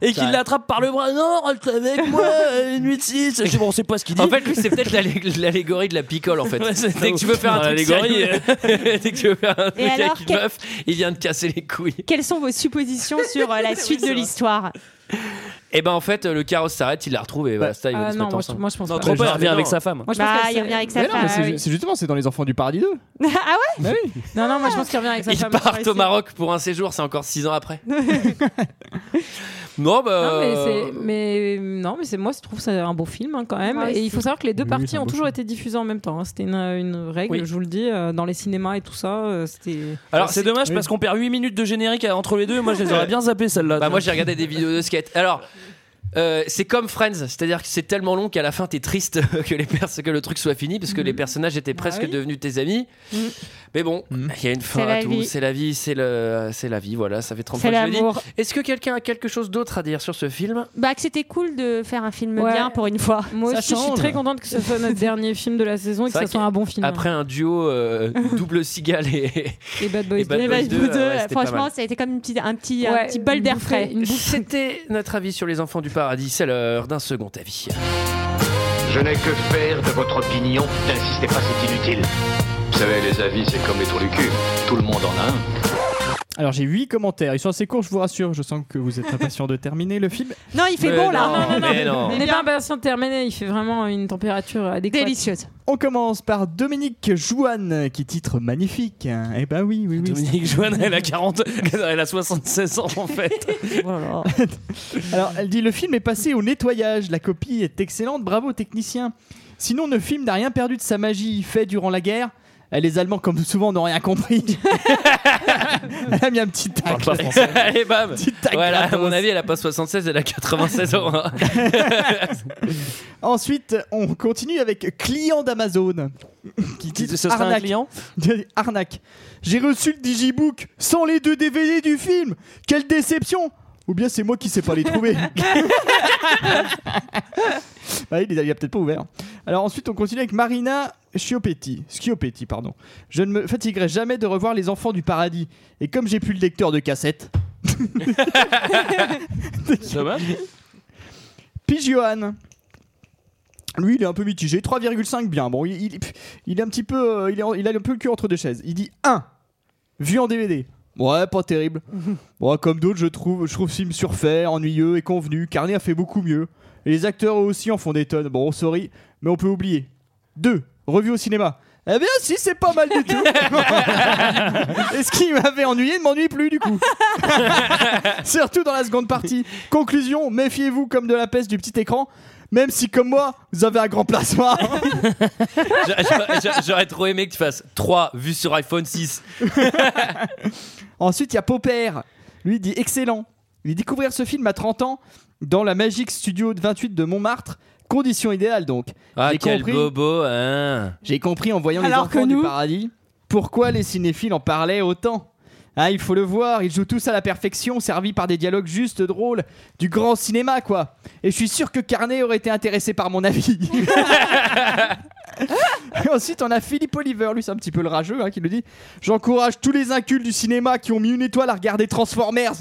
S9: et qui
S6: Ouais.
S9: l'attrape par le bras. Non, rentre avec moi, euh, une nuit de 6. Je sais pas, on sait pas ce qu'il dit.
S1: En fait, lui, c'est peut-être l'allég- l'allégorie de la picole en fait.
S9: Ouais, c'est-
S1: Dès que tu veux faire un
S9: Dans
S1: truc
S9: l'allégorie, euh.
S1: sérieux, [LAUGHS] dès que tu veux faire un truc
S12: alors,
S1: avec une
S12: quel-
S1: meuf, il vient de casser les couilles.
S12: Quelles sont vos suppositions
S1: [LAUGHS]
S12: sur euh, la suite de l'histoire
S1: Et ben en fait, le carrosse s'arrête, il la retrouve et voilà, ça, ils vont
S10: Ah
S1: se
S10: non,
S1: mettre
S10: moi, je,
S1: ensemble.
S10: moi, je pense
S9: non,
S10: pas.
S9: Bah, trop
S1: genre,
S9: pas, elle revient
S1: mais
S9: avec
S1: non.
S9: sa femme.
S10: Moi, je pense
S12: Bah,
S10: que
S12: il
S10: c'est-
S12: revient avec sa
S6: Mais non,
S12: femme.
S6: mais c'est
S10: oui.
S6: ju- c'est justement, c'est dans Les Enfants du Paradis 2.
S12: [LAUGHS] ah ouais
S6: Bah oui.
S10: Non, non, moi je pense qu'il revient avec sa
S1: Ils
S10: femme.
S1: partent au Maroc pour un séjour, c'est encore 6 ans après. non,
S10: Non
S1: bah.
S10: mais, c'est- mais- non, mais c'est moi je trouve c'est un beau film hein, quand même.
S12: Ouais,
S10: et il faut savoir que les deux
S6: Oui, c'est
S10: parties
S6: un
S10: ont
S6: beau
S10: toujours
S6: film.
S10: été diffusées en même temps. hein. C'était une, une règle,
S1: Oui.
S10: je vous le dis, euh, dans les cinémas et tout ça. euh, C'était.
S1: Bah,
S9: Alors c'est dommage
S6: oui.
S9: parce qu'on perd 8 minutes de générique entre les deux. Moi, je les aurais bien zappé celle-là.
S1: Bah, moi, j'ai regardé des vidéos de skate. Alors. Euh, c'est comme Friends, c'est-à-dire que c'est tellement long qu'à la fin t'es triste [LAUGHS] que les pers- que le truc soit fini parce que les personnages étaient presque
S9: oui.
S1: devenus tes amis. Mais bon, il y a une fin
S9: C'est la
S1: à tout,
S9: vie.
S1: c'est la vie, c'est le, c'est la vie. Voilà, ça fait 30
S12: C'est
S1: fois que je le
S12: l'amour.
S1: dis. Est-ce que quelqu'un a quelque chose d'autre à dire sur ce film
S12: Bah, que c'était cool de faire un film
S10: Ouais.
S12: bien pour une fois.
S10: Moi aussi, je suis très contente que ce soit [LAUGHS] notre dernier film de la saison et que
S1: C'est
S10: ce
S1: vrai
S10: soit un bon film.
S1: Après un duo euh, [LAUGHS] double cigale et,
S10: Et Bad Boys
S1: et Bad
S10: deux.
S1: Boys
S10: Et Bad Boys
S1: deux,
S10: deux,
S1: ouais, c'était pas mal.
S12: Franchement, ça a été comme une petite- un petit, un
S10: Ouais,
S12: petit bol d'air
S10: une
S12: frais.
S1: C'était notre avis sur les enfants du paradis. C'est l'heure d'un second avis.
S14: Je n'ai que faire de votre opinion. N'insistez pas, c'est inutile.
S3: Vous savez, les avis, c'est comme les trous du cul. Tout le monde en a un.
S6: Alors j'ai 8 commentaires. Ils sont assez courts, je vous rassure. Je sens que vous êtes impatient de terminer le film.
S10: Non,
S6: il fait Mais beau, là. non,
S10: Non, non,
S6: mais non.
S10: non.
S12: Eh
S10: Il n'est pas impatient de terminer. Il fait vraiment une température adéquate.
S12: [LAUGHS]
S10: Délicieuse.
S6: On commence par Dominique Jouanne qui titre magnifique. Eh ben oui, oui, oui.
S9: Dominique Joanne, elle a 40, elle a 76 ans en fait.
S12: Oh
S6: Alors, elle dit le film est passé au nettoyage, la copie est excellente, bravo technicien. Sinon, le film n'a rien perdu de sa magie fait durant la guerre. Eh, Les Allemands, comme souvent, n'ont rien compris. [LAUGHS] elle a mis un petit tacle.
S1: [LAUGHS] Allez, bam Voilà, à
S6: gratos.
S1: mon avis, elle a pas 76, elle a 96 ans. hein.
S6: Ensuite, on continue avec Client
S9: [COUGHS]
S6: d'Amazon. Qui titre
S9: Ce serait un
S6: Arnaque.
S9: client
S6: [LAUGHS] Arnaque. J'ai reçu le digibook sans les deux DVD du film. Quelle déception Ou bien c'est moi qui sais pas
S9: [LAUGHS]
S6: les trouver. Ah, il les a, il a peut-être pas ouvert. Alors ensuite, on continue avec Marina Schiopetti. Schiopetti, pardon. Je ne me fatiguerai jamais de revoir Les Enfants du Paradis. Et comme j'ai plus le lecteur de cassette.
S9: Dommage.
S6: Pidgeohan. Lui, il est un peu mitigé. 3,5 bien. Bon, il, il, il est un petit peu. euh, il, est en- il a un peu le cul entre deux chaises. Il dit 1. Vu en DVD. Ouais, pas terrible. Bon, comme d'autres, je trouve, je trouve film surfait, ennuyeux et convenu. Carnet a fait beaucoup mieux. Et les acteurs eux aussi en font des tonnes. Bon, sorry, mais on peut oublier. 2. Revue au cinéma. Eh bien, si, c'est pas mal du tout. [LAUGHS] et ce qui m'avait ennuyé ne m'ennuie plus du coup. [LAUGHS] Surtout dans la seconde partie. Conclusion, méfiez-vous comme de la peste du petit écran, même si comme moi, vous avez un grand plasma.
S1: [LAUGHS] J'a- j'a- j'a- J'aurais trop aimé que tu fasses 3 vues sur iPhone 6.
S6: Ensuite, il y a Popper. Lui, il dit excellent. Il dit découvrir ce film à 30 ans dans la Magic Studio 28 de Montmartre. Condition idéale donc.
S1: Ah,
S6: J'ai
S1: quel
S6: compris-
S1: bobo, hein
S6: J'ai compris en voyant
S1: Alors
S6: les enfants du paradis pourquoi les cinéphiles en parlaient autant. Ah, il faut le voir, ils jouent tous à la perfection, servis par des dialogues justes, drôles, du grand cinéma quoi. Et je suis sûr que Carnet aurait été intéressé par mon avis. [LAUGHS] Et ensuite, on a Philippe Oliver, lui c'est un petit peu le rageux, hein, qui le dit. J'encourage tous les inculs du cinéma qui ont mis une étoile à regarder Transformers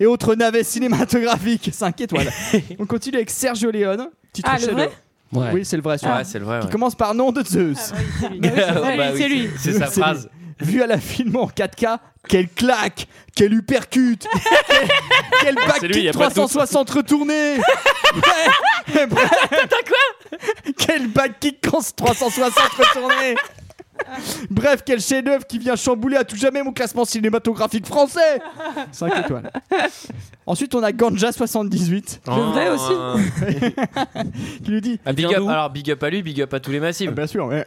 S6: et autres navets cinématographiques. [LAUGHS]
S1: [LAUGHS]
S6: 5 étoiles. on continue avec Sergio Leone. petit
S10: Ah, le
S6: chef-d'œuvre.
S10: vrai Ah.
S1: Ouais.
S6: Oui, c'est le vrai. celui-là.
S1: Ouais, c'est le vrai,
S6: Qui
S1: ouais.
S6: commence par nom de Zeus.
S1: Bah oui, c'est vrai. [LAUGHS] Bah oui, c'est- c'est sa
S6: lui.
S1: phrase.
S6: Vu à la film en 4K, quelle claque, quelle uppercut, [LAUGHS] quel back
S9: Ah, C'est lui, y a pas de doute. [LAUGHS]
S6: 360 retourné. T'as quoi Quel back kick 360 retourné. Bref, quel chef-d'œuvre qui vient chambouler à tout jamais mon classement cinématographique français 5 étoiles. Ensuite, on a Ganja78.
S1: Le vrai aussi
S6: Qui nous dit
S1: Big up, alors, big up à lui, big up à tous les massifs.
S6: Ah, Bien sûr, ouais.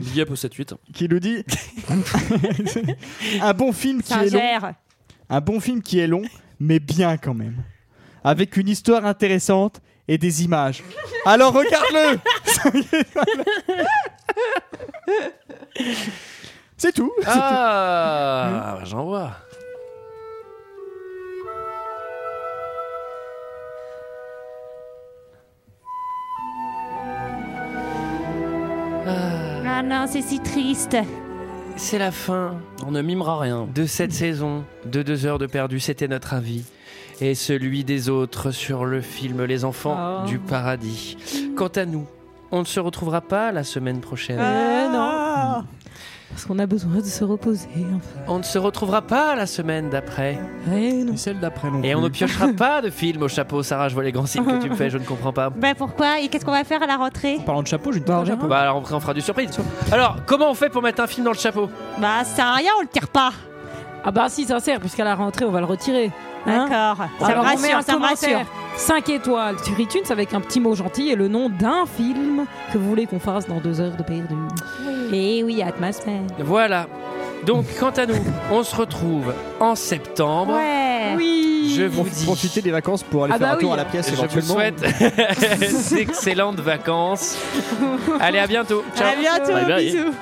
S1: Big up au 7-8.
S6: qui nous [LAUGHS] dit un bon film qui est long,
S12: Singère.
S6: un bon film qui est long, mais bien quand même, avec une histoire intéressante et des images. Alors regarde-le. C'est tout.
S1: Ah, bah, j'en vois.
S12: Ah non, c'est si triste. Euh,
S1: C'est la fin. On ne mimera rien. De cette saison de deux heures de perdu, c'était notre avis. Et celui des autres sur le film Les Enfants
S9: Oh.
S1: du Paradis. Quant à nous, on ne se retrouvera pas la semaine prochaine.
S10: Euh,
S12: Ah.
S10: non. Parce qu'on a besoin de se reposer. un peu.
S1: On ne se retrouvera pas la semaine d'après.
S10: Eh,
S6: celle d'après
S1: Et on ne piochera pas de film au chapeau. Sarah, je vois les grands signes que tu me fais, je ne comprends pas.
S12: Bah pourquoi Et qu'est-ce qu'on va faire à la rentrée
S6: Parlant de chapeau, j'ai une
S10: Oh.
S1: Bah alors on fera du surprise. Alors, comment on fait pour mettre un film dans le chapeau
S12: Bah ça sert à rien, on le tire pas.
S10: Ah bah si, ça sert, puisqu'à la rentrée, on va le retirer. Hein
S12: D'accord. Ça me
S10: Alors, on met un
S12: rassure, ça me rassure.
S10: commentaire 5 étoiles sur iTunes avec un petit mot gentil et le nom d'un film que vous voulez qu'on fasse dans deux heures de perdu.
S12: Eh
S10: Et oui, Atmas.
S1: Voilà. Donc, quant à nous, on se retrouve en septembre.
S7: Ouais.
S10: Ouais. Oui.
S1: Je vous dis.
S6: Profitez des vacances pour aller
S1: Ah
S6: faire
S1: bah
S6: un tour
S1: oui.
S6: à la pièce
S1: Je vous
S6: éventuellement.
S1: souhaite [LAUGHS] d'excellentes vacances. Allez, à bientôt. Ciao.
S13: À bientôt,
S1: Bye bye.
S13: bisous.